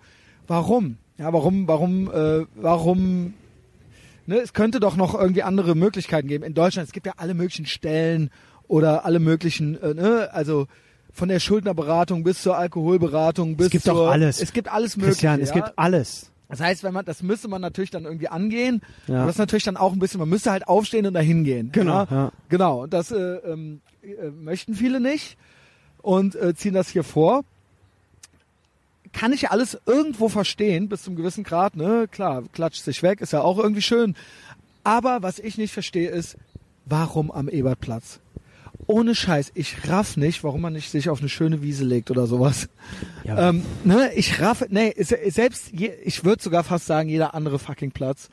Speaker 1: warum? Ja, warum, warum, äh, warum? Ne, es könnte doch noch irgendwie andere Möglichkeiten geben. In Deutschland, es gibt ja alle möglichen Stellen oder alle möglichen, äh, ne, also von der Schuldnerberatung bis zur Alkoholberatung bis
Speaker 2: gibt
Speaker 1: zur,
Speaker 2: doch alles.
Speaker 1: Es gibt alles mögliche.
Speaker 2: Christian, es
Speaker 1: ja?
Speaker 2: gibt alles.
Speaker 1: Das heißt, wenn man, das müsste man natürlich dann irgendwie angehen.
Speaker 2: Ja.
Speaker 1: Aber das ist natürlich dann auch ein bisschen, man müsste halt aufstehen und dahin gehen.
Speaker 2: Genau,
Speaker 1: Ja?
Speaker 2: ja.
Speaker 1: Genau. Und das äh, ähm, äh, möchten viele nicht und äh, ziehen das hier vor. Kann ich ja alles irgendwo verstehen, bis zum gewissen Grad, ne? Klar, klatscht sich weg, ist ja auch irgendwie schön. Aber was ich nicht verstehe ist, warum am Ebertplatz? Ohne Scheiß, ich raff nicht, warum man nicht sich auf eine schöne Wiese legt oder sowas.
Speaker 2: Ja.
Speaker 1: Ähm, ne, ich raff, nee, ist, ist selbst, je, ich würde sogar fast sagen, jeder andere fucking Platz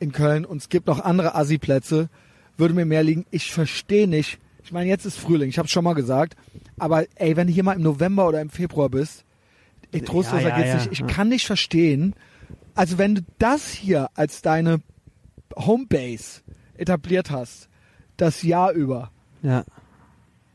Speaker 1: in Köln und es gibt noch andere Assi-Plätze, würde mir mehr liegen. Ich verstehe nicht. Ich meine, jetzt ist Frühling, ich habe schon mal gesagt, aber ey, wenn du hier mal im November oder im Februar bist, ey, trostloser
Speaker 2: Ja, ja,
Speaker 1: geht's
Speaker 2: ja,
Speaker 1: nicht. Ich
Speaker 2: ja.
Speaker 1: kann nicht verstehen. Also wenn du das hier als deine Homebase etabliert hast, das Jahr über,
Speaker 2: Ja.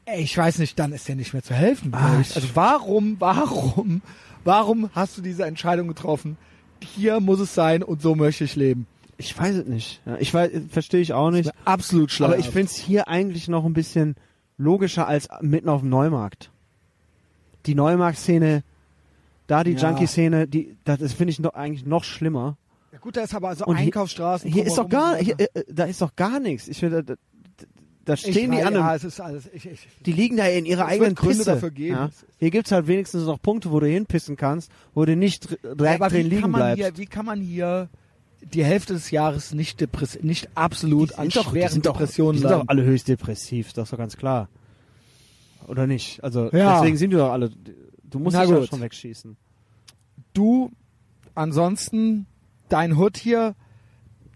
Speaker 1: ey, ich weiß nicht, dann ist dir nicht mehr zu helfen. glaub
Speaker 2: Ah,
Speaker 1: ich. Also warum, warum, warum hast du diese Entscheidung getroffen? Hier muss es sein und so möchte ich leben.
Speaker 2: Ich weiß es nicht. Ja, Ich weiß, verstehe ich auch nicht.
Speaker 1: Absolut
Speaker 2: Aber
Speaker 1: schlecht.
Speaker 2: ich finde es hier eigentlich noch ein bisschen logischer als mitten auf dem Neumarkt. Die Neumarkt-Szene, da die
Speaker 1: Ja.
Speaker 2: Junkie-Szene, die, das ist, finde ich noch, eigentlich noch schlimmer.
Speaker 1: ja, gut, da ist aber also
Speaker 2: Und hier-
Speaker 1: Einkaufsstraßen.
Speaker 2: Hier ist doch
Speaker 1: drumherum
Speaker 2: gar,
Speaker 1: und so
Speaker 2: hier,
Speaker 1: weiter.
Speaker 2: äh, äh, da ist doch gar nichts. Ich finde, da, da- da
Speaker 1: Ich
Speaker 2: stehen die
Speaker 1: weiß,
Speaker 2: an einem,
Speaker 1: Ja, es ist alles. Ich, ich,
Speaker 2: die liegen da in ihrer
Speaker 1: Es
Speaker 2: eigenen
Speaker 1: wird Gründe
Speaker 2: Pisse.
Speaker 1: dafür geben.
Speaker 2: Ja. Hier gibt's halt wenigstens noch Punkte, wo du hinpissen kannst, wo du nicht dr- direkt
Speaker 1: aber
Speaker 2: drin
Speaker 1: wie kann
Speaker 2: liegen
Speaker 1: man
Speaker 2: bleibst.
Speaker 1: hier, wie kann man hier die Hälfte des Jahres nicht depress nicht absolut
Speaker 2: Die
Speaker 1: an
Speaker 2: sind doch- die
Speaker 1: schweren
Speaker 2: sind doch-
Speaker 1: Depressionen
Speaker 2: Die sind doch
Speaker 1: leiden?
Speaker 2: alle höchst depressiv, das ist doch ganz klar. Oder nicht? Also
Speaker 1: Ja.
Speaker 2: deswegen sind die doch alle. Du musst
Speaker 1: Na
Speaker 2: dich doch
Speaker 1: gut.
Speaker 2: schon wegschießen.
Speaker 1: du ansonsten dein Hood hier,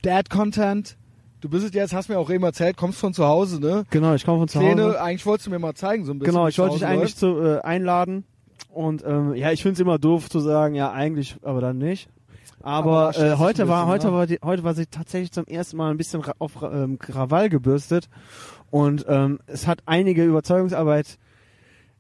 Speaker 1: Dad Content. Du bist es jetzt, hast mir auch eben erzählt, kommst von zu Hause, ne?
Speaker 2: Genau, ich komme von zu
Speaker 1: Pläne,
Speaker 2: Hause.
Speaker 1: eigentlich wolltest du mir mal zeigen so ein bisschen.
Speaker 2: Genau,
Speaker 1: wie
Speaker 2: ich wollte dich
Speaker 1: zu Hause
Speaker 2: eigentlich zu, äh, einladen. Und ähm, ja, ich find's immer doof zu sagen, ja eigentlich, aber dann nicht.
Speaker 1: Aber stellt
Speaker 2: Aber, äh,
Speaker 1: sich ein
Speaker 2: heute war
Speaker 1: bisschen,
Speaker 2: heute
Speaker 1: ne?
Speaker 2: war die, heute war sie tatsächlich zum ersten Mal ein bisschen ra auf Ra- ähm, Krawall gebürstet und ähm, es hat einige Überzeugungsarbeit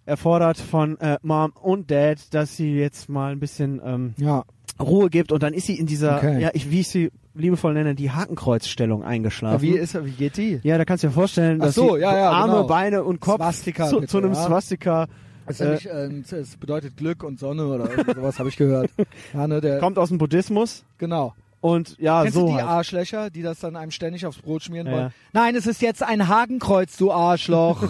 Speaker 2: erfordert von äh, Mom und Dad, dass sie jetzt mal ein bisschen ähm,
Speaker 1: läuft. Ja,
Speaker 2: Ruhe gibt und dann ist sie in dieser,
Speaker 1: Okay.
Speaker 2: ja, ich, wie ich sie liebevoll nenne, die Hakenkreuzstellung eingeschlafen.
Speaker 1: aber wie ist er, wie geht die?
Speaker 2: ja, da kannst du dir vorstellen,
Speaker 1: Ach
Speaker 2: dass
Speaker 1: so,
Speaker 2: sie
Speaker 1: ja, ja,
Speaker 2: Arme,
Speaker 1: genau.
Speaker 2: Beine und Kopf
Speaker 1: Swastika
Speaker 2: zu,
Speaker 1: bitte,
Speaker 2: zu einem
Speaker 1: ja.
Speaker 2: Swastika
Speaker 1: Es,
Speaker 2: Äh,
Speaker 1: ist nämlich, ähm, es bedeutet Glück und Sonne oder irgendwie sowas, habe ich gehört. Ja, ne, der,
Speaker 2: kommt aus dem Buddhismus
Speaker 1: genau.
Speaker 2: und ja,
Speaker 1: Kennst
Speaker 2: so
Speaker 1: du die
Speaker 2: halt.
Speaker 1: Arschlöcher, die das dann einem ständig aufs Brot schmieren
Speaker 2: Ja,
Speaker 1: wollen?
Speaker 2: ja.
Speaker 1: Nein, es ist jetzt ein Hakenkreuz, du Arschloch.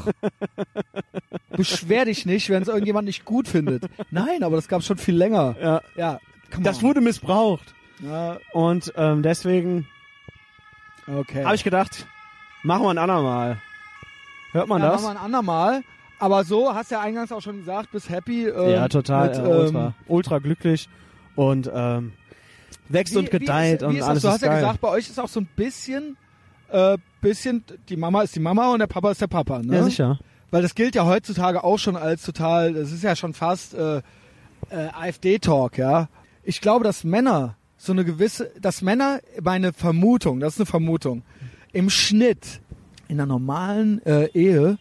Speaker 1: Beschwer dich nicht, wenn es irgendjemand nicht gut findet. Nein, aber das gab schon viel länger.
Speaker 2: Ja,
Speaker 1: Ja, come
Speaker 2: das
Speaker 1: on.
Speaker 2: wurde missbraucht
Speaker 1: Ja,
Speaker 2: und ähm, deswegen
Speaker 1: okay.
Speaker 2: habe ich gedacht, machen wir ein andermal. Hört man
Speaker 1: ja,
Speaker 2: das?
Speaker 1: machen wir ein andermal. Aber so, hast du ja eingangs auch schon gesagt, bist happy. Ähm,
Speaker 2: ja, total,
Speaker 1: Mit,
Speaker 2: äh,
Speaker 1: ähm,
Speaker 2: ultra, ultra glücklich und ähm, wächst
Speaker 1: wie-
Speaker 2: und gedeiht
Speaker 1: wie ist,
Speaker 2: und
Speaker 1: wie ist das?
Speaker 2: alles
Speaker 1: Du
Speaker 2: ist
Speaker 1: hast
Speaker 2: geil.
Speaker 1: ja gesagt, bei euch ist auch so ein bisschen, äh, bisschen, die Mama ist die Mama und der Papa ist der Papa, ne?
Speaker 2: ja, sicher.
Speaker 1: Weil das gilt ja heutzutage auch schon als total, das ist ja schon fast äh, äh, AfD-Talk, ja. Ich glaube, dass Männer so eine gewisse, dass Männer meine Vermutung, das ist eine Vermutung, im Schnitt in einer normalen äh, Ehe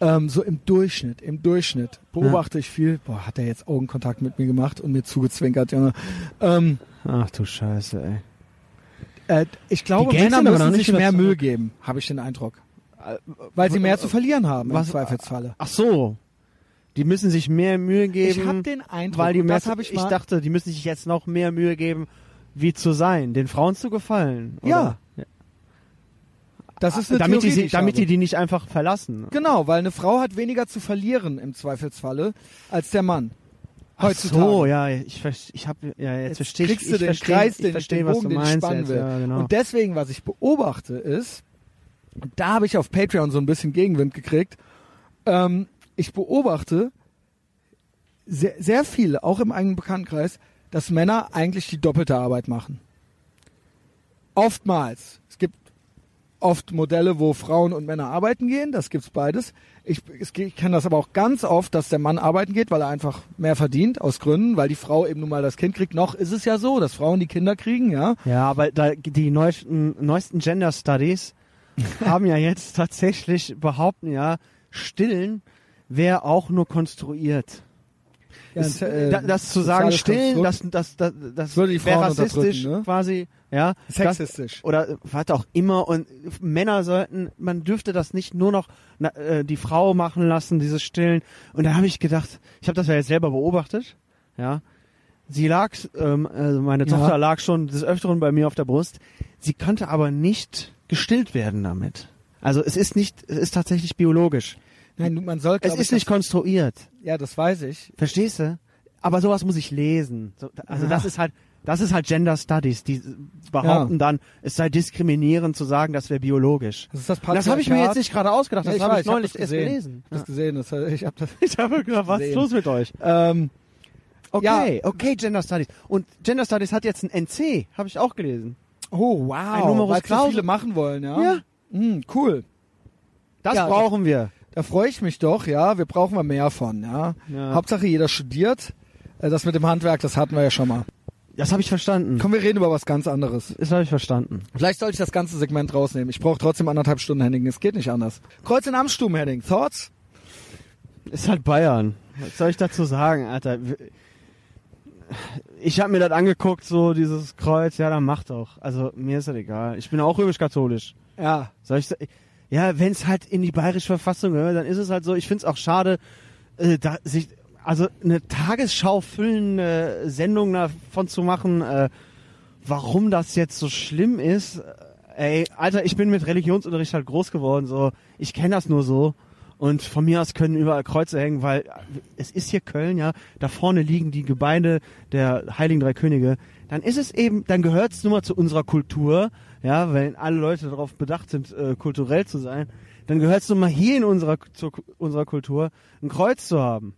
Speaker 1: ähm, so im Durchschnitt, im Durchschnitt beobachte ich viel. Boah, hat er jetzt Augenkontakt mit mir gemacht und mir zugezwinkert, Junge. Ähm,
Speaker 2: Ach du Scheiße, ey.
Speaker 1: äh, ich glaube,
Speaker 2: Die Geld
Speaker 1: Männer
Speaker 2: sind aber
Speaker 1: müssen
Speaker 2: noch nicht
Speaker 1: sich mehr
Speaker 2: dazu-
Speaker 1: Mühe geben, habe ich den Eindruck, Äh, weil sie mehr zu verlieren haben im
Speaker 2: was-
Speaker 1: Zweifelsfalle.
Speaker 2: Ach so. Die müssen sich mehr Mühe geben.
Speaker 1: ich habe den Eindruck,
Speaker 2: weil die
Speaker 1: und das
Speaker 2: mehr-
Speaker 1: habe ich,
Speaker 2: ich
Speaker 1: mal,
Speaker 2: dachte, die müssen sich jetzt noch mehr Mühe geben, wie zu sein, den Frauen zu gefallen.
Speaker 1: Ja,
Speaker 2: Oder?
Speaker 1: das ist eine
Speaker 2: damit
Speaker 1: Theorie,
Speaker 2: die,
Speaker 1: die
Speaker 2: sie,
Speaker 1: ich
Speaker 2: damit die
Speaker 1: habe.
Speaker 2: die nicht einfach verlassen.
Speaker 1: Genau, weil eine Frau hat weniger zu verlieren im Zweifelsfalle als der Mann. Heutzutage.
Speaker 2: Ach so, ja, ich verste- ich habe ja jetzt, verstehe ich,
Speaker 1: kriegst
Speaker 2: ich
Speaker 1: du den
Speaker 2: verstehe,
Speaker 1: Kreis,
Speaker 2: ich
Speaker 1: den,
Speaker 2: verstehe,
Speaker 1: den
Speaker 2: was
Speaker 1: Bogen,
Speaker 2: du
Speaker 1: den ich
Speaker 2: meinst
Speaker 1: spannen
Speaker 2: jetzt,
Speaker 1: will.
Speaker 2: Ja, genau.
Speaker 1: Und deswegen, was ich beobachte, ist, und da habe ich auf Patreon so ein bisschen Gegenwind gekriegt, ähm, ich beobachte sehr, sehr viele, auch im eigenen Bekanntenkreis, dass Männer eigentlich die doppelte Arbeit machen. Oftmals. Es gibt oft Modelle, wo Frauen und Männer arbeiten gehen, das gibt's beides. Ich, es, ge- ich kenne das aber auch ganz oft, dass der Mann arbeiten geht, weil er einfach mehr verdient, aus Gründen, weil die Frau eben nun mal das Kind kriegt. Noch ist es ja so, dass Frauen die Kinder kriegen, ja.
Speaker 2: ja, aber da, die neuesten, neuesten Gender Studies haben ja jetzt tatsächlich behaupten ja, stillen wäre auch nur konstruiert.
Speaker 1: ja
Speaker 2: Ist,
Speaker 1: ein, äh,
Speaker 2: da- das zu sagen,
Speaker 1: soziales
Speaker 2: stillen,
Speaker 1: Konstrukt.
Speaker 2: das, das, das, das
Speaker 1: Würde die
Speaker 2: wäre
Speaker 1: Frauen
Speaker 2: rassistisch
Speaker 1: unterdrücken, ne?
Speaker 2: quasi, ja.
Speaker 1: sexistisch.
Speaker 2: Das, oder äh, was auch immer. Und Männer sollten, man dürfte das nicht nur noch na, äh, die Frau machen lassen, dieses Stillen. Und da habe ich gedacht, ich habe das ja jetzt selber beobachtet, ja. Sie lag, ähm, also meine
Speaker 1: Ja.
Speaker 2: Tochter lag schon des Öfteren bei mir auf der Brust. Sie konnte aber nicht gestillt werden damit. Also es ist nicht, es ist tatsächlich biologisch.
Speaker 1: Nein, du- man soll,
Speaker 2: Es
Speaker 1: glaub ich,
Speaker 2: ist nicht konstruiert.
Speaker 1: das, ja, das weiß ich.
Speaker 2: Verstehst du? Aber sowas muss ich lesen. So, also das ist halt, Das ist halt Gender Studies. Die behaupten
Speaker 1: Ja.
Speaker 2: dann, es sei diskriminierend zu sagen, das wäre biologisch.
Speaker 1: Das ist das
Speaker 2: Das habe ich mir jetzt nicht gerade ausgedacht,
Speaker 1: Ja,
Speaker 2: das
Speaker 1: ich
Speaker 2: habe
Speaker 1: weiß,
Speaker 2: ich
Speaker 1: ich hab
Speaker 2: neulich
Speaker 1: das
Speaker 2: erst
Speaker 1: gesehen.
Speaker 2: gelesen.
Speaker 1: Das gesehen, das, ich habe das.
Speaker 2: Ich habe gedacht, was ist
Speaker 1: Gesehen.
Speaker 2: los mit euch?
Speaker 1: Ähm,
Speaker 2: Okay, okay, Gender Studies. Und Gender Studies hat jetzt ein NC, habe ich auch gelesen.
Speaker 1: oh wow,
Speaker 2: Ein Numerus
Speaker 1: weil so
Speaker 2: Clausus.
Speaker 1: viele machen wollen, ja.
Speaker 2: Ja.
Speaker 1: Hm, cool.
Speaker 2: Das
Speaker 1: Ja,
Speaker 2: brauchen wir.
Speaker 1: Da freue ich mich doch, ja. Wir brauchen mal mehr von, ja.
Speaker 2: Ja.
Speaker 1: Hauptsache jeder studiert. Äh, Das mit dem Handwerk, das hatten wir ja schon mal.
Speaker 2: Das habe ich verstanden.
Speaker 1: Komm, wir reden über was ganz anderes.
Speaker 2: Das habe ich verstanden.
Speaker 1: Vielleicht sollte ich das ganze Segment rausnehmen. Ich brauche trotzdem anderthalb Stunden, Henning. Es geht nicht anders. Kreuz in Amstum, Henning. Thoughts?
Speaker 2: Ist halt Bayern. Was soll ich dazu sagen, Alter? Ich habe mir das angeguckt, so dieses Kreuz, ja, dann mach doch. Also mir ist das egal. Ich bin auch römisch-katholisch.
Speaker 1: Ja.
Speaker 2: Soll ich sa- Ja, wenn es halt in die bayerische Verfassung gehört, dann ist es halt so. Ich find's auch schade, äh, da sich also eine Tagesschau füllende Sendung davon zu machen, äh, warum das jetzt so schlimm ist. Äh, Ey, Alter, ich bin mit Religionsunterricht halt groß geworden, so ich kenne das nur so. Und von mir aus können überall Kreuze hängen, weil äh, es ist hier Köln, ja. Da vorne liegen die Gebeine der Heiligen Drei Könige. Dann ist es eben, dann gehört's nur mal zu unserer Kultur, ja, wenn alle Leute darauf bedacht sind, äh, kulturell zu sein, dann gehört's nun mal hier in unserer, zu unserer Kultur, ein Kreuz zu haben.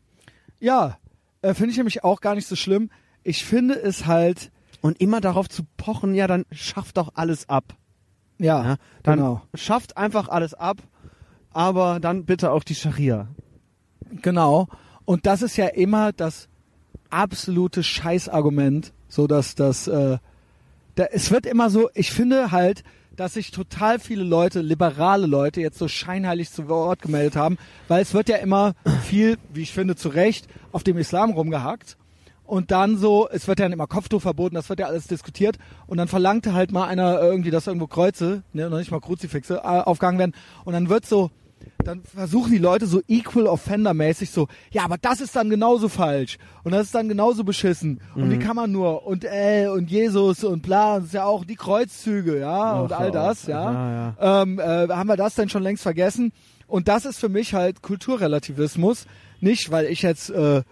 Speaker 1: Ja. Äh, finde ich nämlich auch gar nicht so schlimm. Ich finde es halt,
Speaker 2: Und immer darauf zu pochen, ja, dann schafft doch alles ab.
Speaker 1: ja,
Speaker 2: Ja, dann
Speaker 1: genau.
Speaker 2: schafft einfach alles ab, aber dann bitte auch die Scharia.
Speaker 1: Genau. Und das ist ja immer das absolute Scheißargument, so dass das, äh, da, es wird immer so, ich finde halt, dass sich total viele Leute, liberale Leute, jetzt so scheinheilig zu Wort gemeldet haben, weil es wird ja immer viel, wie ich finde, zu Recht, auf dem Islam rumgehackt. Und dann so, es wird ja immer Kopftuch verboten, das wird ja alles diskutiert. Und dann verlangte halt mal einer irgendwie, dass irgendwo Kreuze, ne, noch nicht mal Kruzifixe, äh, aufgehangen werden. Und dann wird so, dann versuchen die Leute so Equal Offender mäßig so, ja, aber das ist dann genauso falsch und das ist dann genauso beschissen und
Speaker 2: Mhm.
Speaker 1: wie kann man nur und äh und Jesus und bla, das ist ja auch die Kreuzzüge, ja, und
Speaker 2: Ach,
Speaker 1: all
Speaker 2: ja.
Speaker 1: das, ja.
Speaker 2: Ja,
Speaker 1: Ähm, äh, haben wir das denn schon längst vergessen? Und das ist für mich halt Kulturrelativismus, nicht weil ich jetzt äh,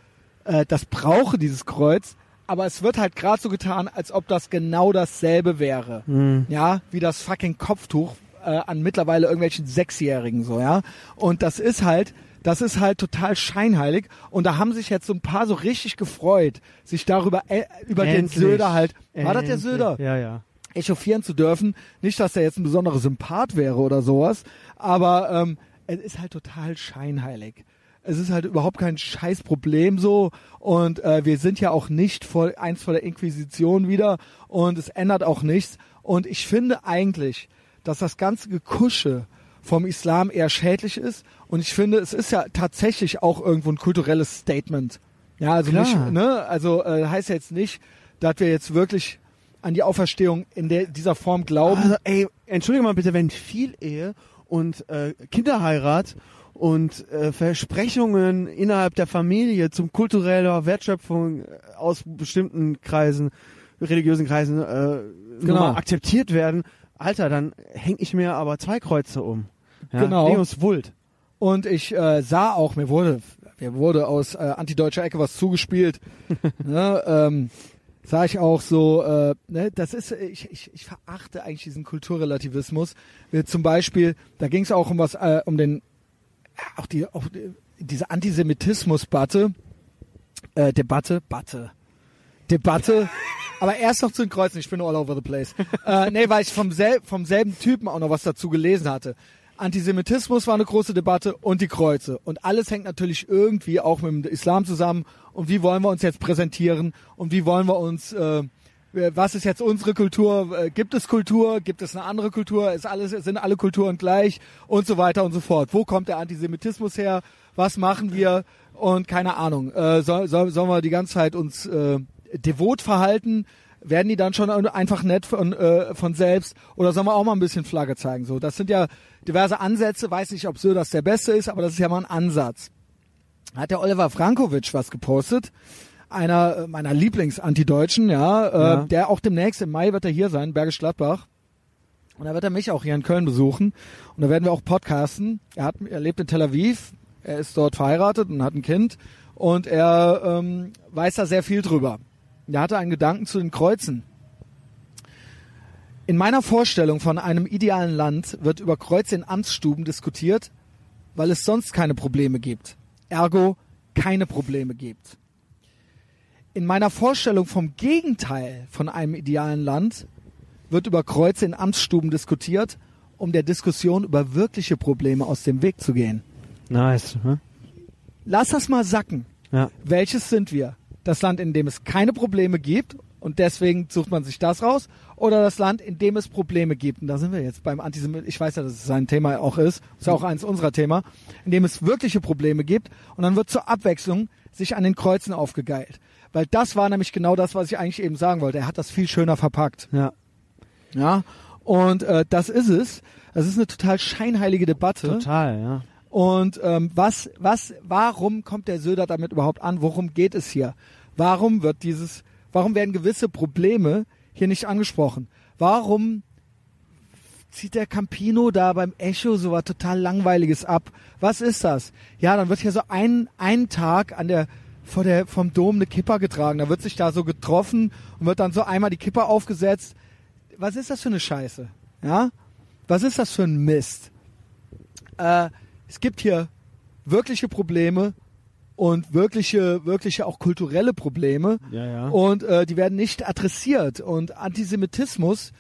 Speaker 1: äh, das brauche, dieses Kreuz, aber es wird halt gerade so getan, als ob das genau dasselbe wäre.
Speaker 2: Mhm.
Speaker 1: Ja, wie das fucking Kopftuch äh, an mittlerweile irgendwelchen Sechsjährigen so, ja. Und das ist halt, das ist halt total scheinheilig. Und da haben sich jetzt so ein paar so richtig gefreut, sich darüber, äh, über
Speaker 2: Endlich.
Speaker 1: den Söder halt, war das der
Speaker 2: Endlich.
Speaker 1: Söder?
Speaker 2: Ja, ja.
Speaker 1: echauffieren zu dürfen. Nicht, dass er jetzt ein besonderer Sympath wäre oder sowas, aber ähm, es ist halt total scheinheilig. Es ist halt überhaupt kein Scheißproblem so und äh, wir sind ja auch nicht vor, eins vor der Inquisition wieder und es ändert auch nichts. Und ich finde eigentlich, dass das ganze Gekusche vom Islam eher schädlich ist und ich finde, es ist ja tatsächlich auch irgendwo ein kulturelles Statement. Ja, also
Speaker 2: Klar.
Speaker 1: nicht, ne? Also äh, heißt ja jetzt nicht, dass wir jetzt wirklich an die Auferstehung in der, dieser Form glauben.
Speaker 2: Also, ey, entschuldige mal bitte, wenn viel Ehe und äh, Kinderheirat und äh, Versprechungen innerhalb der Familie zum kultureller Wertschöpfung äh, aus bestimmten Kreisen, religiösen Kreisen, äh,
Speaker 1: Genau.
Speaker 2: genau. akzeptiert werden, Alter, dann hänge ich mir aber zwei Kreuze um. Ja?
Speaker 1: Genau.
Speaker 2: Deus Vult.
Speaker 1: Und ich äh, sah auch, mir wurde, mir wurde aus äh, antideutscher Ecke was zugespielt. ne, ähm, sah ich auch so, äh, ne, das ist, äh, ich, ich, ich verachte eigentlich diesen Kulturrelativismus. Äh, zum Beispiel, da ging es auch um was, äh, um den, ja, auch die, auch die, diese Antisemitismus-Batte, äh, Debatte, Batte, Debatte. Aber erst noch zu den Kreuzen, ich bin all over the place. äh, nee, weil ich vom, sel vom selben Typen auch noch was dazu gelesen hatte. Antisemitismus war eine große Debatte und die Kreuze. Und alles hängt natürlich irgendwie auch mit dem Islam zusammen. Und wie wollen wir uns jetzt präsentieren? Und wie wollen wir uns, äh, was ist jetzt unsere Kultur? Äh, Gibt es Kultur? Gibt es eine andere Kultur? Ist alles, sind alle Kulturen gleich? Und so weiter und so fort. Wo kommt der Antisemitismus her? Was machen wir? Und keine Ahnung. Äh, soll, soll, sollen wir die ganze Zeit uns, äh, devot verhalten? Werden die dann schon einfach nett von, äh, von selbst? Oder sollen wir auch mal ein bisschen Flagge zeigen? So, das sind ja diverse Ansätze. Weiß nicht, ob Söders der Beste ist, aber das ist ja mal ein Ansatz. Hat der Oliver Frankovic was gepostet? Einer äh, meiner Lieblings-Antideutschen, ja, äh,
Speaker 2: Ja.
Speaker 1: der auch demnächst im Mai wird er hier sein, Bergisch Gladbach. Und da wird er mich auch hier in Köln besuchen. Und da werden wir auch podcasten. Er, hat, er lebt in Tel Aviv, er ist dort verheiratet und hat ein Kind. Und er ähm, weiß da sehr viel drüber. Der hatte einen Gedanken zu den Kreuzen. In meiner Vorstellung von einem idealen Land wird über Kreuze in Amtsstuben diskutiert, weil es sonst keine Probleme gibt. Ergo keine Probleme gibt. In meiner Vorstellung vom Gegenteil von einem idealen Land wird über Kreuze in Amtsstuben diskutiert, um der Diskussion über wirkliche Probleme aus dem Weg zu gehen.
Speaker 2: Nice. Hm?
Speaker 1: Lass das mal sacken.
Speaker 2: Ja.
Speaker 1: Welches sind wir? Das Land, in dem es keine Probleme gibt und deswegen sucht man sich das raus oder das Land, in dem es Probleme gibt. Und da sind wir jetzt beim Antisemitismus. Ich weiß ja, dass es sein Thema auch ist. Ist ja auch eins unserer Thema, in dem es wirkliche Probleme gibt. Und dann wird zur Abwechslung sich an den Kreuzen aufgegeilt. Weil das war nämlich genau das, was ich eigentlich eben sagen wollte. Er hat das viel schöner verpackt.
Speaker 2: Ja.
Speaker 1: Ja. Und äh, das ist es. Das ist eine total scheinheilige Debatte.
Speaker 2: Total, ja.
Speaker 1: Und ähm, was, was, warum kommt der Söder damit überhaupt an? Worum geht es hier? Warum wird dieses, warum werden gewisse Probleme hier nicht angesprochen? Warum zieht der Campino da beim Echo so was total Langweiliges ab? Was ist das? Ja, dann wird hier so ein, ein Tag an der, vor der, vom Dom eine Kipper getragen. Da wird sich da so getroffen und wird dann so einmal die Kipper aufgesetzt. Was ist das für eine Scheiße? Ja? Was ist das für ein Mist? Äh, es gibt hier wirkliche Probleme und wirkliche, wirkliche auch kulturelle Probleme.
Speaker 2: Ja, ja.
Speaker 1: Und äh, die werden nicht adressiert. Und Antisemitismus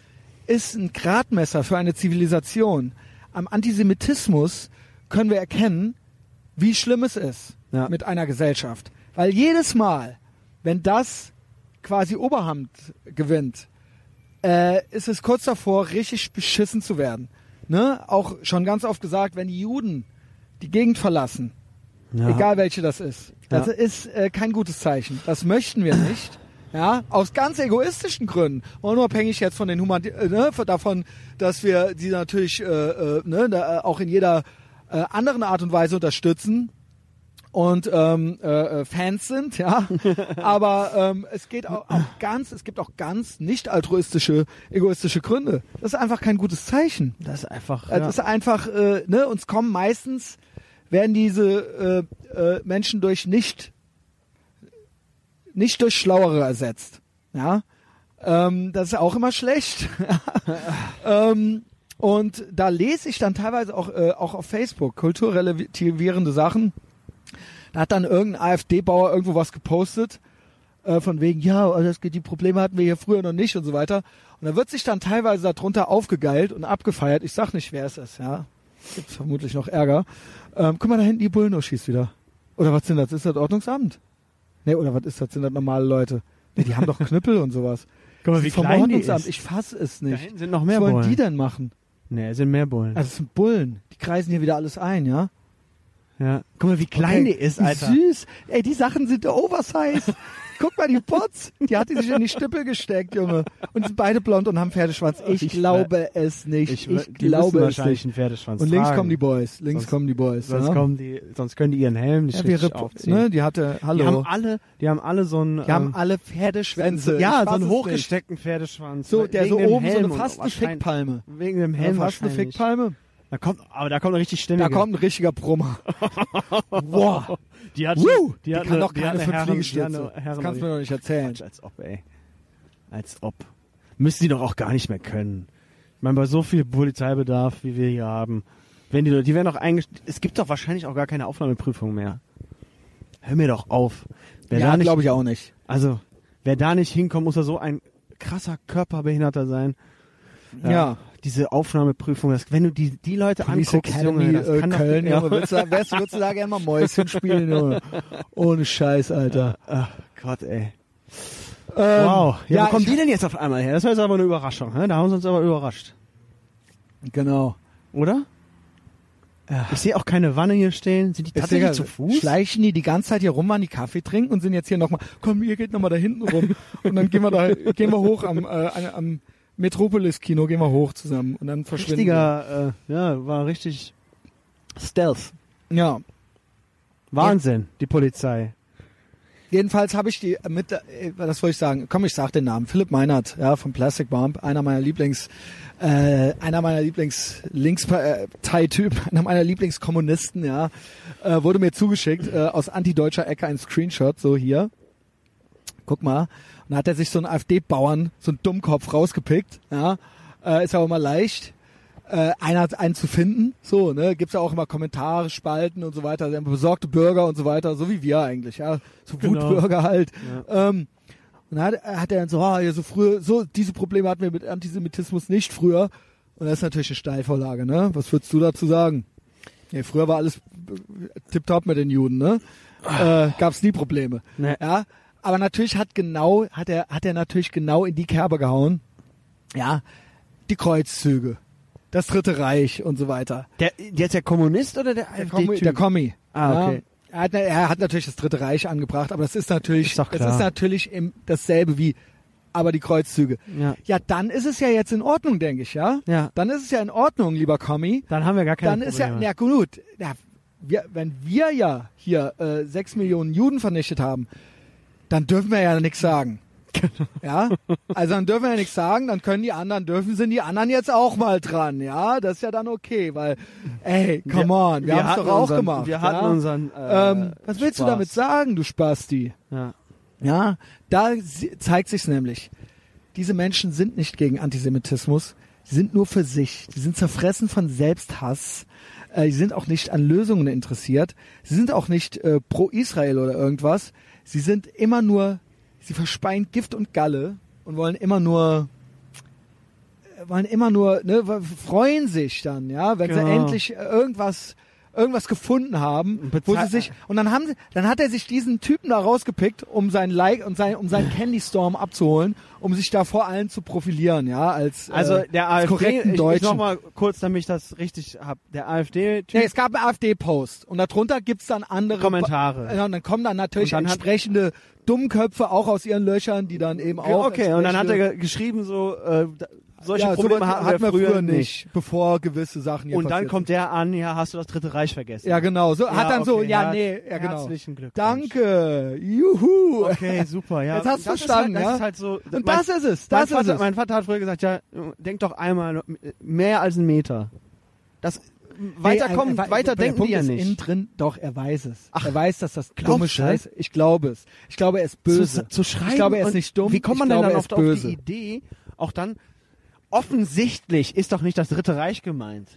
Speaker 1: ist ein Gradmesser für eine Zivilisation. Am Antisemitismus können wir erkennen, wie schlimm es ist
Speaker 2: Ja.
Speaker 1: mit einer Gesellschaft. Weil jedes Mal, wenn das quasi Oberhand gewinnt, äh, ist es kurz davor, richtig beschissen zu werden. Ne? Auch schon ganz oft gesagt, wenn die Juden die Gegend verlassen,
Speaker 2: ja.
Speaker 1: egal welche das ist. Das
Speaker 2: Ja.
Speaker 1: ist äh, kein gutes Zeichen. Das möchten wir nicht. Ja, aus ganz egoistischen Gründen. Unabhängig jetzt von den Human äh, ne, von- davon, dass wir die natürlich äh, äh, ne, da, äh, auch in jeder äh, anderen Art und Weise unterstützen und ähm, äh, äh, Fans sind, ja. Aber ähm, es geht auch, auch ganz, es gibt auch ganz nicht altruistische, egoistische Gründe. Das ist einfach kein gutes Zeichen.
Speaker 2: Das ist einfach.
Speaker 1: Das Also ist einfach, äh, ne, uns kommen meistens, werden diese äh, äh, Menschen durch nicht, nicht durch Schlauere ersetzt. Ja, ähm, das ist auch immer schlecht. ähm, und da lese ich dann teilweise auch, äh, auch auf Facebook kulturrelativierende Sachen. Da hat dann irgendein AfD-Bauer irgendwo was gepostet äh, von wegen, ja, also das, die Probleme hatten wir hier früher noch nicht und so weiter. Und da wird sich dann teilweise darunter aufgegeilt und abgefeiert. Ich sag nicht, wer es ist, ja. Gibt vermutlich noch Ärger. Ähm, guck mal, da hinten die Bullen schießt wieder. Oder was sind das? Ist das Ordnungsamt? Nee, oder was ist das? Sind das normale Leute? Nee, die haben doch Knüppel und sowas. Das
Speaker 2: Guck mal,
Speaker 1: ist
Speaker 2: wie
Speaker 1: vom
Speaker 2: klein die
Speaker 1: Ordnungsamt.
Speaker 2: ist.
Speaker 1: Ich fass es
Speaker 2: da
Speaker 1: nicht.
Speaker 2: hinten sind noch
Speaker 1: Was
Speaker 2: mehr
Speaker 1: wollen die
Speaker 2: Bullen.
Speaker 1: denn machen?
Speaker 2: Nee, es sind mehr Bullen.
Speaker 1: Also es sind Bullen. Die kreisen hier wieder alles ein, ja?
Speaker 2: ja. Guck mal, wie klein
Speaker 1: Okay.
Speaker 2: die ist,
Speaker 1: Wie
Speaker 2: Alter.
Speaker 1: Süß. Ey, die Sachen sind oversized. Guck mal, die Pots. Die hat die sich in die Stippel gesteckt, Junge. Und sind beide blond und haben Pferdeschwanz. Ich,
Speaker 2: Ich
Speaker 1: glaube es nicht. Ich,
Speaker 2: wür- die müssen
Speaker 1: glaube es
Speaker 2: wahrscheinlich
Speaker 1: nicht.
Speaker 2: einen Pferdeschwanz
Speaker 1: Und links
Speaker 2: tragen.
Speaker 1: kommen die Boys. Links
Speaker 2: Sonst-
Speaker 1: kommen die Boys.
Speaker 2: Sonst,
Speaker 1: ja?
Speaker 2: kommen die, sonst können die ihren Helm nicht
Speaker 1: ja, wir,
Speaker 2: richtig
Speaker 1: rep-
Speaker 2: aufziehen.
Speaker 1: ne, die hatte, hallo. Äh.
Speaker 2: Die haben alle, die haben alle so einen,
Speaker 1: Die haben
Speaker 2: ähm,
Speaker 1: alle Pferdeschwänze. Ich
Speaker 2: ja, so
Speaker 1: fass
Speaker 2: einen
Speaker 1: es
Speaker 2: hochgesteckten Pferdeschwanz.
Speaker 1: nicht. So,
Speaker 2: Wegen
Speaker 1: der so
Speaker 2: dem
Speaker 1: oben so
Speaker 2: Helm
Speaker 1: eine
Speaker 2: und-
Speaker 1: fast eine
Speaker 2: wahrscheinlich-
Speaker 1: Fickpalme.
Speaker 2: Wegen dem
Speaker 1: Eine
Speaker 2: Helm
Speaker 1: fast eine
Speaker 2: wahrscheinlich.
Speaker 1: Fickpalme.
Speaker 2: Da kommt, aber da kommt eine richtig stimmige.
Speaker 1: Da kommt ein richtiger Brummer. Boah.
Speaker 2: Die hat,
Speaker 1: Woo!
Speaker 2: die, hat
Speaker 1: kann
Speaker 2: eine,
Speaker 1: doch
Speaker 2: die
Speaker 1: keine
Speaker 2: hat eine
Speaker 1: fünf
Speaker 2: Herren, Die
Speaker 1: Liegestütze.
Speaker 2: hat eine
Speaker 1: Das
Speaker 2: Herren,
Speaker 1: kannst du mir doch nicht erzählen.
Speaker 2: Quatsch, als ob, ey. Als ob. Müssen die doch auch gar nicht mehr können. Ich meine, bei so viel Polizeibedarf, wie wir hier haben, wenn die, die werden doch eigentlich, es gibt doch wahrscheinlich auch gar keine Aufnahmeprüfung mehr. Hör mir doch auf. Wer da
Speaker 1: Ja,
Speaker 2: nicht,
Speaker 1: glaube ich auch nicht.
Speaker 2: also, wer da nicht hinkommt, muss ja so ein krasser Körperbehinderter sein.
Speaker 1: ja.
Speaker 2: Diese Aufnahmeprüfung, das, wenn du die, die Leute
Speaker 1: Police
Speaker 2: anguckst,
Speaker 1: Academy
Speaker 2: Junge, das
Speaker 1: äh,
Speaker 2: kann doch,
Speaker 1: Köln,
Speaker 2: ja.
Speaker 1: Junge. Würdest du, da- wärst, du- würdest du da gerne mal Mäuschen spielen, Junge? Ohne Scheiß, Alter.
Speaker 2: Ach Gott, ey.
Speaker 1: Ähm,
Speaker 2: Wow. Ja,
Speaker 1: ja,
Speaker 2: wo kommen
Speaker 1: ich,
Speaker 2: die denn jetzt auf einmal her? Das war jetzt aber eine Überraschung. hä? Da haben sie uns aber überrascht.
Speaker 1: Genau.
Speaker 2: Oder? Ich sehe auch keine Wanne hier stehen. Sind die tatsächlich
Speaker 1: Ist
Speaker 2: zu
Speaker 1: egal,
Speaker 2: Fuß?
Speaker 1: Schleichen die die ganze Zeit hier rum, waren die Kaffee trinken und sind jetzt hier nochmal, komm, ihr geht nochmal da hinten rum. und dann gehen wir da, gehen wir hoch am, äh, an- am Metropolis-Kino, gehen wir hoch zusammen und dann verschwinden
Speaker 2: Richtiger, äh, ja, war richtig Stealth.
Speaker 1: wir. Ja.
Speaker 2: Wahnsinn, die Polizei.
Speaker 1: Jedenfalls habe ich die äh, mit, äh, das wollte ich sagen, komm, ich sag den Namen, Philipp Meinert, ja, von Plastic Bomb, einer meiner Lieblings, äh, einer meiner Lieblings-Linkspartei-Typen, einer meiner Lieblingskommunisten, ja, äh, wurde mir zugeschickt, äh, aus antideutscher Ecke ein Screenshot, so hier. Guck mal. Und da hat er sich so einen AfD-Bauern, so einen Dummkopf rausgepickt. Ja, äh, ist aber immer leicht, äh, einer, einen zu finden. So, ne, gibt's ja auch immer Kommentare, Spalten und so weiter. Also Besorgte Bürger und so weiter, so wie wir eigentlich, ja. So
Speaker 2: Genau.
Speaker 1: Wutbürger halt. Ähm, und dann hat, hat er dann so, ah, ja, so früher, so, diese Probleme hatten wir mit Antisemitismus nicht früher. Und das ist natürlich eine Steilvorlage, ne? Was würdest du dazu sagen? Nee, früher war alles äh, tipptopp mit den Juden, ne? Äh, gab's nie Probleme.
Speaker 2: Nee.
Speaker 1: Ja, aber natürlich hat genau, hat er, hat er natürlich genau in die Kerbe gehauen. Ja, die Kreuzzüge, das Dritte Reich und so weiter.
Speaker 2: Der, der ist der Kommunist oder Ah, der
Speaker 1: Der
Speaker 2: AfD-Typ?
Speaker 1: Kommi, der Kommi.
Speaker 2: Ah, okay.
Speaker 1: Ja. Er hat, er hat natürlich das Dritte Reich angebracht, aber das ist natürlich,
Speaker 2: Ist doch klar.
Speaker 1: das ist natürlich im, dasselbe wie, aber die Kreuzzüge.
Speaker 2: Ja.
Speaker 1: Ja, dann ist es ja jetzt in Ordnung, denke ich, ja?
Speaker 2: Ja.
Speaker 1: Dann ist es ja in Ordnung, lieber Kommi.
Speaker 2: Dann haben wir gar keine
Speaker 1: Dann ist ja, na
Speaker 2: Probleme.
Speaker 1: gut, ja, wir, wenn wir ja hier äh, sechs Millionen Juden vernichtet haben, dann dürfen wir ja nichts sagen.
Speaker 2: Genau.
Speaker 1: Ja, also dann dürfen wir ja nichts sagen, dann können die anderen, dürfen sind die anderen jetzt auch mal dran, ja, das ist ja dann okay, weil, ey, come on, wir, haben's
Speaker 2: hatten
Speaker 1: doch auch
Speaker 2: unseren,
Speaker 1: gemacht.
Speaker 2: Wir hatten
Speaker 1: ja?
Speaker 2: unseren. Äh,
Speaker 1: ähm, was willst
Speaker 2: Spaß.
Speaker 1: du damit sagen, du Spasti?
Speaker 2: Ja.
Speaker 1: Ja, da sie- zeigt sich's nämlich. Diese Menschen sind nicht gegen Antisemitismus, sie sind nur für sich. Sie sind zerfressen von Selbsthass. Äh, sie sind auch nicht an Lösungen interessiert. Sie sind auch nicht äh, pro Israel oder irgendwas. Sie sind immer nur, sie verspeien Gift und Galle und wollen immer nur äh, wollen immer nur, ne, w- freuen sich dann, ja, wenn
Speaker 2: Genau.
Speaker 1: sie endlich äh, irgendwas irgendwas gefunden haben,
Speaker 2: Und
Speaker 1: wo
Speaker 2: bezei-
Speaker 1: sie sich und dann haben sie, dann hat er sich diesen Typen da rausgepickt, um sein Like und sein, um seinen Candy Storm abzuholen, um sich da vor allen zu profilieren, ja, als
Speaker 2: Also
Speaker 1: äh,
Speaker 2: der
Speaker 1: als
Speaker 2: AfD,
Speaker 1: korrekten
Speaker 2: ich, ich
Speaker 1: Deutschen.
Speaker 2: noch mal kurz, damit ich das richtig hab. Der
Speaker 1: nee,
Speaker 2: AfD-Typ
Speaker 1: es gab einen AfD-Post und darunter gibt's dann andere
Speaker 2: Kommentare.
Speaker 1: Ja, und dann kommen dann natürlich
Speaker 2: Und dann hat-
Speaker 1: entsprechende Dummköpfe auch aus ihren Löchern, die dann eben auch
Speaker 2: okay, und dann hat er
Speaker 1: entsprechende-
Speaker 2: ge- geschrieben so, äh, da- solche
Speaker 1: ja,
Speaker 2: Probleme
Speaker 1: sowas
Speaker 2: hatten,
Speaker 1: hatten
Speaker 2: wir früher, nicht.
Speaker 1: bevor gewisse Sachen hier
Speaker 2: Und dann
Speaker 1: passiert
Speaker 2: kommt der an, ja, hast du das Dritte Reich vergessen.
Speaker 1: sind. ja genau, so hat dann so
Speaker 2: okay,
Speaker 1: ja nee, ja genau.
Speaker 2: Herzlichen Glückwunsch.
Speaker 1: Danke. Juhu.
Speaker 2: Okay, super, ja.
Speaker 1: Jetzt hast du
Speaker 2: Das ist
Speaker 1: verstanden,
Speaker 2: halt, das
Speaker 1: ja?
Speaker 2: Ist halt so,
Speaker 1: Und
Speaker 2: mein,
Speaker 1: das ist es,
Speaker 2: mein
Speaker 1: das ist
Speaker 2: Vater,
Speaker 1: es.
Speaker 2: Mein Vater hat früher gesagt, ja, denk doch einmal mehr als einen Meter. Das, weiterkommen,
Speaker 1: Nee, er- er-
Speaker 2: weiter
Speaker 1: äh, der
Speaker 2: denken
Speaker 1: Punkt
Speaker 2: die ja
Speaker 1: ist Innen
Speaker 2: nicht.
Speaker 1: drin, doch, er weiß es.
Speaker 2: Ach,
Speaker 1: er weiß, dass das
Speaker 2: glaubst
Speaker 1: dumme
Speaker 2: du?
Speaker 1: Scheiß. Ich glaube es. Ich glaube, er ist böse.
Speaker 2: Zu, zu schreiben.
Speaker 1: ich glaube, er ist
Speaker 2: und
Speaker 1: nicht dumm.
Speaker 2: Wie kommt man
Speaker 1: ich
Speaker 2: denn
Speaker 1: glaube,
Speaker 2: dann
Speaker 1: er
Speaker 2: oft
Speaker 1: ist
Speaker 2: auf
Speaker 1: böse.
Speaker 2: die Idee, auch dann, offensichtlich ist doch nicht das Dritte Reich gemeint.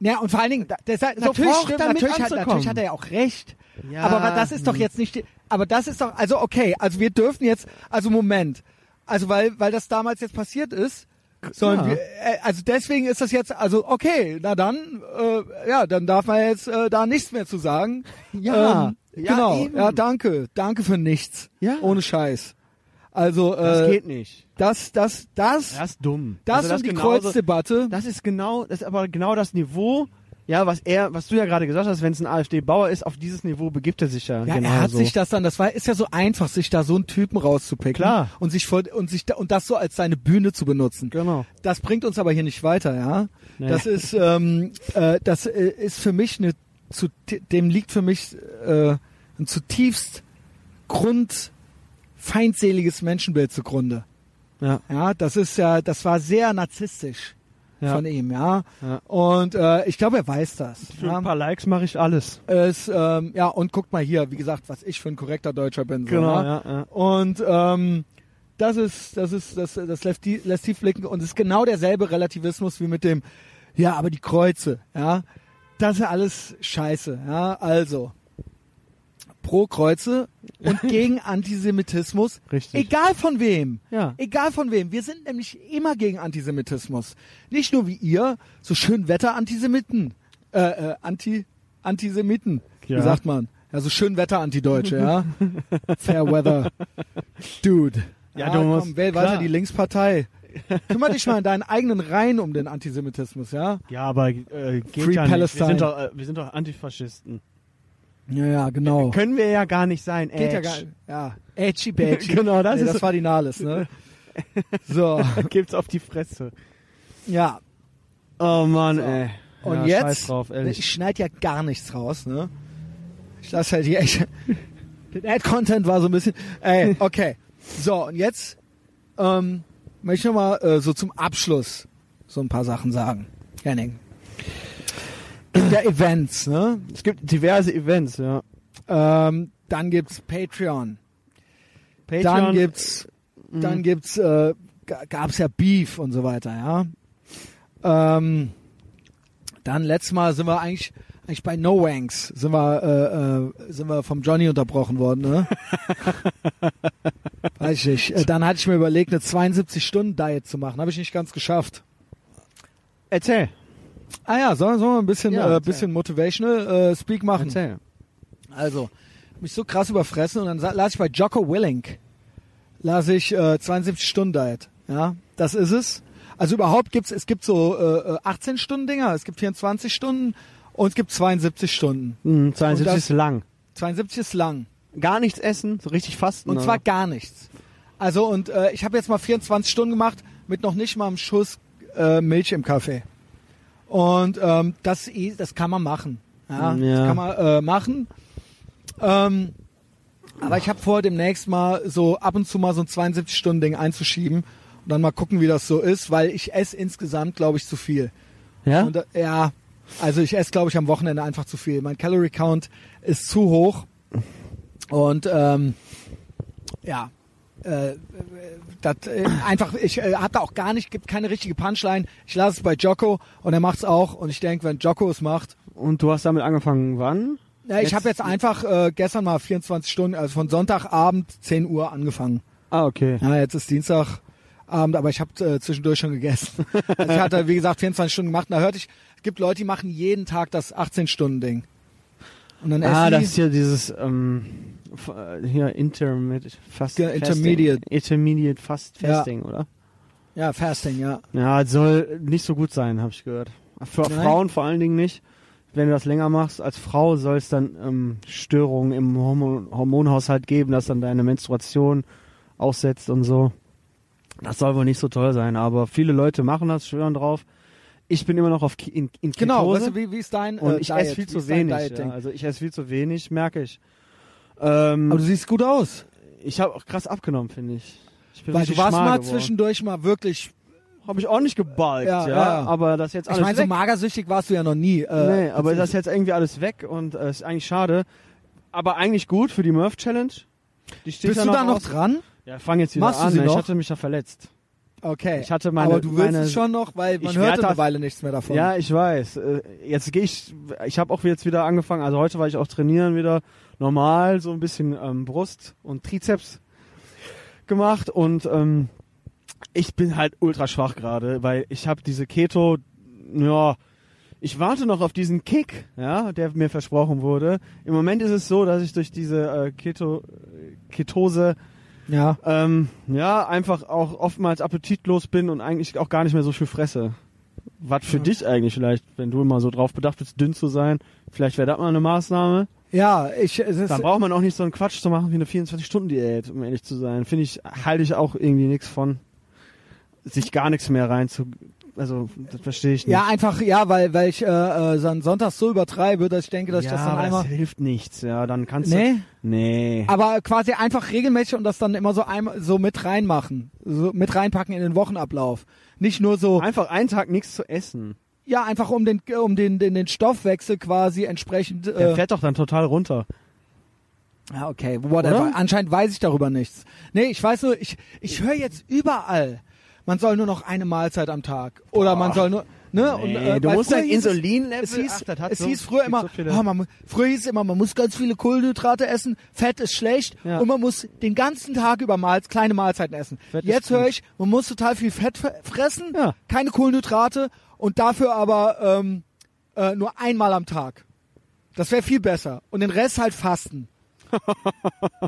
Speaker 1: Ja, und vor allen Dingen, da- deshalb,
Speaker 2: Sofort
Speaker 1: natürlich, stimmt,
Speaker 2: damit
Speaker 1: natürlich, hat,
Speaker 2: anzukommen.
Speaker 1: natürlich hat er ja auch recht.
Speaker 2: Ja,
Speaker 1: aber wa- das ist doch
Speaker 2: hm.
Speaker 1: jetzt nicht, die- aber das ist doch, also okay, also wir dürfen jetzt, also Moment, also weil, weil das damals jetzt passiert ist, sondern
Speaker 2: Ja.
Speaker 1: wir, äh, also deswegen ist das jetzt, also okay, na dann, äh, ja, dann darf man jetzt äh, da nichts mehr zu sagen.
Speaker 2: Ja,
Speaker 1: ähm,
Speaker 2: ja,
Speaker 1: genau,
Speaker 2: eben.
Speaker 1: ja, danke, danke für nichts,
Speaker 2: Ja.
Speaker 1: ohne Scheiß. Also,
Speaker 2: Das
Speaker 1: äh,
Speaker 2: geht nicht.
Speaker 1: das, das, das,
Speaker 2: Das ist dumm.
Speaker 1: das
Speaker 2: also das
Speaker 1: und die
Speaker 2: genauso-
Speaker 1: Kreuzdebatte,
Speaker 2: Das ist genau, das ist aber genau das Niveau, ja, was er, was du ja gerade gesagt hast, wenn es ein AfD-Bauer ist, auf dieses Niveau begibt er sich ja.
Speaker 1: Ja,
Speaker 2: genau
Speaker 1: er hat
Speaker 2: so.
Speaker 1: sich das dann, das war, ist ja so einfach, sich da so einen Typen rauszupicken.
Speaker 2: Klar.
Speaker 1: Und sich vor, und sich da, und das so als seine Bühne zu benutzen.
Speaker 2: Genau.
Speaker 1: Das bringt uns aber hier nicht weiter, ja.
Speaker 2: Nee.
Speaker 1: Das ist, ähm, äh, das äh, ist für mich eine, zu, dem liegt für mich äh, ein zutiefst grundfeindseliges Menschenbild zugrunde.
Speaker 2: ja,
Speaker 1: Ja, das ist ja, das war sehr narzisstisch
Speaker 2: ja.
Speaker 1: von ihm, ja.
Speaker 2: Ja.
Speaker 1: Und äh, ich glaube, er weiß das.
Speaker 2: Für
Speaker 1: ja.
Speaker 2: ein paar Likes mache ich alles.
Speaker 1: Es, ähm, ja, und guckt mal hier, wie gesagt, was ich für ein korrekter Deutscher bin. So, ne? ja.
Speaker 2: Genau, ja, ja.
Speaker 1: Und ähm, das ist, das ist, das, das lässt, die, lässt tief blicken und ist genau derselbe Relativismus wie mit dem, ja, aber die Kreuze, ja, das ist alles Scheiße, ja, also pro Kreuze und gegen Antisemitismus,
Speaker 2: Richtig.
Speaker 1: egal von wem,
Speaker 2: Ja.
Speaker 1: egal von wem, wir sind nämlich immer gegen Antisemitismus, nicht nur wie ihr, so schön Wetter-Antisemiten, äh, äh, Anti, Antisemiten,
Speaker 2: Ja.
Speaker 1: wie sagt man, ja, so schön Wetter-Antideutsche, ja. Fair Weather. Dude. Ah,
Speaker 2: Ja, du musst-
Speaker 1: komm, wähl
Speaker 2: klar.
Speaker 1: weiter die Linkspartei. Kümmer dich mal in deinen eigenen Reihen um den Antisemitismus, ja?
Speaker 2: Ja, aber äh, geht
Speaker 1: Free
Speaker 2: ja
Speaker 1: Palestine.
Speaker 2: nicht. Wir sind, doch, äh, wir sind doch Antifaschisten.
Speaker 1: Ja, ja, genau.
Speaker 2: Können wir ja gar nicht sein.
Speaker 1: Geht
Speaker 2: Edge.
Speaker 1: ja gar Ja, edgy badgy.
Speaker 2: Genau, das
Speaker 1: nee,
Speaker 2: ist-
Speaker 1: das war die Nahles, ne? So,
Speaker 2: Gibt's auf die Fresse.
Speaker 1: ja.
Speaker 2: Oh Mann, ey.
Speaker 1: Und
Speaker 2: ja, Scheiß
Speaker 1: jetzt,
Speaker 2: drauf, ehrlich.
Speaker 1: ich schneide ja gar nichts raus, ne? Ich lasse halt hier echt. Den Ad-Content war so ein bisschen. Ey, okay. So, und jetzt ähm, möchte ich nochmal äh, so zum Abschluss so ein paar Sachen sagen. Henning. Gibt ja Events, ne?
Speaker 2: es gibt diverse Events, ja.
Speaker 1: Ähm, dann gibt's Patreon.
Speaker 2: Patreon
Speaker 1: Dann gibt's Dann gibt's, äh, ga- gab's ja Beef und so weiter, ja. Ähm, dann letztes Mal sind wir eigentlich, eigentlich bei No Wanks sind wir, äh, äh, sind wir vom Johnny unterbrochen worden, ne? Weiß ich nicht. Äh, Dann hatte ich mir überlegt, eine 72-Stunden-Diet zu machen. Habe ich nicht ganz geschafft.
Speaker 2: Erzähl,
Speaker 1: Ah ja, sollen sollen wir ein bisschen,
Speaker 2: Ja,
Speaker 1: äh,
Speaker 2: erzähl.
Speaker 1: bisschen Motivational äh, Speak machen?
Speaker 2: erzähl.
Speaker 1: Also, hab mich so krass überfressen und dann sa- las ich bei Jocko Willink, las ich äh, 72 Stunden Diet. Ja, das ist es. Also überhaupt gibt's, es gibt so äh, 18 Stunden Dinger, es gibt 24 Stunden und es gibt 72 Stunden.
Speaker 2: Mhm,
Speaker 1: Und
Speaker 2: 72
Speaker 1: das-
Speaker 2: ist lang.
Speaker 1: 72 ist lang
Speaker 2: Gar nichts essen, so richtig fasten.
Speaker 1: und
Speaker 2: oder?
Speaker 1: zwar gar nichts. Also und äh, ich habe jetzt mal 24 Stunden gemacht mit noch nicht mal einem Schuss äh, Milch im Kaffee. Und ähm, das, i- das kann man machen. Ja,
Speaker 2: Ja.
Speaker 1: Das kann man äh, machen. Ähm, aber ich habe vor, demnächst mal so ab und zu mal so ein 72-Stunden-Ding einzuschieben und dann mal gucken, wie das so ist, weil ich esse insgesamt, glaube ich, zu viel.
Speaker 2: ja?
Speaker 1: Und, äh, ja, also ich esse, glaube ich, am Wochenende einfach zu viel. Mein Calorie Count ist zu hoch. Und ähm, ja, äh, das äh, einfach, ich äh, hab da auch gar nicht, gibt keine richtige Punchline. Ich lasse es bei Jocko und er macht's auch. Und ich denke, wenn Jocko es macht,
Speaker 2: und du hast damit angefangen, wann?
Speaker 1: ja, ich
Speaker 2: Jetzt-
Speaker 1: habe jetzt einfach äh, gestern mal 24 Stunden, also von Sonntagabend 10 Uhr angefangen.
Speaker 2: Ah, okay.
Speaker 1: Ja, jetzt ist Dienstagabend, aber ich habe äh, zwischendurch schon gegessen. Also ich hatte, wie gesagt, 24 Stunden gemacht. Und da hörte ich, es gibt Leute, die machen jeden Tag das 18-Stunden-Ding. Und dann essen
Speaker 2: Ah,
Speaker 1: die.
Speaker 2: das ist ja dieses ähm, f- äh, hier Intermediate Fast
Speaker 1: Ja, Genau, Intermediate.
Speaker 2: Fasting. Intermediate Fast
Speaker 1: Ja.
Speaker 2: Fasting, oder?
Speaker 1: ja, Fasting, ja.
Speaker 2: Ja, es soll nicht so gut sein, habe ich gehört. Für
Speaker 1: Nein.
Speaker 2: Frauen vor allen Dingen nicht. Wenn du das länger machst, als Frau soll es dann ähm, Störungen im Hormon Hormonhaushalt geben, dass dann deine Menstruation aussetzt und so. Das soll wohl nicht so toll sein, aber viele Leute machen das, schwören drauf. Ich bin immer noch auf Ki in, in Ketose.
Speaker 1: Genau, weißt du, wie, wie ist dein
Speaker 2: Und
Speaker 1: äh,
Speaker 2: ich
Speaker 1: Diet?
Speaker 2: esse viel
Speaker 1: Wie
Speaker 2: zu
Speaker 1: ist dein
Speaker 2: wenig.
Speaker 1: Diet-Ding?
Speaker 2: Ja. Also ich esse viel zu wenig, merke ich. Ähm,
Speaker 1: Aber du siehst gut aus.
Speaker 2: ich habe auch krass abgenommen, finde ich. ich bin
Speaker 1: Weil du
Speaker 2: richtig
Speaker 1: warst
Speaker 2: schmal
Speaker 1: mal
Speaker 2: geworden.
Speaker 1: zwischendurch mal wirklich.
Speaker 2: Habe ich auch nicht gebalgt,
Speaker 1: Ja,
Speaker 2: ja,
Speaker 1: ja.
Speaker 2: Aber das ist jetzt
Speaker 1: Ich
Speaker 2: alles
Speaker 1: meine, so
Speaker 2: weg.
Speaker 1: magersüchtig warst du ja noch nie. Äh,
Speaker 2: nee, aber das ist jetzt irgendwie alles weg und äh, ist eigentlich schade. Aber eigentlich gut für die Murph Challenge. Die steht
Speaker 1: bist
Speaker 2: ja
Speaker 1: du da noch
Speaker 2: aus.
Speaker 1: dran?
Speaker 2: Ja, fang jetzt wieder
Speaker 1: Machst du
Speaker 2: an.
Speaker 1: sie
Speaker 2: ne?
Speaker 1: noch?
Speaker 2: Ich hatte mich ja verletzt.
Speaker 1: Okay.
Speaker 2: Ich hatte meine-
Speaker 1: aber du willst
Speaker 2: meine-
Speaker 1: es schon noch, weil man
Speaker 2: Ich
Speaker 1: hört
Speaker 2: werde
Speaker 1: eine
Speaker 2: das-
Speaker 1: Weile nichts mehr davon.
Speaker 2: Ja, ich weiß. Äh, Jetzt gehe ich, ich habe auch jetzt wieder angefangen, also heute war ich auch trainieren wieder normal, so ein bisschen ähm, Brust und Trizeps gemacht und ähm, ich bin halt ultra schwach gerade, weil ich habe diese Keto, ja, ich warte noch auf diesen Kick, ja, der mir versprochen wurde. Im Moment ist es so, dass ich durch diese äh, Keto, Ketose
Speaker 1: ja.
Speaker 2: ähm, ja, einfach auch oftmals appetitlos bin und eigentlich auch gar nicht mehr so viel fresse. Was für dich eigentlich vielleicht, wenn du immer so drauf bedacht bist, dünn zu sein, vielleicht wäre das mal eine Maßnahme.
Speaker 1: Ja, ich. Es ist,
Speaker 2: Dann braucht man auch nicht so einen Quatsch zu machen wie eine 24-Stunden-Diät, um ehrlich zu sein. Finde ich, halte ich auch irgendwie nichts von, sich gar nichts mehr rein zu, also, das verstehe ich nicht.
Speaker 1: Ja, einfach, ja, weil, weil ich äh, äh, so einen Sonntag so übertreibe, dass ich denke, dass
Speaker 2: ja,
Speaker 1: ich das dann
Speaker 2: aber
Speaker 1: einmal.
Speaker 2: das hilft nichts, ja, dann kannst
Speaker 1: Nee,
Speaker 2: du, nee.
Speaker 1: aber quasi einfach regelmäßig und das dann immer so einmal so mit reinmachen, so mit reinpacken in den Wochenablauf. Nicht nur so,
Speaker 2: Einfach einen Tag nichts zu essen.
Speaker 1: ja, einfach um den um den den, den Stoffwechsel quasi entsprechend
Speaker 2: Der
Speaker 1: äh,
Speaker 2: fährt doch dann total runter.
Speaker 1: Ja, okay, whatever.
Speaker 2: Oder?
Speaker 1: Anscheinend weiß ich darüber nichts. Nee, ich weiß nur, ich, ich höre jetzt überall, man soll nur noch eine Mahlzeit am Tag. Oder man soll nur. Ne?
Speaker 2: Nee,
Speaker 1: und, äh,
Speaker 2: du
Speaker 1: weil
Speaker 2: musst halt
Speaker 1: früher
Speaker 2: dein
Speaker 1: hieß es-
Speaker 2: Insulinlevel-
Speaker 1: Es hieß,
Speaker 2: Ach, das hat
Speaker 1: es
Speaker 2: so-
Speaker 1: hieß früher
Speaker 2: gibt
Speaker 1: immer,
Speaker 2: so viele-
Speaker 1: oh, man, mu- früher hieß es immer, man muss ganz viele Kohlenhydrate essen, Fett ist schlecht
Speaker 2: Ja.
Speaker 1: und man muss den ganzen Tag über Mahl kleine Mahlzeiten essen.
Speaker 2: Fett ist
Speaker 1: jetzt
Speaker 2: gut.
Speaker 1: höre ich, man muss total viel Fett fe- fressen,
Speaker 2: Ja.
Speaker 1: keine Kohlenhydrate und dafür aber ähm, äh, nur einmal am Tag. Das wäre viel besser. Und den Rest halt fasten.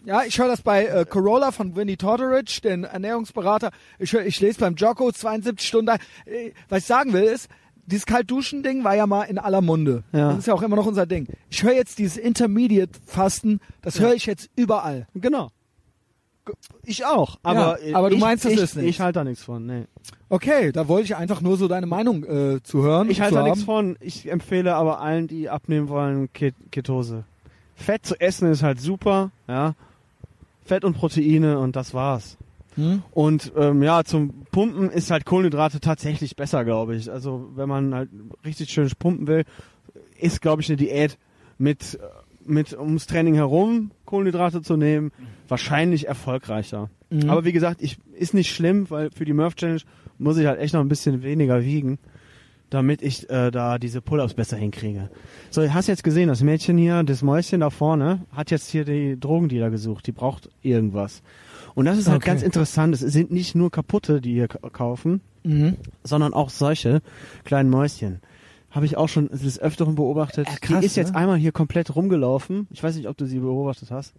Speaker 1: Ja, ich höre das bei äh, Corolla von Winnie Todorich, den Ernährungsberater. Ich, hör, ich lese beim Jocko 72 Stunden. Äh, was ich sagen will ist, dieses Kaltduschen-Ding war ja mal in aller Munde.
Speaker 2: Ja.
Speaker 1: Das ist ja auch immer noch unser Ding. Ich höre jetzt dieses Intermediate-Fasten, das höre ich jetzt überall.
Speaker 2: Genau. Ich auch, aber
Speaker 1: Ja, aber du
Speaker 2: ich,
Speaker 1: meinst, das
Speaker 2: ich,
Speaker 1: ist nichts.
Speaker 2: Ich halte da nichts von, nee.
Speaker 1: Okay, da wollte ich einfach nur so deine Meinung äh, zu hören.
Speaker 2: Ich
Speaker 1: und
Speaker 2: halte
Speaker 1: zu
Speaker 2: da nichts
Speaker 1: haben.
Speaker 2: von. Ich empfehle aber allen, die abnehmen wollen, Ke Ketose. Fett zu essen ist halt super, ja. Fett und Proteine und das war's.
Speaker 1: Hm?
Speaker 2: Und ähm, ja, zum Pumpen ist halt Kohlenhydrate tatsächlich besser, glaube ich. Also wenn man halt richtig schön pumpen will, ist, glaube ich, eine Diät mit äh, mit ums Training herum Kohlenhydrate zu nehmen, wahrscheinlich erfolgreicher.
Speaker 1: Mhm.
Speaker 2: Aber wie gesagt, ich, ist nicht schlimm, weil für die Murph Challenge muss ich halt echt noch ein bisschen weniger wiegen, damit ich äh, da diese Pull-ups besser hinkriege. So, hast jetzt gesehen, das Mädchen hier, das Mäuschen da vorne, hat jetzt hier die Drogendealer gesucht. Die braucht irgendwas. Und das ist halt
Speaker 1: Okay.
Speaker 2: ganz interessant. Es sind nicht nur kaputte, die hier k- kaufen,
Speaker 1: Mhm.
Speaker 2: sondern auch solche kleinen Mäuschen. Habe ich auch schon des Öfteren beobachtet.
Speaker 1: Ja, krass,
Speaker 2: die ist jetzt
Speaker 1: ne?
Speaker 2: einmal hier komplett rumgelaufen. Ich weiß nicht, ob du sie beobachtet hast.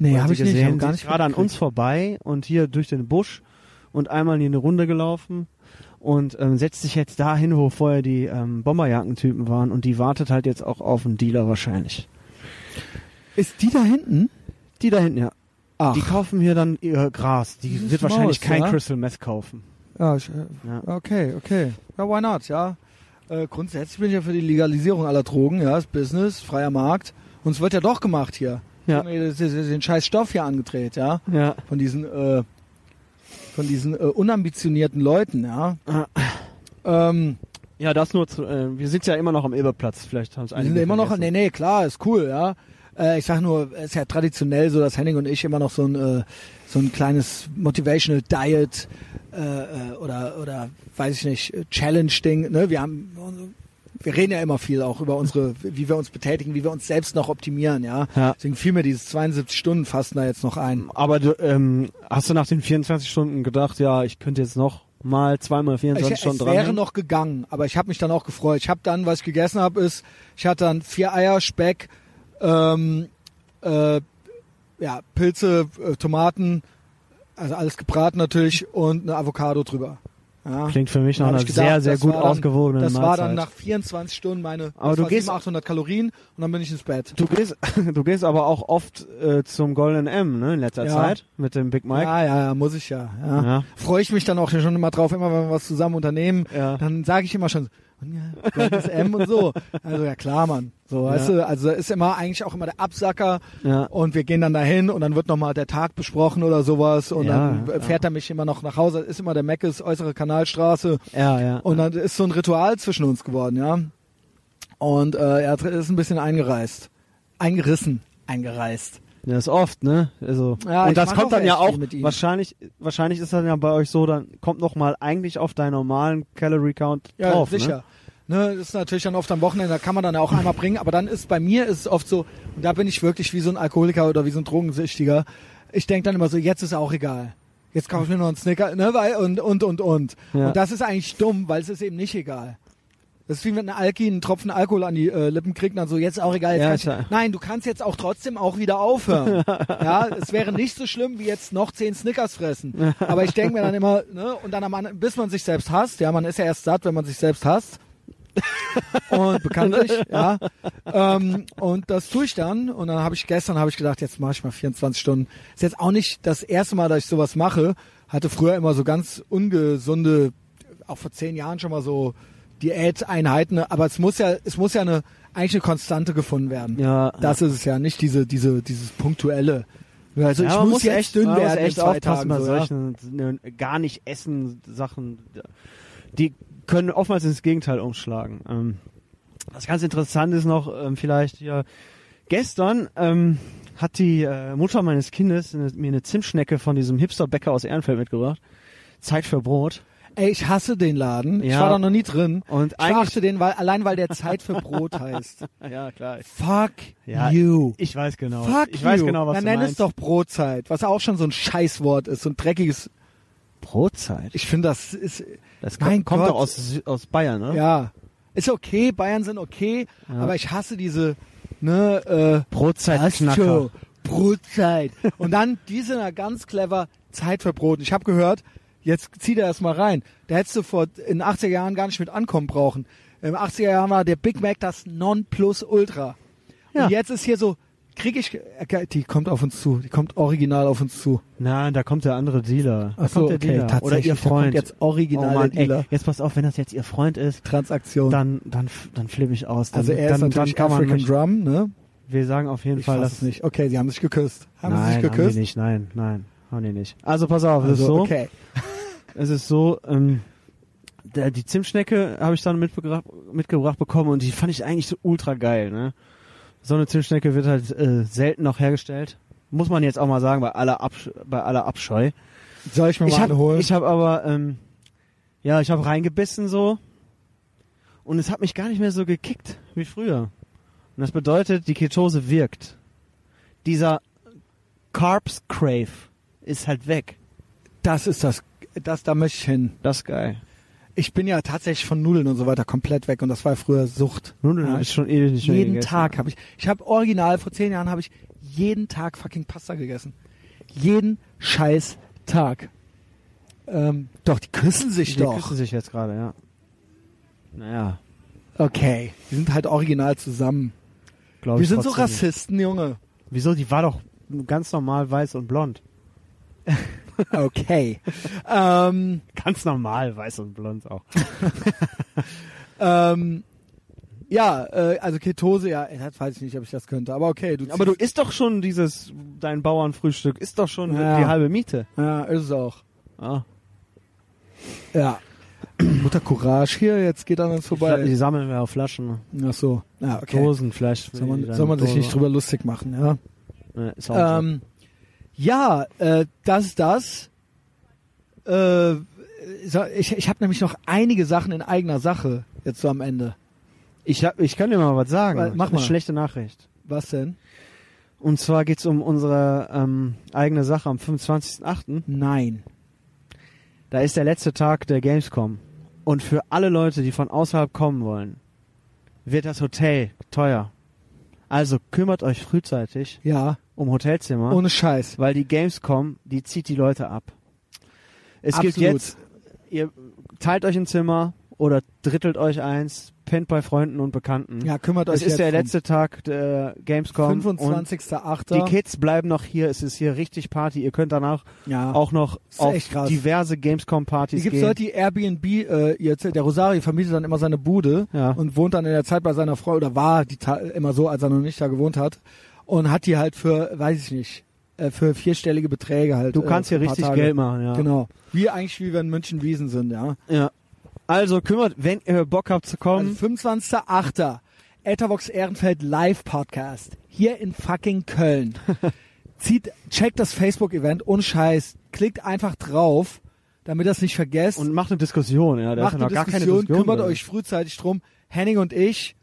Speaker 1: Nee,
Speaker 2: Oder
Speaker 1: habe
Speaker 2: sie
Speaker 1: ich nicht.
Speaker 2: gesehen.
Speaker 1: hab gar
Speaker 2: Sie
Speaker 1: nicht
Speaker 2: ist gerade an
Speaker 1: mitgekriegt.
Speaker 2: uns vorbei und hier durch den Busch und einmal hier eine Runde gelaufen und ähm, setzt sich jetzt dahin, wo vorher die ähm, Bomberjackentypen waren und die wartet halt jetzt auch auf einen Dealer wahrscheinlich.
Speaker 1: Ist die da hinten? Ah.
Speaker 2: Die da hinten, ja.
Speaker 1: Ach,
Speaker 2: Die kaufen hier dann ihr Gras. Die
Speaker 1: Süßes
Speaker 2: wird wahrscheinlich
Speaker 1: Maus,
Speaker 2: kein
Speaker 1: ja?
Speaker 2: Crystal Meth kaufen.
Speaker 1: ja, ich, äh,
Speaker 2: Ja.
Speaker 1: okay, okay. Ja, why not, ja. Äh, grundsätzlich bin ich ja für die Legalisierung aller Drogen, ja, ist Business, freier Markt. Und es wird ja doch gemacht hier.
Speaker 2: Ja.
Speaker 1: Die haben mir Den, den scheiß Stoff hier angedreht, ja.
Speaker 2: Ja.
Speaker 1: Von diesen, äh, von diesen äh, unambitionierten Leuten, ja.
Speaker 2: Ah.
Speaker 1: Ähm,
Speaker 2: Ja, das nur zu, äh, wir sind ja immer noch am Eberplatz, vielleicht haben es
Speaker 1: Wir sind immer noch, nee, nee, klar, ist cool, ja. Äh, ich sag nur, es ist ja traditionell so, dass Henning und ich immer noch so ein, äh, so ein kleines Motivational Diet äh, äh, oder, oder, weiß ich nicht, äh, Challenge-Ding, ne? Wir haben, wir reden ja immer viel auch über unsere, wie wir uns betätigen, wie wir uns selbst noch optimieren, ja.
Speaker 2: Ja.
Speaker 1: Deswegen fiel mir dieses 72-Stunden-Fasten da jetzt noch ein.
Speaker 2: Aber du, ähm, hast du nach den 24 Stunden gedacht, ja, ich könnte jetzt noch mal zweimal 24
Speaker 1: Ich,
Speaker 2: Stunden
Speaker 1: es
Speaker 2: dran.
Speaker 1: wäre noch gegangen, aber ich habe mich dann auch gefreut. Ich habe dann, was ich gegessen habe, ist, ich hatte dann vier Eier, Speck, ähm, äh, ja, Pilze, äh, Tomaten, also alles gebraten natürlich und eine Avocado drüber. Ja.
Speaker 2: Klingt für mich nach
Speaker 1: Hab
Speaker 2: einer
Speaker 1: ich gedacht,
Speaker 2: sehr, sehr
Speaker 1: das
Speaker 2: gut
Speaker 1: war dann-
Speaker 2: ausgewogenen
Speaker 1: Das
Speaker 2: Mahlzeit.
Speaker 1: war dann nach 24 Stunden meine das
Speaker 2: Aber du
Speaker 1: war
Speaker 2: gehst-
Speaker 1: 700, 800 Kalorien und dann bin ich ins Bett.
Speaker 2: du gehst, du gehst aber auch oft äh, zum Golden M, ne, in letzter
Speaker 1: Ja.
Speaker 2: Zeit mit dem Big Mike.
Speaker 1: Ja, ja, ja, muss ich ja. ja.
Speaker 2: Ja.
Speaker 1: Freue ich mich dann auch schon immer drauf, immer wenn wir was zusammen unternehmen,
Speaker 2: Ja.
Speaker 1: dann sage ich immer schon, und ja, goldenes M und so. Also ja klar, Mann. So, weißt
Speaker 2: Ja.
Speaker 1: du, also ist immer eigentlich auch immer der Absacker
Speaker 2: Ja.
Speaker 1: und wir gehen dann dahin und dann wird nochmal der Tag besprochen oder sowas und
Speaker 2: Ja,
Speaker 1: dann
Speaker 2: ja.
Speaker 1: fährt er mich immer noch nach Hause, ist immer der Meckes, äußere Kanalstraße
Speaker 2: ja, ja.
Speaker 1: und dann ist so ein Ritual zwischen uns geworden, ja. Und äh, er ist ein bisschen eingereist. Eingerissen. Eingereist.
Speaker 2: Ja, ist oft, ne? Also
Speaker 1: Ja, ich
Speaker 2: und das
Speaker 1: mach
Speaker 2: kommt
Speaker 1: auch
Speaker 2: dann ja
Speaker 1: echt viel
Speaker 2: auch
Speaker 1: mit ihm.
Speaker 2: wahrscheinlich wahrscheinlich ist dann ja bei euch so, dann kommt noch mal eigentlich auf deinen normalen Calorie Count
Speaker 1: Ja,
Speaker 2: drauf,
Speaker 1: sicher.
Speaker 2: ne?
Speaker 1: Ne, das ist natürlich dann oft am Wochenende, da kann man dann auch einmal bringen, aber dann ist bei mir ist es oft so, und da bin ich wirklich wie so ein Alkoholiker oder wie so ein Drogensüchtiger. Ich denke dann immer so, jetzt ist auch egal. Jetzt kaufe ich mir noch einen Snicker, ne, weil, und, und, und, und.
Speaker 2: Ja.
Speaker 1: Und das ist eigentlich dumm, weil es ist eben nicht egal. Das ist wie wenn ein Alki einen Tropfen Alkohol an die äh, Lippen kriegt und dann so, jetzt auch egal.
Speaker 2: Ja,
Speaker 1: Jetzt
Speaker 2: ist
Speaker 1: kann
Speaker 2: ja-
Speaker 1: ich, nein, du kannst jetzt auch trotzdem auch wieder aufhören. ja, es wäre nicht so schlimm, wie jetzt noch zehn Snickers fressen. Aber ich denke mir dann immer, ne, und dann am anderen, bis man sich selbst hasst, ja, man ist ja erst satt, wenn man sich selbst hasst. und Oh, bekanntlich, ja. Ähm, und das tue ich dann. Und dann habe ich gestern habe ich gedacht, jetzt mache ich mal 24 Stunden. Ist jetzt auch nicht das erste Mal, dass ich sowas mache. Hatte früher immer so ganz ungesunde, auch vor zehn Jahren schon mal so Diäteinheiten. Aber es muss ja, es muss ja eine eigentlich eine Konstante gefunden werden.
Speaker 2: Ja.
Speaker 1: Das ist es ja nicht diese diese dieses punktuelle. Also
Speaker 2: ja,
Speaker 1: ich
Speaker 2: man
Speaker 1: muss,
Speaker 2: muss
Speaker 1: jetzt
Speaker 2: echt,
Speaker 1: dünn
Speaker 2: man
Speaker 1: werden
Speaker 2: muss
Speaker 1: in
Speaker 2: echt
Speaker 1: zwei Tagen.
Speaker 2: aufpassen bei
Speaker 1: so, ja.
Speaker 2: solchen ne, gar nicht essen Sachen. Die können oftmals ins Gegenteil umschlagen. Ähm, was ganz interessant ist noch ähm, vielleicht hier gestern ähm, hat die äh, Mutter meines Kindes eine, mir eine Zimtschnecke von diesem Hipster-Bäcker aus Ehrenfeld mitgebracht. Zeit für Brot.
Speaker 1: Ey, ich hasse den Laden. Ich
Speaker 2: Ja.
Speaker 1: war da noch nie drin.
Speaker 2: Und
Speaker 1: ich
Speaker 2: eigentlich-
Speaker 1: verachte den, weil, allein weil der Zeit für Brot heißt.
Speaker 2: Ja, klar.
Speaker 1: Fuck
Speaker 2: Ja,
Speaker 1: you.
Speaker 2: Ich weiß genau.
Speaker 1: Fuck
Speaker 2: ich
Speaker 1: you.
Speaker 2: weiß genau, was
Speaker 1: Dann
Speaker 2: du
Speaker 1: nenn
Speaker 2: meinst.
Speaker 1: es doch Brotzeit, was auch schon so ein Scheißwort ist, so ein dreckiges.
Speaker 2: Brotzeit.
Speaker 1: Ich finde, das ist
Speaker 2: Das
Speaker 1: Mein
Speaker 2: kommt, kommt
Speaker 1: Gott.
Speaker 2: doch aus, Sü- aus Bayern, ne?
Speaker 1: ja ist okay. Bayern sind okay,
Speaker 2: Ja.
Speaker 1: aber ich hasse diese ne äh,
Speaker 2: Brotzeit-Knacker.
Speaker 1: Show. Brotzeit. Und dann die sind ja ganz clever Zeit für Brot. Und Ich habe gehört, jetzt zieht er das mal rein. Da hättest du vor in den 80er Jahren gar nicht mit ankommen brauchen. Im 80er Jahren war der Big Mac das Nonplusultra.
Speaker 2: Ja.
Speaker 1: Und jetzt ist hier so, krieg ich, äh, die kommt auf uns zu, die kommt original auf uns zu.
Speaker 2: Nein, da kommt der andere Dealer. Da
Speaker 1: Ach so,
Speaker 2: kommt der
Speaker 1: okay,
Speaker 2: Dealer. Oder
Speaker 1: tatsächlich,
Speaker 2: ihr
Speaker 1: da kommt
Speaker 2: Freund. Oh
Speaker 1: jetzt original der
Speaker 2: ey,
Speaker 1: Dealer.
Speaker 2: jetzt pass auf, wenn das jetzt ihr Freund ist,
Speaker 1: Transaktion.
Speaker 2: dann, dann, f- dann flippe ich aus. Dann,
Speaker 1: also er
Speaker 2: dann,
Speaker 1: ist natürlich
Speaker 2: dann kann man
Speaker 1: African
Speaker 2: mich,
Speaker 1: Drum, ne?
Speaker 2: Wir sagen auf jeden
Speaker 1: Ich
Speaker 2: Fall,
Speaker 1: weiß
Speaker 2: dass
Speaker 1: es nicht. Okay, sie haben sich geküsst. Haben
Speaker 2: nein,
Speaker 1: sie sich geküsst?
Speaker 2: Haben die nicht, nein, nein, haben die nicht. Also pass auf, es ist
Speaker 1: Also,
Speaker 2: so.
Speaker 1: okay.
Speaker 2: Es ist so, ähm, der, die Zimtschnecke habe ich dann mitgebracht, mitgebracht bekommen und die fand ich eigentlich so ultra geil, ne? So eine Zimtschnecke wird halt äh, selten noch hergestellt. Muss man jetzt auch mal sagen, bei aller, Absch bei aller Abscheu.
Speaker 1: Soll ich mir
Speaker 2: ich
Speaker 1: mal eine
Speaker 2: habe
Speaker 1: holen?
Speaker 2: ich hab aber, ähm, ja, ich habe reingebissen so und es hat mich gar nicht mehr so gekickt wie früher. Und das bedeutet, die Ketose wirkt. Dieser Carbs Crave ist halt weg.
Speaker 1: das ist das, das, da möchte ich hin.
Speaker 2: Das ist geil.
Speaker 1: Ich bin ja tatsächlich von Nudeln und so weiter komplett weg und das war früher Sucht.
Speaker 2: Nudeln
Speaker 1: Ja,
Speaker 2: hab ich schon ewig nicht mehr
Speaker 1: jeden
Speaker 2: gegessen.
Speaker 1: Tag habe ich, ich habe original vor zehn Jahren habe ich jeden Tag fucking Pasta gegessen. Jeden scheiß Tag. Ähm, doch, die küssen sich
Speaker 2: Die
Speaker 1: doch.
Speaker 2: küssen sich jetzt gerade, ja. Naja,
Speaker 1: Okay, die sind halt original zusammen.
Speaker 2: glaube
Speaker 1: Wir
Speaker 2: ich.
Speaker 1: sind so
Speaker 2: trotzdem nicht.
Speaker 1: Rassisten, Junge.
Speaker 2: Wieso? Die war doch ganz normal weiß und blond.
Speaker 1: Okay. ähm,
Speaker 2: Ganz normal weiß und blond auch.
Speaker 1: ähm, ja, äh, also Ketose, ja, ey, das weiß ich nicht, ob ich das könnte, aber okay. Du
Speaker 2: Aber du isst doch schon dieses, dein Bauernfrühstück, ist doch schon
Speaker 1: Ja.
Speaker 2: die halbe Miete.
Speaker 1: Ja, ist es auch.
Speaker 2: Ah.
Speaker 1: Ja. Mutter Courage hier, jetzt geht an uns
Speaker 2: Die,
Speaker 1: vorbei.
Speaker 2: sammeln wir auf Flaschen,
Speaker 1: Ach so.
Speaker 2: Ah,
Speaker 1: Ja, okay.
Speaker 2: Dosen vielleicht.
Speaker 1: Soll man, soll man sich nicht drüber lustig machen, ja.
Speaker 2: Nee, ist auch so.
Speaker 1: Ähm, ja, äh, das ist das. Äh, so- ich ich habe nämlich noch einige Sachen in eigener Sache jetzt so am Ende.
Speaker 2: Ich, hab, ich kann dir mal was sagen.
Speaker 1: Weil- mach
Speaker 2: Eine
Speaker 1: mal.
Speaker 2: schlechte Nachricht.
Speaker 1: Was denn?
Speaker 2: Und zwar geht's um unsere ähm, eigene Sache am 25.8.
Speaker 1: Nein.
Speaker 2: Da ist der letzte Tag der Gamescom. Und für alle Leute, die von außerhalb kommen wollen, wird das Hotel teuer. Also kümmert euch frühzeitig
Speaker 1: Ja,
Speaker 2: um Hotelzimmer,
Speaker 1: ohne Scheiß.
Speaker 2: weil die Gamescom, die zieht die Leute ab. Es gibt
Speaker 1: Absolut.
Speaker 2: jetzt, ihr teilt euch ein Zimmer oder drittelt euch eins, pennt bei Freunden und Bekannten.
Speaker 1: Ja, kümmert euch
Speaker 2: es Mhm. ist
Speaker 1: jetzt
Speaker 2: der
Speaker 1: drum.
Speaker 2: letzte Tag der Gamescom. Und
Speaker 1: 25.8.
Speaker 2: die Kids bleiben noch hier, es ist hier richtig Party. Ihr könnt danach
Speaker 1: ja.
Speaker 2: auch noch
Speaker 1: Ist
Speaker 2: auf
Speaker 1: echt krass.
Speaker 2: diverse Gamescom-Partys
Speaker 1: Hier
Speaker 2: gehen.
Speaker 1: gibt's Leute, die Airbnb, äh, jetzt, der Rosario vermietet dann immer seine Bude
Speaker 2: Ja.
Speaker 1: und wohnt dann in der Zeit bei seiner Frau oder war die Ta immer so, als er noch nicht da gewohnt hat und hat die halt für, weiß ich nicht, äh, für vierstellige Beträge halt.
Speaker 2: Du kannst
Speaker 1: äh,
Speaker 2: hier
Speaker 1: für ein paar
Speaker 2: richtig
Speaker 1: Tage.
Speaker 2: Geld machen, ja.
Speaker 1: Genau. Wie eigentlich, wie wir in München Wiesen sind, ja.
Speaker 2: ja. Also kümmert, wenn ihr Bock habt zu kommen,
Speaker 1: Also 25.8. Etherbox Ehrenfeld Live Podcast. Hier in fucking Köln. Zieht, checkt das Facebook-Event und Scheiß. Klickt einfach drauf, damit das nicht vergesst.
Speaker 2: und macht eine Diskussion, ja. Da
Speaker 1: Also macht
Speaker 2: ist
Speaker 1: eine
Speaker 2: noch gar keine
Speaker 1: Diskussion,
Speaker 2: Diskussion
Speaker 1: kümmert
Speaker 2: drin.
Speaker 1: euch frühzeitig drum. Henning und ich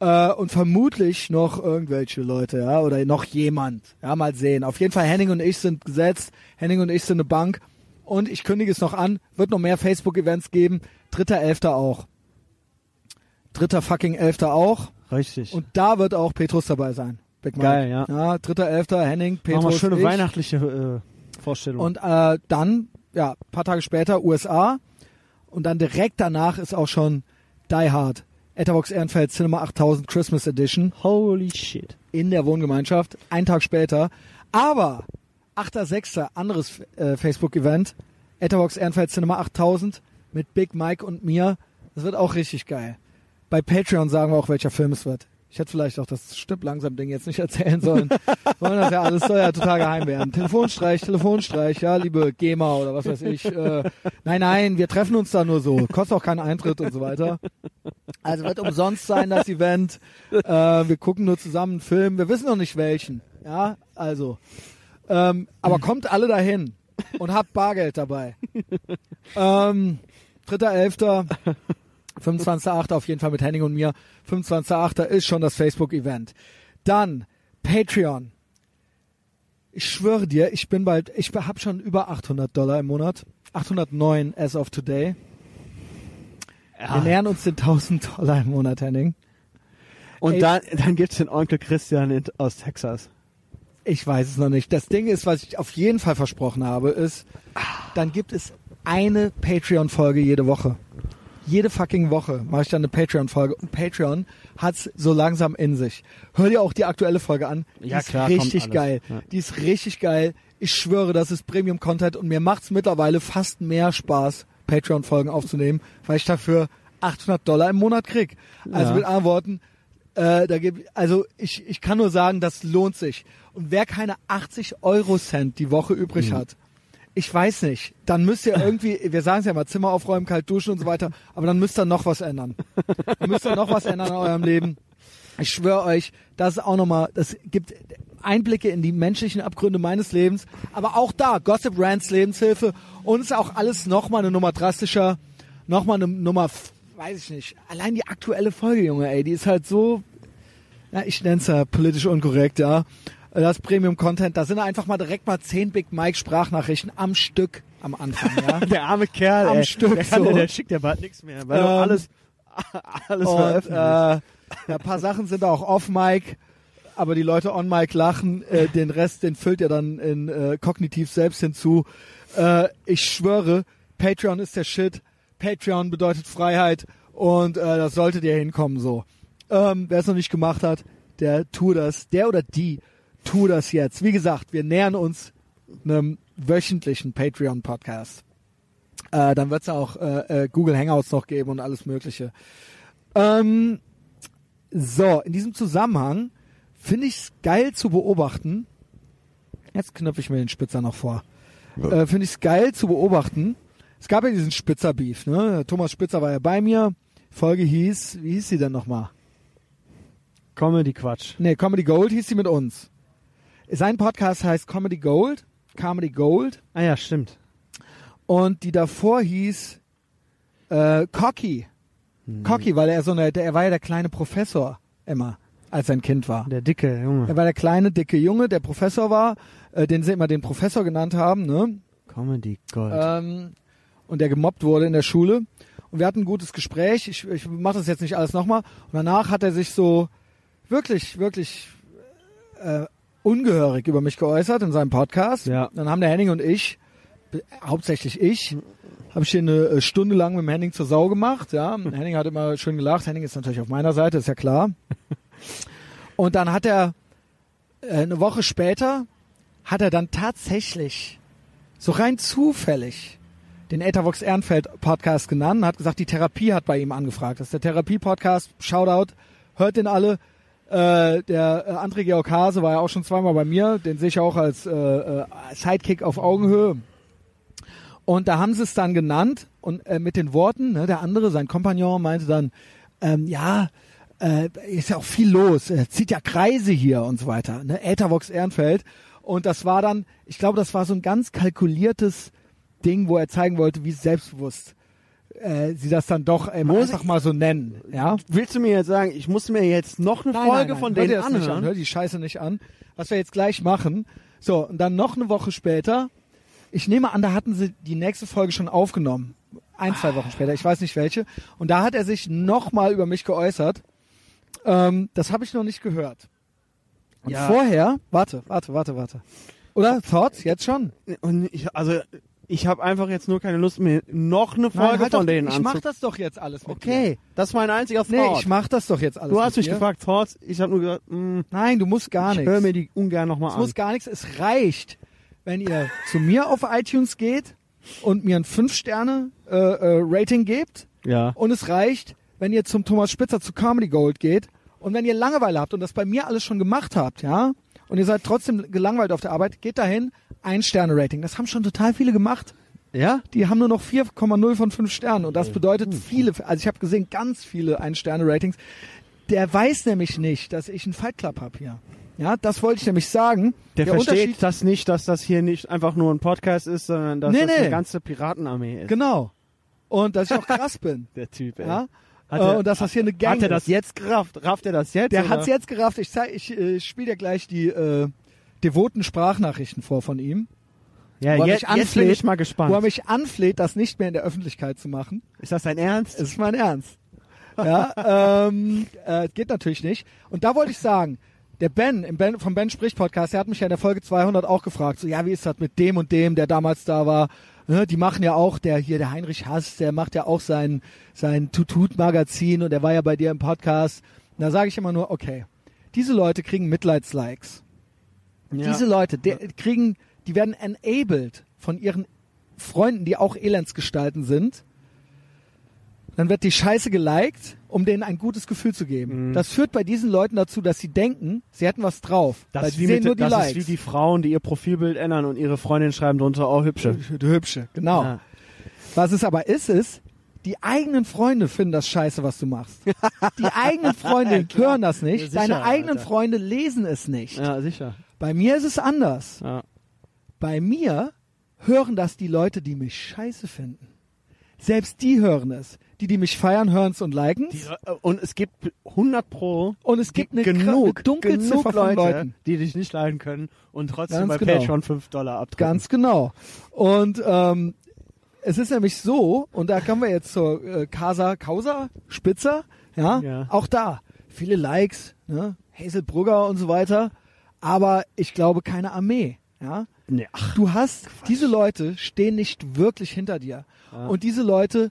Speaker 1: äh, und vermutlich noch irgendwelche Leute, ja, oder noch jemand. Ja, mal sehen. Auf jeden Fall Henning und ich sind gesetzt. Henning und ich sind eine Bank. Und ich kündige es noch an, wird noch mehr Facebook-Events geben. Dritter Elfter auch. Dritter fucking Elfter auch.
Speaker 2: Richtig.
Speaker 1: Und da wird auch Petrus dabei sein. Big Mike.
Speaker 2: Geil, ja.
Speaker 1: Ja, dritter Elfter, Henning,
Speaker 2: Machen wir
Speaker 1: Petrus,
Speaker 2: schöne
Speaker 1: ich.
Speaker 2: weihnachtliche äh, Vorstellungen.
Speaker 1: Und äh, dann, ja, ein paar Tage später USA. Und dann direkt danach ist auch schon Die Hard. Etherbox Ehrenfeld Cinema 8000 Christmas Edition
Speaker 2: Holy shit.
Speaker 1: in der Wohngemeinschaft. Einen Tag später. Aber 8.6. anderes äh, Facebook-Event. Etherbox Ehrenfeld Cinema 8000 mit Big Mike und mir. Das wird auch richtig geil. Bei Patreon sagen wir auch, welcher Film es wird. Ich hätte vielleicht auch das stimmt langsam Ding jetzt nicht erzählen sollen. Wollen das ja alles soll ja total geheim werden. Telefonstreich, Telefonstreich, ja, liebe GEMA oder was weiß ich. Äh, nein, nein, wir treffen uns da nur so. Kostet auch keinen Eintritt und so weiter. Also wird umsonst sein, das Event. Äh, wir gucken nur zusammen einen Film. Wir wissen noch nicht welchen. Ja, also. Ähm, aber kommt alle dahin und habt Bargeld dabei. Ähm, 3.11., 25.8. auf jeden Fall mit Henning und mir. 25.8. ist schon das Facebook-Event. Dann Patreon. Ich schwöre dir, ich bin bald, ich habe schon über 800 Dollar im Monat. 809 as of today.
Speaker 2: Ah.
Speaker 1: Wir nähern uns den 1000 Dollar im Monat, Henning.
Speaker 2: Und
Speaker 1: Ey.
Speaker 2: dann, dann gibt's den Onkel Christian in, aus Texas.
Speaker 1: Ich weiß es noch nicht. Das Ding ist, was ich auf jeden Fall versprochen habe, ist, dann gibt es eine Patreon-Folge jede Woche. Jede fucking Woche mache ich dann eine Patreon-Folge. Und Patreon hat's so langsam in sich. Hör dir auch die aktuelle Folge an. Die
Speaker 2: Ja,
Speaker 1: ist
Speaker 2: klar, kommt
Speaker 1: richtig
Speaker 2: alles.
Speaker 1: geil.
Speaker 2: Ja.
Speaker 1: Die ist richtig geil. Ich schwöre, das ist Premium-Content und mir macht's mittlerweile fast mehr Spaß, Patreon-Folgen aufzunehmen, weil ich dafür 800 Dollar im Monat krieg. Also
Speaker 2: Ja.
Speaker 1: mit anderen Worten, äh, da geb, also ich, ich kann nur sagen, das lohnt sich. Und wer keine 80 Euro Cent die Woche übrig
Speaker 2: Mhm.
Speaker 1: hat, ich weiß nicht, dann müsst ihr irgendwie, wir sagen es ja mal, Zimmer aufräumen, kalt duschen und so weiter, aber dann müsst ihr noch was ändern. Dann müsst ihr noch was ändern an eurem Leben. Ich schwöre euch, das ist auch nochmal, das gibt Einblicke in die menschlichen Abgründe meines Lebens, aber auch da Gossip Rants Lebenshilfe und ist auch alles nochmal eine Nummer drastischer, nochmal eine Nummer, f- weiß ich nicht. Allein die aktuelle Folge, Junge, ey, die ist halt so, ja, ich nenn's ja politisch unkorrekt, ja. Das Premium Content, da sind einfach mal direkt mal 10 Big Mike Sprachnachrichten am Stück am Anfang, ja.
Speaker 2: Der arme Kerl,
Speaker 1: Am
Speaker 2: ey.
Speaker 1: Stück
Speaker 2: der, kann,
Speaker 1: so.
Speaker 2: der schickt ja bald nichts mehr, weil doch
Speaker 1: Ähm,
Speaker 2: alles, alles
Speaker 1: Und, äh,
Speaker 2: veröffentlicht.
Speaker 1: ja, ein paar Sachen sind auch off Mic, aber die Leute on Mic lachen. Äh, den Rest, den füllt ihr dann in äh, kognitiv selbst hinzu. Äh, ich schwöre, Patreon ist der Shit. Patreon bedeutet Freiheit und äh, das solltet ihr hinkommen so. Ähm, Wer es noch nicht gemacht hat, der tu das. Der oder die tu das jetzt. Wie gesagt, wir nähern uns einem wöchentlichen Patreon-Podcast. Äh, dann wird es auch äh, äh, Google Hangouts noch geben und alles Mögliche. Ähm, so, in diesem Zusammenhang finde ich es geil zu beobachten. Jetzt knöpfe ich mir den Spitzer noch vor. Äh, finde ich es geil zu beobachten. Es gab ja diesen Spitzer-Beef, ne? Thomas Spitzer war ja bei mir. Folge hieß, wie hieß sie denn nochmal?
Speaker 2: Comedy-Quatsch.
Speaker 1: Nee, Comedy Gold hieß sie mit uns. Sein Podcast heißt Comedy Gold, Comedy Gold.
Speaker 2: Ah ja, stimmt.
Speaker 1: Und die davor hieß äh, Cocky. Cocky, weil er so eine, der, er war ja der kleine Professor immer, als er ein Kind war.
Speaker 2: Der dicke Junge.
Speaker 1: Er war der kleine, dicke Junge, der Professor war, äh, den sie immer den Professor genannt haben, ne?
Speaker 2: Comedy-Gold.
Speaker 1: Ähm, und der gemobbt wurde in der Schule. Und wir hatten ein gutes Gespräch. Ich, ich mache das jetzt nicht alles nochmal. Und danach hat er sich so wirklich, wirklich äh, ungehörig über mich geäußert in seinem Podcast.
Speaker 2: Ja.
Speaker 1: Dann haben der Henning und ich, be- hauptsächlich ich, habe ich hier eine äh, Stunde lang mit dem Henning zur Sau gemacht. Ja, Henning hat immer schön gelacht. Henning ist natürlich auf meiner Seite, ist ja klar. Und dann hat er äh, eine Woche später hat er dann tatsächlich so rein zufällig den Ethervox Ehrenfeld Podcast genannt und hat gesagt, die Therapie hat bei ihm angefragt. Das ist der Therapie Podcast. Shoutout. Hört den alle. Äh, der äh, André Georg Hase war ja auch schon zweimal bei mir. Den sehe ich auch als äh, äh, Sidekick auf Augenhöhe. Und da haben sie es dann genannt und äh, mit den Worten, ne, der andere, sein Kompagnon, meinte dann, ähm, ja, äh, ist ja auch viel los, äh, zieht ja Kreise hier und so weiter, ne, Äthervox Ehrenfeld. Und das war dann, ich glaube, das war so ein ganz kalkuliertes Ding, wo er zeigen wollte, wie selbstbewusst äh, sie das dann doch ähm,
Speaker 2: Muss
Speaker 1: einfach mal so nennen, ja.
Speaker 2: Willst du mir jetzt sagen, ich muss mir jetzt noch eine Folge von
Speaker 1: hör dir
Speaker 2: denen
Speaker 1: das nicht an.
Speaker 2: anhören?
Speaker 1: Hör die Scheiße nicht an. Was wir jetzt gleich machen. So, und dann noch eine Woche später. Ich nehme an, da hatten sie die nächste Folge schon aufgenommen. Ein, zwei Wochen später, ich weiß nicht welche. Und da hat er sich nochmal über mich geäußert. Ähm, das habe ich noch nicht gehört. Und
Speaker 2: Ja.
Speaker 1: vorher, warte, warte, warte, warte. Oder? Thoughts? Jetzt schon?
Speaker 2: Und ich, also, ich habe einfach jetzt nur keine Lust mehr, noch eine Folge
Speaker 1: Nein, halt
Speaker 2: von
Speaker 1: doch,
Speaker 2: denen
Speaker 1: ich mach
Speaker 2: anzuhören.
Speaker 1: das doch jetzt alles mit
Speaker 2: Okay, das ist mein einziger
Speaker 1: dir. Nee,
Speaker 2: Thought.
Speaker 1: ich mach das doch jetzt alles
Speaker 2: du hast
Speaker 1: mit
Speaker 2: mich
Speaker 1: dir.
Speaker 2: gefragt, Thoughts. Ich habe nur gesagt, mm,
Speaker 1: Nein, du musst gar
Speaker 2: ich
Speaker 1: nichts.
Speaker 2: höre mir die ungern nochmal
Speaker 1: Es
Speaker 2: an.
Speaker 1: muss gar nichts, es reicht, wenn ihr zu mir auf iTunes geht und mir ein 5-Sterne-Rating gebt.
Speaker 2: Ja.
Speaker 1: Und es reicht, wenn ihr zum Thomas Spitzer zu Comedy Gold geht und wenn ihr Langeweile habt und das bei mir alles schon gemacht habt, ja, und ihr seid trotzdem gelangweilt auf der Arbeit, geht dahin, ein Sterne-Rating. Das haben schon total viele gemacht.
Speaker 2: Ja?
Speaker 1: Die haben nur noch 4,0 von 5 Sternen und das bedeutet viele, also ich habe gesehen, ganz viele Ein-Sterne-Ratings. Der weiß nämlich nicht, dass ich einen Fight Club habe hier. Ja, das wollte ich nämlich sagen.
Speaker 2: Der, versteht
Speaker 1: Unterschied,
Speaker 2: das nicht, dass das hier nicht einfach nur ein Podcast ist, sondern dass
Speaker 1: Nee,
Speaker 2: das
Speaker 1: nee.
Speaker 2: eine ganze Piratenarmee ist.
Speaker 1: genau. Und dass ich auch krass bin.
Speaker 2: Der Typ, ey.
Speaker 1: Ja?
Speaker 2: Hat
Speaker 1: Äh,
Speaker 2: er-
Speaker 1: und dass das hier eine Gang
Speaker 2: Hat er das
Speaker 1: ist.
Speaker 2: jetzt gerafft? Rafft er das jetzt?
Speaker 1: Der
Speaker 2: oder?
Speaker 1: hat's jetzt gerafft. Ich, zeig- ich äh, spiele dir gleich die äh, devoten Sprachnachrichten vor von ihm,
Speaker 2: Ja,
Speaker 1: wo er
Speaker 2: je,
Speaker 1: mich
Speaker 2: jetzt bin
Speaker 1: anfleht,
Speaker 2: ich mal gespannt.
Speaker 1: wo er mich anfleht, das nicht mehr in der Öffentlichkeit zu machen.
Speaker 2: ist das dein Ernst?
Speaker 1: Das ist mein Ernst. Ja, ähm, äh, geht natürlich nicht. Und da wollte ich sagen, der Ben, im ben vom Ben spricht Podcast, der hat mich ja in der Folge 200 auch gefragt, so ja, wie ist das mit dem und dem, der damals da war? Ne, die machen ja auch, der hier, der Heinrich Hass, der macht ja auch sein, sein Tutut-Magazin und der war ja bei dir im Podcast. Und da sage ich immer nur, okay, diese Leute kriegen Mitleidslikes.
Speaker 2: Ja.
Speaker 1: Diese Leute, die kriegen, die werden enabled von ihren Freunden, die auch Elendsgestalten sind. Dann wird die Scheiße geliked, um denen ein gutes Gefühl zu geben.
Speaker 2: Mhm.
Speaker 1: Das führt bei diesen Leuten dazu, dass sie denken, sie hätten was drauf.
Speaker 2: das
Speaker 1: weil
Speaker 2: ist
Speaker 1: sie
Speaker 2: wie,
Speaker 1: sehen
Speaker 2: mit,
Speaker 1: nur die
Speaker 2: das
Speaker 1: Likes.
Speaker 2: ist wie die Frauen, die ihr Profilbild ändern und ihre Freundin schreiben drunter, oh, hübsche.
Speaker 1: die hübsche, genau.
Speaker 2: Ja.
Speaker 1: Was es aber ist, ist, Die eigenen Freunde finden das scheiße, was du machst. Die eigenen Freunde hören das nicht.
Speaker 2: Ja, sicher,
Speaker 1: Deine eigenen
Speaker 2: Alter.
Speaker 1: Freunde lesen es nicht.
Speaker 2: Ja, sicher.
Speaker 1: Bei mir ist es anders.
Speaker 2: Ja.
Speaker 1: Bei mir hören das die Leute, die mich scheiße finden. Selbst die hören es. Die, die mich feiern, hören es und liken
Speaker 2: Die, äh, und es gibt 100 Pro
Speaker 1: Und es gibt eine,
Speaker 2: genug,
Speaker 1: kra- eine Dunkelziffer
Speaker 2: genug
Speaker 1: von
Speaker 2: Leute,
Speaker 1: Leuten.
Speaker 2: die dich nicht leiden können und
Speaker 1: Ganz
Speaker 2: trotzdem bei
Speaker 1: genau.
Speaker 2: Patreon 5 Dollar abdrücken.
Speaker 1: Ganz genau. Und ähm, es ist nämlich so, und da kommen wir jetzt zur äh, Casa Causa, Spitzer, ja?
Speaker 2: Ja.
Speaker 1: auch da viele Likes, ne? Hazelbrugger und so weiter, aber ich glaube keine Armee. Ja?
Speaker 2: Nee, ach,
Speaker 1: Du hast, diese Leute stehen nicht wirklich hinter dir.
Speaker 2: Ja.
Speaker 1: Und diese Leute,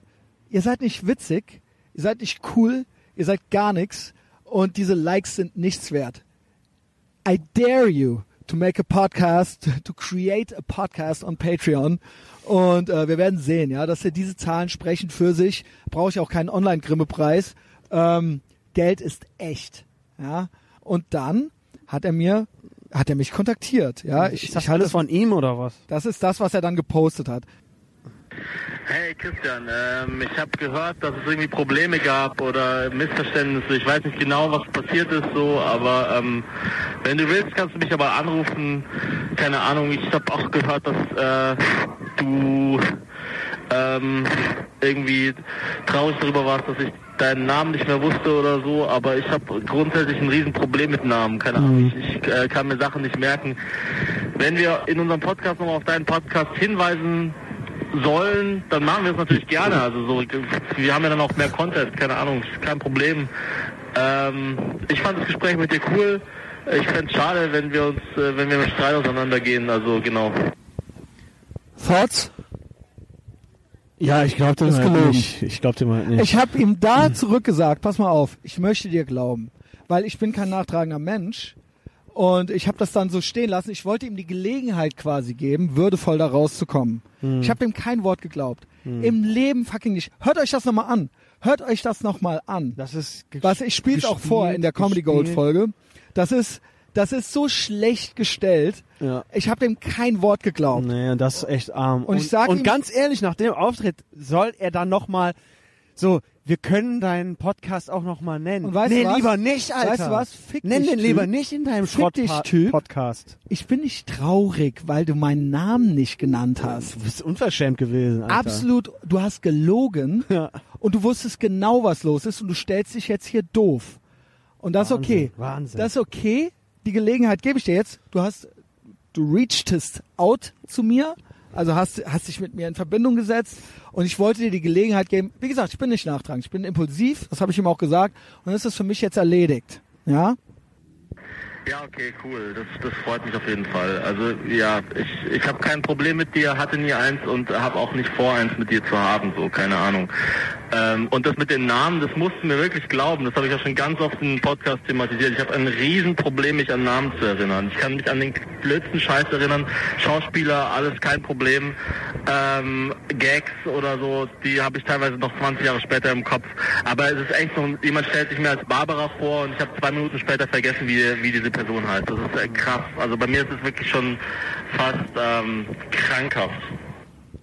Speaker 1: ihr seid nicht witzig, ihr seid nicht cool, ihr seid gar nichts und diese Likes sind nichts wert. I dare you to make a podcast, to create a podcast on Patreon. Und äh, wir werden sehen, ja, dass wir diese Zahlen sprechen für sich. Brauche ich auch keinen Online-Grimme-Preis. Ähm, Geld ist echt. Ja. Und dann hat er mir, hat er mich kontaktiert. Ja, ich,
Speaker 2: ist
Speaker 1: ich
Speaker 2: das
Speaker 1: hatte
Speaker 2: alles von ihm oder was?
Speaker 1: das ist das, was er dann gepostet hat.
Speaker 3: Hey Christian, ähm, ich habe gehört, dass es irgendwie Probleme gab oder Missverständnisse. Ich weiß nicht genau, was passiert ist so, aber ähm, wenn du willst, kannst du mich aber anrufen. Keine Ahnung, ich habe auch gehört, dass äh, du ähm, irgendwie traurig darüber warst, dass ich deinen Namen nicht mehr wusste oder so, aber ich habe grundsätzlich ein Riesenproblem mit Namen. Keine Ahnung, ich, ich äh, kann mir Sachen nicht merken. Wenn wir in unserem Podcast nochmal auf deinen Podcast hinweisen sollen, dann machen wir es natürlich gerne. Also so, wir haben ja dann auch mehr Content, keine Ahnung, ist kein Problem. Ähm, ich fand das Gespräch mit dir cool. Ich fände es schade, wenn wir uns, äh, wenn wir mit Streit auseinandergehen. Also genau.
Speaker 1: Thoughts?
Speaker 2: Ja, ich glaube dem
Speaker 1: Ist halt gelogen. nicht.
Speaker 2: Ich glaube dem halt
Speaker 1: Ich habe ihm da zurückgesagt, pass mal auf, ich möchte dir glauben, weil ich bin kein nachtragender Mensch und ich habe das dann so stehen lassen. Ich wollte ihm die Gelegenheit quasi geben, würdevoll da rauszukommen.
Speaker 2: Mhm.
Speaker 1: Ich habe ihm kein Wort geglaubt. Im Leben fucking nicht. Hört euch das nochmal an. Hört euch das nochmal an.
Speaker 2: Das ist ge-
Speaker 1: Was ich spiel's auch
Speaker 2: gespielt,
Speaker 1: vor in der Comedy Gold
Speaker 2: gespielt.
Speaker 1: Folge. Das ist das ist so schlecht gestellt.
Speaker 2: Ja.
Speaker 1: Ich habe dem kein Wort geglaubt.
Speaker 2: Nee, und das ist echt arm.
Speaker 1: Und ich sag
Speaker 2: und
Speaker 1: ihm-
Speaker 2: ganz ehrlich, nach dem Auftritt soll er dann nochmal so, wir können deinen Podcast auch nochmal nennen.
Speaker 1: Und weißt
Speaker 2: nee,
Speaker 1: du was?
Speaker 2: lieber nicht, Alter.
Speaker 1: Weißt du was? Fick
Speaker 2: Nenn
Speaker 1: dich,
Speaker 2: den
Speaker 1: Typ.
Speaker 2: lieber nicht in deinem
Speaker 1: Fick dich, Typ.
Speaker 2: Schrott-Podcast.
Speaker 1: Ich bin nicht traurig, weil du meinen Namen nicht genannt hast.
Speaker 2: Du bist unverschämt gewesen, Alter.
Speaker 1: Absolut, du hast gelogen
Speaker 2: Ja.
Speaker 1: und du wusstest genau, was los ist und du stellst dich jetzt hier doof. Und das ist
Speaker 2: Wahnsinn,
Speaker 1: okay.
Speaker 2: Wahnsinn.
Speaker 1: Das ist okay. Die Gelegenheit gebe ich dir jetzt. Du hast, du reachtest out zu mir. Also hast, hast dich mit mir in Verbindung gesetzt und ich wollte dir die Gelegenheit geben. Wie gesagt, ich bin nicht nachtragend. Ich bin impulsiv. Das habe ich ihm auch gesagt. Und das ist für mich jetzt erledigt. Ja?
Speaker 3: Ja, okay, cool. Das, das freut mich auf jeden Fall. Also ja, ich, ich habe kein Problem mit dir, hatte nie eins und habe auch nicht vor, eins mit dir zu haben, so, keine Ahnung. Ähm, und das mit den Namen, das musst du mir wirklich glauben. Das habe ich ja schon ganz oft im Podcast thematisiert. Ich habe ein Riesenproblem, mich an Namen zu erinnern. Ich kann mich an den blödsten Scheiß erinnern. Schauspieler, alles kein Problem. Ähm, Gags oder so, die habe ich teilweise noch 20 Jahre später im Kopf. Aber es ist echt so, jemand stellt sich mir als Barbara vor und ich habe zwei Minuten später vergessen, wie, wie diese Person heißt. Das ist äh, krass. Also bei mir ist es wirklich schon fast ähm, krankhaft.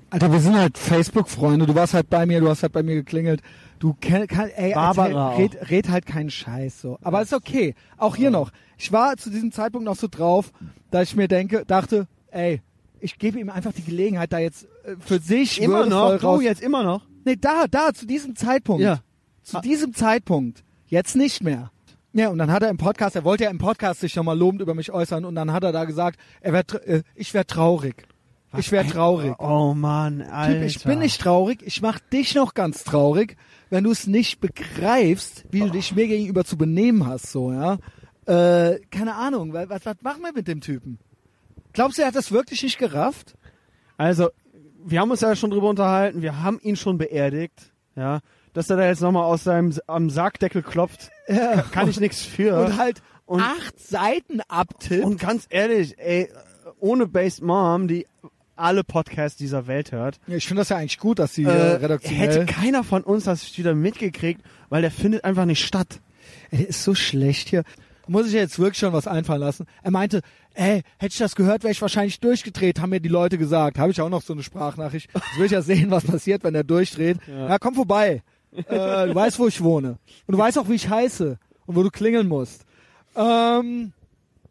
Speaker 1: Alter, wir sind halt Facebook-Freunde. Du warst halt bei mir, du hast halt bei mir geklingelt. Du kenn, kann, ey,
Speaker 2: Barbara
Speaker 1: erzähl-
Speaker 2: auch.
Speaker 1: red, red halt keinen Scheiß so. Aber ist okay. Auch hier noch. Ich war zu diesem Zeitpunkt noch so drauf, dass ich mir denke, dachte, ey, ich gebe ihm einfach die Gelegenheit, da jetzt äh, für sich
Speaker 2: Immer
Speaker 1: würdevoll
Speaker 2: noch, du
Speaker 1: raus.
Speaker 2: jetzt immer noch.
Speaker 1: Nee, da, da, zu diesem Zeitpunkt.
Speaker 2: Ja.
Speaker 1: Zu diesem Zeitpunkt. Jetzt nicht mehr. Ja, und dann hat er im Podcast, er wollte ja im Podcast sich nochmal lobend über mich äußern und dann hat er da gesagt, er wär, tr- äh, ich wäre traurig. Ich wäre traurig.
Speaker 2: Oh Mann, Alter.
Speaker 1: Typ, ich bin nicht traurig, ich mach dich noch ganz traurig, wenn du es nicht begreifst, wie du dich mir gegenüber zu benehmen hast, so, ja. Äh, keine Ahnung, wa- was, was machen wir mit dem Typen? Glaubst du, er hat das wirklich nicht gerafft?
Speaker 2: Also, wir haben uns ja schon drüber unterhalten, wir haben ihn schon beerdigt, ja. Dass er da jetzt nochmal aus seinem am Sargdeckel klopft,
Speaker 1: Ja.
Speaker 2: kann ich nichts für.
Speaker 1: Und halt
Speaker 2: Und-
Speaker 1: acht Seiten abtippt.
Speaker 2: Und ganz ehrlich, ey, ohne Based Mom, die alle Podcasts dieser Welt hört,
Speaker 1: Ja, ich finde das ja eigentlich gut, dass die äh,
Speaker 2: äh, hätte
Speaker 1: redaktionell...
Speaker 2: keiner von uns das wieder mitgekriegt, weil der findet einfach nicht statt.
Speaker 1: Ey, der ist so schlecht hier. muss ich jetzt wirklich schon was einfallen lassen. Er meinte, ey, hätte ich das gehört, wäre ich wahrscheinlich durchgedreht, haben mir die Leute gesagt. Habe ich auch noch so eine Sprachnachricht. Jetzt will ich ja sehen, was passiert, wenn er durchdreht. Ja, komm vorbei. Äh, du weißt, wo ich wohne. Und du weißt auch, wie ich heiße und wo du klingeln musst. Ähm,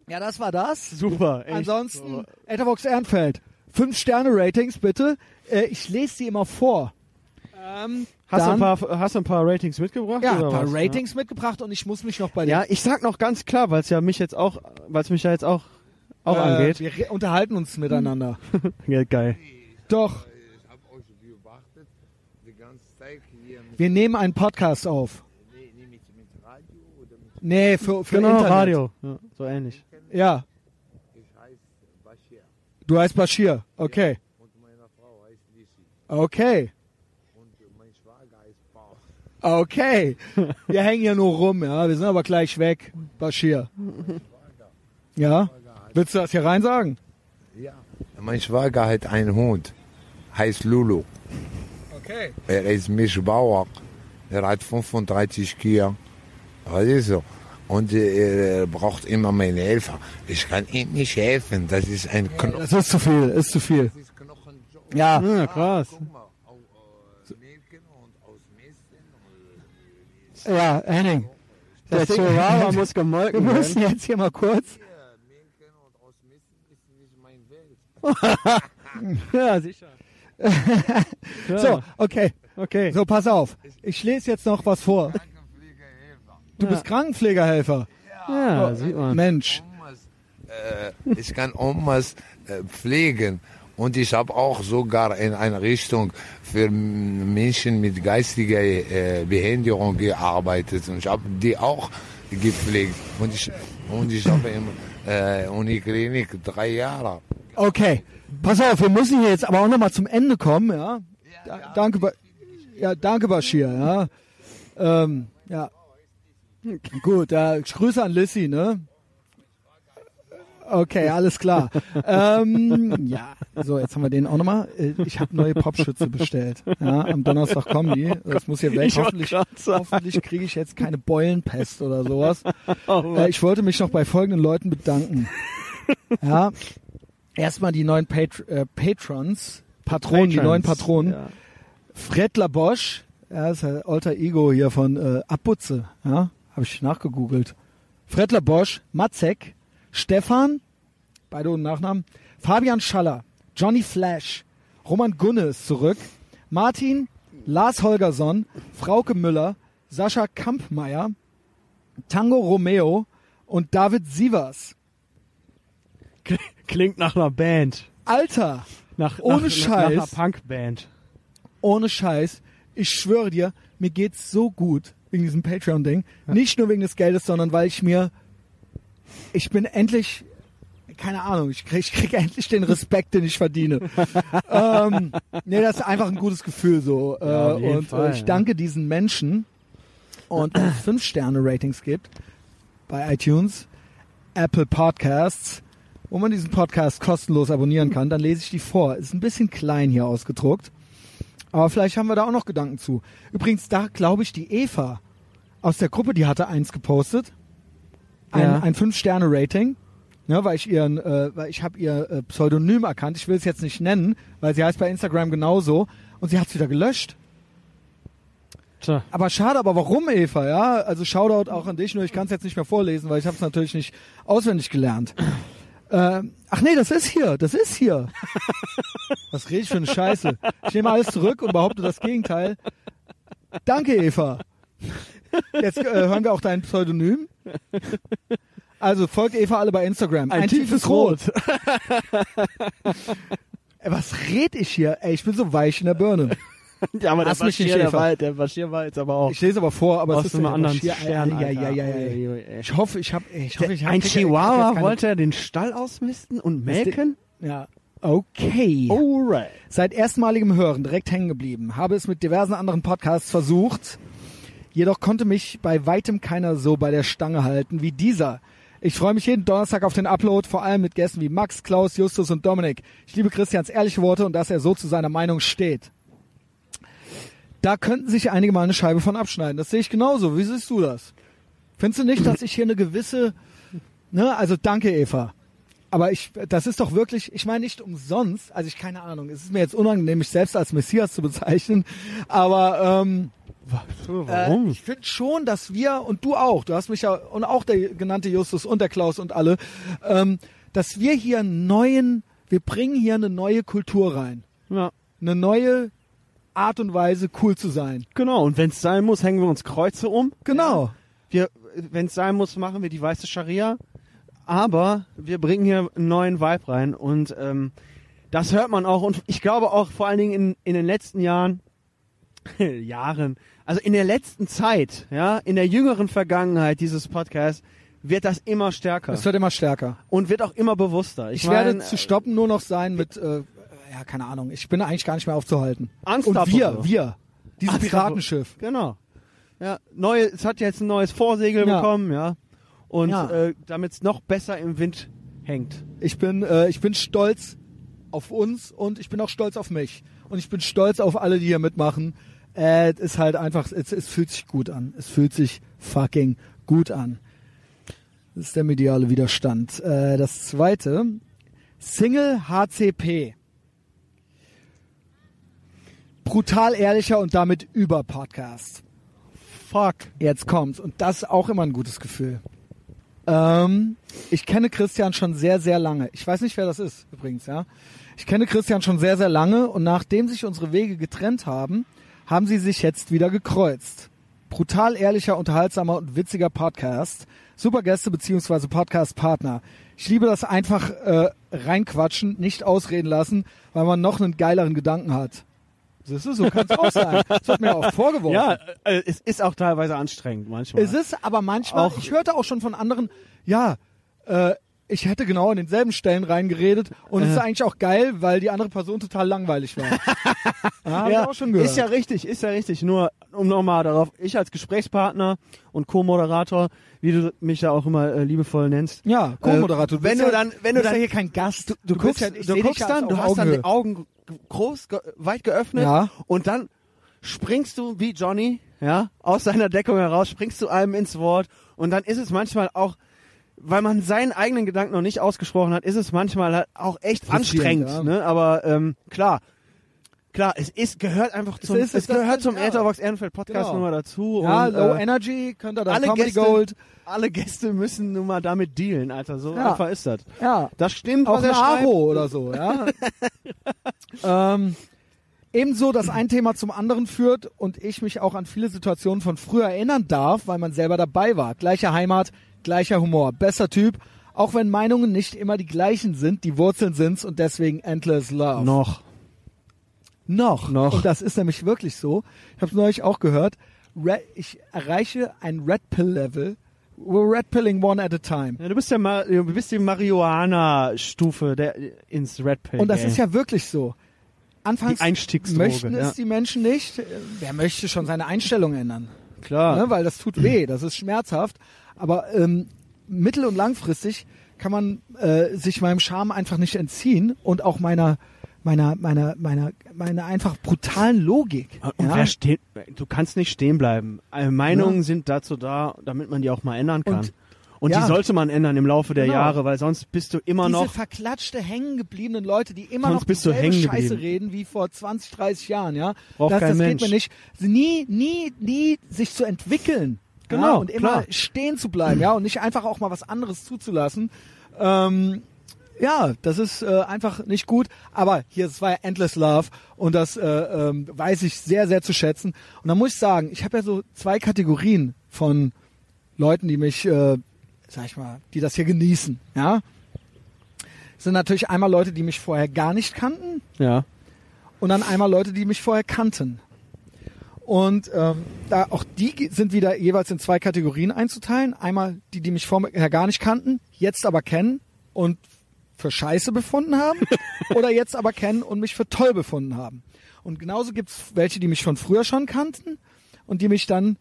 Speaker 1: ja, das war das.
Speaker 2: Super, echt.
Speaker 1: Also Ansonsten, Etherbox Ehrenfeld. Fünf Sterne Ratings bitte. Äh, ich lese die immer vor. Ähm,
Speaker 2: Hast du, ein
Speaker 1: dann-
Speaker 2: paar, hast du ein paar Ratings mitgebracht?
Speaker 1: ja,
Speaker 2: oder
Speaker 1: ein paar
Speaker 2: was?
Speaker 1: Ratings mitgebracht und ich muss mich noch bei den
Speaker 2: Ja, ich sag noch ganz klar, weil es ja mich jetzt auch, weil es mich ja jetzt auch, auch
Speaker 1: äh,
Speaker 2: angeht.
Speaker 1: Wir re- unterhalten uns miteinander.
Speaker 2: Ja, geil.
Speaker 1: Doch,
Speaker 4: Ich habe euch beobachtet, die ganze Zeit hier mit,
Speaker 1: wir nehmen einen Podcast auf.
Speaker 4: nee, nee, mit, mit Radio oder mit
Speaker 1: Nee, für, für
Speaker 2: Genau,
Speaker 1: Internet.
Speaker 2: Radio. Ja, so ähnlich.
Speaker 1: Ja,
Speaker 4: Ich heiße Bashir
Speaker 1: du heißt Bashir. Okay,
Speaker 4: und meine Frau heißt Lisi
Speaker 1: okay,
Speaker 4: und mein Schwager heißt Paul.
Speaker 1: okay. Wir hängen ja nur rum, ja. Wir sind aber gleich weg, Bashir. Ja, willst du das hier rein sagen?
Speaker 4: Ja. Mein Schwager hat einen Hund, heißt Lulu.
Speaker 1: Okay.
Speaker 4: Er ist Mischbauer. Er hat 35 Kühe. Was ist so? Und äh, er braucht immer meine Helfer. Ich kann ihm nicht helfen. Das ist ein Knochen.
Speaker 1: Das ist zu viel, ist zu viel.
Speaker 4: Das ist Knochenjob.
Speaker 1: Ja,
Speaker 2: Ja, Ah, krass.
Speaker 4: Guck mal, au- äh, Mädchen und aus Mädchen.
Speaker 1: ja, Henning.
Speaker 2: Der
Speaker 1: Ding-
Speaker 2: Chihuahua muss
Speaker 1: Wir
Speaker 2: gemolken werden.
Speaker 1: müssen jetzt hier mal kurz.
Speaker 4: Ja, Mädchen und aus Mädchen ist nicht mein Welt.
Speaker 2: Ja, sicher. ja,
Speaker 1: So, okay.
Speaker 2: okay.
Speaker 1: So, pass auf. Ich lese jetzt noch was vor.
Speaker 4: Krankenpflegehelfer.
Speaker 1: Du bist Krankenpflegerhelfer.
Speaker 2: Ja, Ah, sieht man.
Speaker 1: Mensch.
Speaker 4: Omas, äh, ich kann Omas äh, pflegen. Und ich habe auch sogar in einer Richtung für M- Menschen mit geistiger äh, Behinderung gearbeitet. Und ich habe die auch gepflegt. Und ich, und ich habe in äh, Uniklinik drei Jahre.
Speaker 1: Okay. Pass auf, wir müssen hier jetzt aber auch nochmal zum Ende kommen, ja? Da, danke, Ba- ja, danke, Bashir, ja. Ähm, ja. Gut, äh, Grüße an Lissy, ne? Okay, alles klar. ähm, ja, so, jetzt haben wir den auch nochmal. Äh, Ich habe neue Popschütze bestellt. Ja, am Donnerstag kommen die. Das muss hier weg.
Speaker 2: Ich wollt
Speaker 1: hoffentlich
Speaker 2: grad sagen.
Speaker 1: hoffentlich kriege ich jetzt keine Beulenpest oder sowas. äh, ich wollte mich noch bei folgenden Leuten bedanken. ja, erstmal die neuen Pat äh, Patrons, Patronen, die neuen Patronen.
Speaker 2: Ja.
Speaker 1: Fred Labosch, er ist der Alter Ego hier von äh, Abputze, ja, habe ich nachgegoogelt. Fred Labosch, Matzek, Stefan, beide ohne Nachnamen, Fabian Schaller, Johnny Flash, Roman Gunne ist zurück, Martin, Lars Holgersson, Frauke Müller, Sascha Kampmeier, Tango Romeo und David Sievers.
Speaker 2: Klingt nach einer Band.
Speaker 1: Alter,
Speaker 2: Nach,
Speaker 1: Ohne
Speaker 2: nach,
Speaker 1: Scheiß.
Speaker 2: Nach einer Punkband.
Speaker 1: ohne Scheiß, ich schwöre dir, mir geht's so gut wegen diesem Patreon-Ding. Nicht nur wegen des Geldes, sondern weil ich mir, ich bin endlich, keine Ahnung, ich krieg, ich krieg endlich den Respekt, den ich verdiene. ähm, nee, das ist einfach ein gutes Gefühl so.
Speaker 2: Ja,
Speaker 1: äh,
Speaker 2: auf jeden
Speaker 1: und
Speaker 2: Fall,
Speaker 1: äh, ich
Speaker 2: ja.
Speaker 1: danke diesen Menschen. Und wenn es 5-Sterne-Ratings gibt bei iTunes, Apple Podcasts, wo man diesen Podcast kostenlos abonnieren kann, dann lese ich die vor. Ist ein bisschen klein hier ausgedruckt. Aber vielleicht haben wir da auch noch Gedanken zu. Übrigens, da glaube ich, die Eva aus der Gruppe, die hatte eins gepostet. Ein,
Speaker 2: Ja.
Speaker 1: ein 5-Sterne-Rating. Ja, weil ich ihren, äh, weil ich habe ihr äh, Pseudonym erkannt. Ich will es jetzt nicht nennen, weil sie heißt bei Instagram genauso und sie hat es wieder gelöscht.
Speaker 2: Tja.
Speaker 1: Aber schade, aber warum Eva, ja? Also Shoutout auch an dich, nur ich kann es jetzt nicht mehr vorlesen, weil ich habe es natürlich nicht auswendig gelernt. Ähm, ach nee, das ist hier, das ist hier. Was rede ich für eine Scheiße? Ich nehme alles zurück und behaupte das Gegenteil. Danke, Eva. Jetzt äh, hören wir auch dein Pseudonym. Also folgt Eva alle bei Instagram.
Speaker 2: Ein tiefes Rot.
Speaker 1: Ey, was red ich hier? Ey, ich bin so weich in der Birne.
Speaker 2: Ja, aber der
Speaker 1: Lass mich
Speaker 2: Bashir,
Speaker 1: nicht,
Speaker 2: der
Speaker 1: Eva.
Speaker 2: war, der Bashir war jetzt aber auch
Speaker 1: Ich lese aber vor, aber
Speaker 2: aus
Speaker 1: es ist
Speaker 2: einem
Speaker 1: ja
Speaker 2: anderen
Speaker 1: Schier-
Speaker 2: Stern.
Speaker 1: Ja, ja, ja,
Speaker 2: Alter.
Speaker 1: ja, ja.
Speaker 2: Ui, ui, ui.
Speaker 1: Ich hoffe, ich habe, ich hoffe, ich hab-
Speaker 2: Ein
Speaker 1: ich hab jetzt
Speaker 2: Chihuahua
Speaker 1: keine-
Speaker 2: wollte er den Stall ausmisten und melken?
Speaker 1: Ja. Okay.
Speaker 2: Alright.
Speaker 1: Seit erstmaligem Hören direkt hängen geblieben. Habe es mit diversen anderen Podcasts versucht. Jedoch konnte mich bei weitem keiner so bei der Stange halten wie dieser. Ich freue mich jeden Donnerstag auf den Upload, vor allem mit Gästen wie Max, Klaus, Justus und Dominik. Ich liebe Christians ehrliche Worte und dass er so zu seiner Meinung steht. Da könnten sich einige mal eine Scheibe von abschneiden. Das sehe ich genauso. Wie siehst du das? Findest du nicht, dass ich hier eine gewisse, ne, also danke Eva. Aber ich, das ist doch wirklich, ich meine nicht umsonst, also ich keine Ahnung, es ist mir jetzt unangenehm, mich selbst als Messias zu bezeichnen, aber ähm, äh,
Speaker 2: Warum?
Speaker 1: ich finde schon, dass wir und du auch, du hast mich ja und auch der genannte Justus und der Klaus und alle, ähm, dass wir hier einen neuen, wir bringen hier eine neue Kultur rein,
Speaker 2: ja.
Speaker 1: eine neue Art und Weise, cool zu sein.
Speaker 2: Genau, und wenn es sein muss, hängen wir uns Kreuze um.
Speaker 1: Genau.
Speaker 2: Wir, wenn es sein muss, machen wir die weiße Scharia. Aber wir bringen hier einen neuen Vibe rein und ähm, das hört man auch. Und ich glaube auch vor allen Dingen in, in den letzten Jahren, Jahren, also in der letzten Zeit, ja, in der jüngeren Vergangenheit dieses Podcasts, wird das immer stärker
Speaker 1: Es wird immer stärker.
Speaker 2: und wird auch immer bewusster. Ich,
Speaker 1: Ich
Speaker 2: äh, mein,
Speaker 1: werde zu stoppen nur noch sein mit, äh, ja, keine Ahnung. Ich bin eigentlich gar nicht mehr aufzuhalten. Und
Speaker 2: Unstoppable.
Speaker 1: wir, wir, dieses
Speaker 2: Unstoppable.
Speaker 1: Piratenschiff.
Speaker 2: Genau. Ja, neue, es hat jetzt ein neues Vorsegel
Speaker 1: Ja.
Speaker 2: bekommen, ja. Und
Speaker 1: Ja.
Speaker 2: äh, damit es noch besser im Wind hängt.
Speaker 1: Ich bin, äh, ich bin stolz auf uns und ich bin auch stolz auf mich. Und ich bin stolz auf alle, die hier mitmachen. Äh, es ist halt einfach, es, es fühlt sich gut an. Es fühlt sich fucking gut an. Das ist der mediale Widerstand. Äh, das zweite, Single HCP. Brutal ehrlicher und damit über Podcast.
Speaker 2: Fuck.
Speaker 1: Jetzt kommt's. Und das ist auch immer ein gutes Gefühl. Ähm, ich kenne Christian schon sehr, sehr lange. Ich weiß nicht, wer das ist, übrigens, ja. Ich kenne Christian schon sehr, sehr lange und nachdem sich unsere Wege getrennt haben, haben sie sich jetzt wieder gekreuzt. Brutal ehrlicher, unterhaltsamer und witziger Podcast. Super Gäste beziehungsweise Podcast-Partner. Ich liebe das einfach äh, reinquatschen, nicht ausreden lassen, weil man noch einen geileren Gedanken hat. Das ist so, kann's auch sein. Das wird mir auch vorgeworfen.
Speaker 2: Ja, äh, es ist auch teilweise anstrengend manchmal.
Speaker 1: Es ist aber manchmal,
Speaker 2: Auch-
Speaker 1: ich hörte auch schon von anderen, ja, äh, ich hätte genau an denselben Stellen reingeredet und
Speaker 2: Äh.
Speaker 1: es ist eigentlich auch geil, weil die andere Person total langweilig war. ja, hab ich auch schon gehört.
Speaker 2: Ist ja richtig, ist ja richtig. Nur um nochmal darauf, ich als Gesprächspartner und Co-Moderator, wie du mich ja auch immer äh, liebevoll nennst.
Speaker 1: ja, Co-Moderator.
Speaker 2: Äh, wenn
Speaker 1: bist ja,
Speaker 2: du dann, wenn du
Speaker 1: bist
Speaker 2: dann,
Speaker 1: ja hier kein Gast. Du,
Speaker 2: du
Speaker 1: bist
Speaker 2: guckst,
Speaker 1: ja, ich seh
Speaker 2: du
Speaker 1: dich
Speaker 2: guckst
Speaker 1: ja
Speaker 2: dann,
Speaker 1: als
Speaker 2: du
Speaker 1: auf
Speaker 2: hast dann
Speaker 1: Augenhöhe.
Speaker 2: die Augen g- groß, ge weit geöffnet
Speaker 1: Ja.
Speaker 2: und dann springst du wie Johnny, ja, aus seiner Deckung heraus, springst du einem ins Wort und dann ist es manchmal auch, weil man seinen eigenen Gedanken noch nicht ausgesprochen hat, ist es manchmal halt auch echt
Speaker 1: Frustrierend,
Speaker 2: anstrengend,
Speaker 1: ja.
Speaker 2: ne? Aber ähm, klar. Klar, es ist gehört einfach zum
Speaker 1: ist-
Speaker 2: es,
Speaker 1: es ist-
Speaker 2: gehört zum
Speaker 1: ja.
Speaker 2: Etherbox Ehrenfeld Podcast
Speaker 1: Genau.
Speaker 2: nur mal dazu
Speaker 1: Ja,
Speaker 2: und
Speaker 1: Low
Speaker 2: äh,
Speaker 1: Energy, könnte dann
Speaker 2: alle
Speaker 1: Comedy
Speaker 2: Gäste,
Speaker 1: Gold.
Speaker 2: alle Gäste müssen nun mal damit dealen, Alter, so
Speaker 1: Ja.
Speaker 2: einfach ist das.
Speaker 1: Ja,
Speaker 2: Das stimmt,
Speaker 1: auch
Speaker 2: was er
Speaker 1: eine
Speaker 2: schreibt.
Speaker 1: Aro oder so, ja. ähm, ebenso, dass ein Thema zum anderen führt und ich mich auch an viele Situationen von früher erinnern darf, weil man selber dabei war. Gleiche Heimat, gleicher Humor, besser Typ. Auch wenn Meinungen nicht immer die gleichen sind, die Wurzeln sind's und deswegen endless love.
Speaker 2: Noch.
Speaker 1: Noch.
Speaker 2: Noch.
Speaker 1: Und das ist nämlich wirklich so. Ich habe neulich auch gehört. Re ich erreiche ein Red Pill Level. We're Red Pilling one at a time.
Speaker 2: Ja, du bist der Mar du bist die Marihuana-Stufe der ins Red Pill.
Speaker 1: Und das ist ja wirklich so. Anfangs
Speaker 2: Die Einstiegsdroge,
Speaker 1: möchten es
Speaker 2: ja.
Speaker 1: die Menschen nicht. Äh, Wer möchte schon seine Einstellung ändern?
Speaker 2: klar.
Speaker 1: Ne? Weil das tut weh, das ist schmerzhaft. Aber ähm, mittel- und langfristig kann man äh, sich meinem Charme einfach nicht entziehen und auch meiner meiner meiner meiner meiner einfach brutalen Logik.
Speaker 2: und
Speaker 1: ja?
Speaker 2: wer steht, du kannst nicht stehen bleiben. Äh, Meinungen sind dazu da, damit man die auch mal ändern kann.
Speaker 1: Und-
Speaker 2: Und,
Speaker 1: ja.
Speaker 2: die sollte man ändern im Laufe der
Speaker 1: Genau.
Speaker 2: Jahre, weil sonst bist du immer
Speaker 1: Diese
Speaker 2: noch.
Speaker 1: verklatschte, hängengebliebenen Leute, die immer
Speaker 2: Sonst
Speaker 1: noch
Speaker 2: bist du
Speaker 1: dieselbe
Speaker 2: hängen
Speaker 1: Scheiße
Speaker 2: geblieben.
Speaker 1: reden wie vor 20, 30 Jahren, ja.
Speaker 2: Braucht
Speaker 1: das
Speaker 2: kein
Speaker 1: das geht
Speaker 2: Mensch.
Speaker 1: mir nicht. Sie Nie, nie, nie sich zu entwickeln. Ja?
Speaker 2: Genau,
Speaker 1: Und immer
Speaker 2: klar.
Speaker 1: stehen zu bleiben, ja. Und nicht einfach auch mal was anderes zuzulassen. Ähm, ja, das ist äh, einfach nicht gut. Aber hier, es war ja Endless Love und das äh, ähm, weiß ich sehr, sehr zu schätzen. Und da muss ich sagen, ich habe ja so zwei Kategorien von Leuten, die mich, äh, sag ich mal, die das hier genießen, ja. Es sind natürlich einmal Leute, die mich vorher gar nicht kannten
Speaker 2: Ja.
Speaker 1: und dann einmal Leute, die mich vorher kannten. Und ähm, da auch die ge- sind wieder jeweils in zwei Kategorien einzuteilen. Einmal die, die mich vorher gar nicht kannten, jetzt aber kennen und für scheiße befunden haben oder jetzt aber kennen und mich für toll befunden haben. Und genauso gibt's welche, die mich von früher schon kannten und die mich dann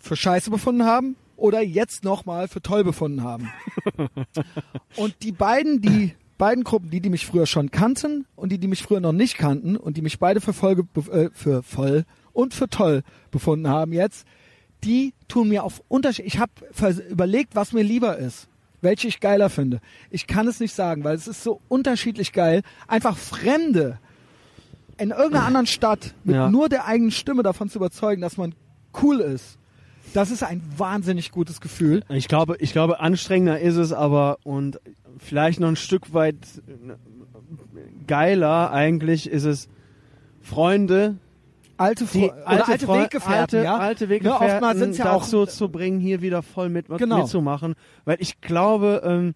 Speaker 1: für scheiße befunden haben oder jetzt nochmal für toll befunden haben. und die beiden, die beiden Gruppen, die, die mich früher schon kannten und die, die mich früher noch nicht kannten und die mich beide für voll, ge- bef- äh, für voll und für toll befunden haben jetzt, die tun mir auf Unterschied. Ich habe überlegt, was mir lieber ist, welche ich geiler finde. Ich kann es nicht sagen, weil es ist so unterschiedlich geil. Einfach Fremde in irgendeiner anderen Stadt mit
Speaker 2: Ja.
Speaker 1: nur der eigenen Stimme davon zu überzeugen, dass man cool ist. Das ist ein wahnsinnig gutes Gefühl.
Speaker 2: Ich glaube, ich glaube, anstrengender ist es aber und vielleicht noch ein Stück weit äh, geiler eigentlich ist es Freunde,
Speaker 1: Alte, Fre
Speaker 2: die
Speaker 1: oder
Speaker 2: alte,
Speaker 1: alte,
Speaker 2: Freu-
Speaker 1: Weggefährten,
Speaker 2: alte,
Speaker 1: ja.
Speaker 2: alte
Speaker 1: Ne,
Speaker 2: Weggefährten
Speaker 1: oftmals sind's ja auch
Speaker 2: dazu zu bringen, hier wieder voll mit,
Speaker 1: Genau.
Speaker 2: mitzumachen, weil ich glaube, ähm,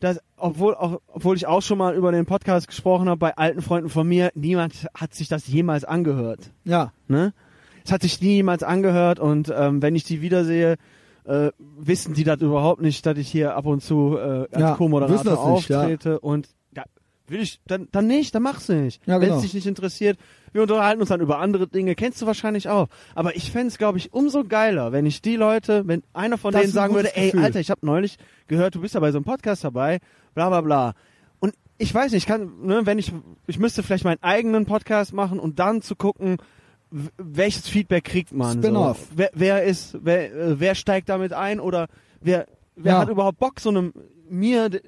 Speaker 2: dass obwohl auch obwohl ich auch schon mal über den Podcast gesprochen habe bei alten Freunden von mir, niemand hat sich das jemals angehört.
Speaker 1: ja.
Speaker 2: Ne? Es hat sich nie jemals angehört und ähm, wenn ich die wiedersehe, äh, wissen die das überhaupt nicht, dass ich hier ab und zu äh, als
Speaker 1: Ja, wissen
Speaker 2: Co-Moderator
Speaker 1: das nicht, ja.
Speaker 2: auftrete und da will ich dann dann nicht, dann mach's nicht.
Speaker 1: Ja,
Speaker 2: Wenn
Speaker 1: genau.
Speaker 2: es dich nicht interessiert, wir unterhalten uns dann über andere Dinge, kennst du wahrscheinlich auch. Aber ich fänd's, glaube ich, umso geiler, wenn ich die Leute, wenn einer von
Speaker 1: Das
Speaker 2: denen
Speaker 1: ist ein
Speaker 2: sagen würde,
Speaker 1: gutes
Speaker 2: ey,
Speaker 1: Gefühl.
Speaker 2: Alter, ich habe neulich gehört, du bist ja bei so einem Podcast dabei, bla bla bla. Und ich weiß nicht, ich kann, ne, wenn ich, ich müsste vielleicht meinen eigenen Podcast machen und dann zu gucken, w- welches Feedback kriegt man.
Speaker 1: Spin-off.
Speaker 2: So. Wer, wer ist, wer, äh, wer steigt damit ein oder wer, wer
Speaker 1: Ja.
Speaker 2: hat überhaupt Bock, so einem mir, d-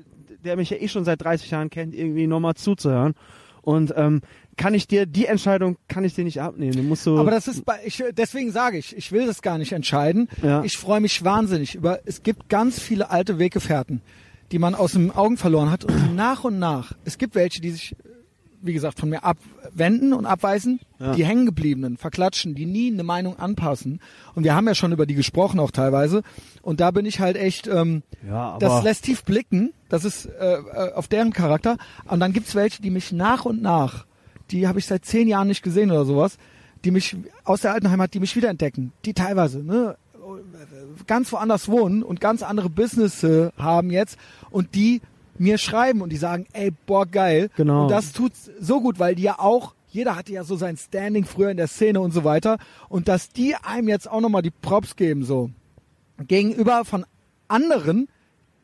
Speaker 2: der mich ja eh schon seit 30 Jahren kennt, irgendwie nochmal zuzuhören. Und ähm, kann ich dir die Entscheidung kann ich dir nicht abnehmen. Du musst so
Speaker 1: Aber das ist bei, ich, deswegen sage ich, ich will das gar nicht entscheiden.
Speaker 2: Ja.
Speaker 1: Ich freue mich wahnsinnig über, es gibt ganz viele alte Weggefährten, die man aus den Augen verloren hat und nach und nach. Es gibt welche, die sich, wie gesagt, von mir abwenden und abweisen, die hängengebliebenen, verklatschen, die nie eine Meinung anpassen. Und wir haben ja schon über die gesprochen auch teilweise. Und da bin ich halt echt, ähm,
Speaker 2: Ja, aber-
Speaker 1: das lässt tief blicken. Das ist äh, äh, auf deren Charakter. Und dann gibt's welche, die mich nach und nach, die habe ich seit zehn Jahren nicht gesehen oder sowas, die mich aus der alten Heimat, die mich wiederentdecken. Die teilweise, ne? ganz woanders wohnen und ganz andere Business haben jetzt und die mir schreiben und die sagen, ey, boah, geil.
Speaker 2: Genau.
Speaker 1: Und das tut so gut, weil die ja auch, jeder hatte ja so sein Standing früher in der Szene und so weiter. Und dass die einem jetzt auch nochmal die Props geben, so. Gegenüber von anderen,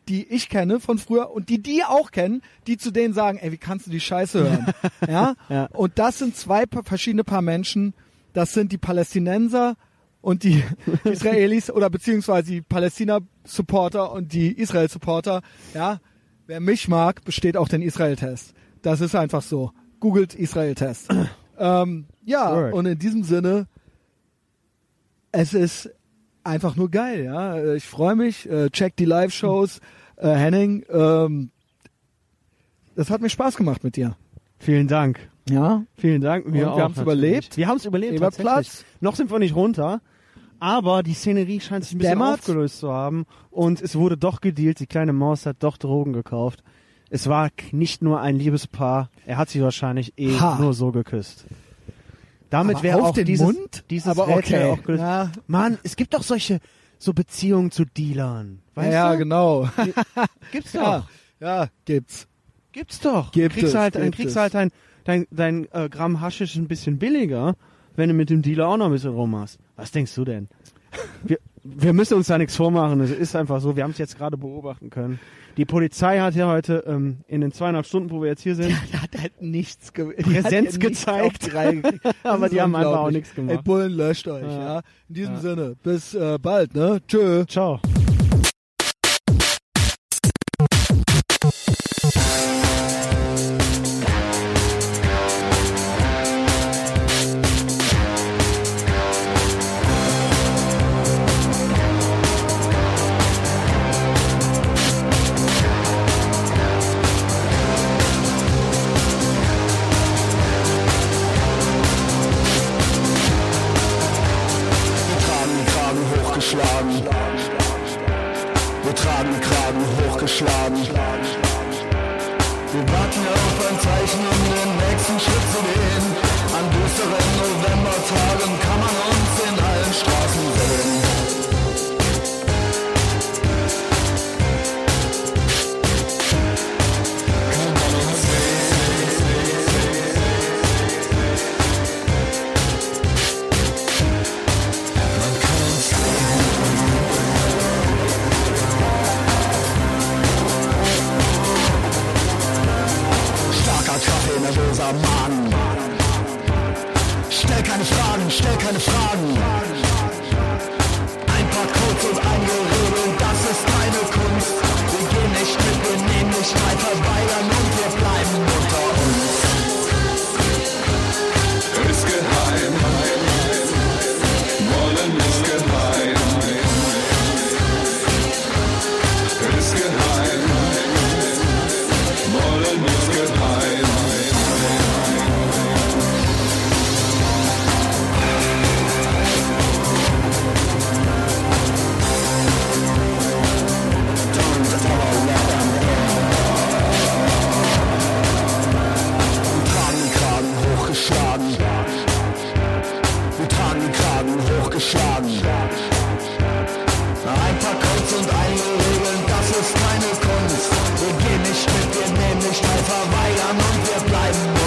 Speaker 1: die ich kenne von früher und die die auch kennen, die zu denen sagen, ey, wie kannst du die Scheiße hören? ja?
Speaker 2: Ja.
Speaker 1: Und das sind zwei pa- verschiedene Paar Menschen. Das sind die Palästinenser und die Israelis oder beziehungsweise die Palästina-Supporter und die Israel-Supporter. Ja, wer mich mag, besteht auch den Israel-Test. Das ist einfach so. Googelt Israel-Test. ähm, ja,
Speaker 2: Word.
Speaker 1: und in diesem Sinne, es ist einfach nur geil, ja. Ich freue mich, äh, check die Live-Shows, äh, Henning. Ähm, das hat mir Spaß gemacht mit dir.
Speaker 2: vielen Dank.
Speaker 1: Ja.
Speaker 2: Vielen Dank.
Speaker 1: Und wir
Speaker 2: Wir, auch
Speaker 1: haben's
Speaker 2: natürlich.
Speaker 1: überlebt.
Speaker 2: Wir haben es überlebt.
Speaker 1: Eberplatz.
Speaker 2: Tatsächlich. Noch sind wir nicht runter, aber die Szenerie scheint sich ein bisschen
Speaker 1: Dämmert.
Speaker 2: aufgelöst zu haben und es wurde doch gedealt. Die kleine Maus hat doch Drogen gekauft. Es war k- nicht nur ein Liebespaar. Er hat sie wahrscheinlich eh
Speaker 1: Ha.
Speaker 2: nur so geküsst. Damit
Speaker 1: Aber
Speaker 2: wäre
Speaker 1: auf
Speaker 2: auch
Speaker 1: den
Speaker 2: dieses,
Speaker 1: Mund?
Speaker 2: dieses
Speaker 1: Aber
Speaker 2: Rätsel
Speaker 1: okay.
Speaker 2: auch gelöst.
Speaker 1: Ja.
Speaker 2: Mann, es gibt doch solche so Beziehungen zu Dealern. Weißt
Speaker 1: ja,
Speaker 2: du?
Speaker 1: genau.
Speaker 2: Gibt's doch.
Speaker 1: ja. ja, gibt's.
Speaker 2: Gibt's doch.
Speaker 1: Gibt
Speaker 2: kriegst
Speaker 1: es,
Speaker 2: du halt, dann
Speaker 1: gibt
Speaker 2: kriegst
Speaker 1: es.
Speaker 2: du halt dein, dein, dein äh, Gramm Haschisch ein bisschen billiger, wenn du mit dem Dealer auch noch ein bisschen rummachst. Was denkst du denn? Wir, wir müssen uns da nichts vormachen. Es ist einfach so. Wir haben es jetzt gerade beobachten können. Die Polizei hat ja heute ähm, in den zweieinhalb Stunden, wo wir jetzt hier sind,
Speaker 1: Da hat halt nichts ge
Speaker 2: Präsenz gezeigt. aber die haben einfach auch nichts
Speaker 1: Ey,
Speaker 2: gemacht.
Speaker 1: Bullen löscht euch, ja.
Speaker 2: Ja.
Speaker 1: In diesem
Speaker 2: Ja.
Speaker 1: Sinne, bis äh, bald, ne? Tschö.
Speaker 2: Ciao.
Speaker 5: Wir tragen den Kragen hochgeschlagen. Wir tragen den Kragen hochgeschlagen. Wir warten auf ein Zeichen, um den nächsten Schritt zu gehen. An düsteren Novembertagen kann man uns in allen Straßen sehen. Kann man uns Starker Kaffee, nervöser Magen. Stell keine Fragen, stell keine Fragen. unter uns. Ist geheim, wollen ist geheim. Ist geheim, wollen ist geheim. tragen den Kragen hochgeschlagen. Wir tragen den Kragen hochgeschlagen. Ein paar Codes und einige Regeln, das ist keine Kunst. Wir gehen nicht mit, wir nehmen nicht teil, verweigern und wir bleiben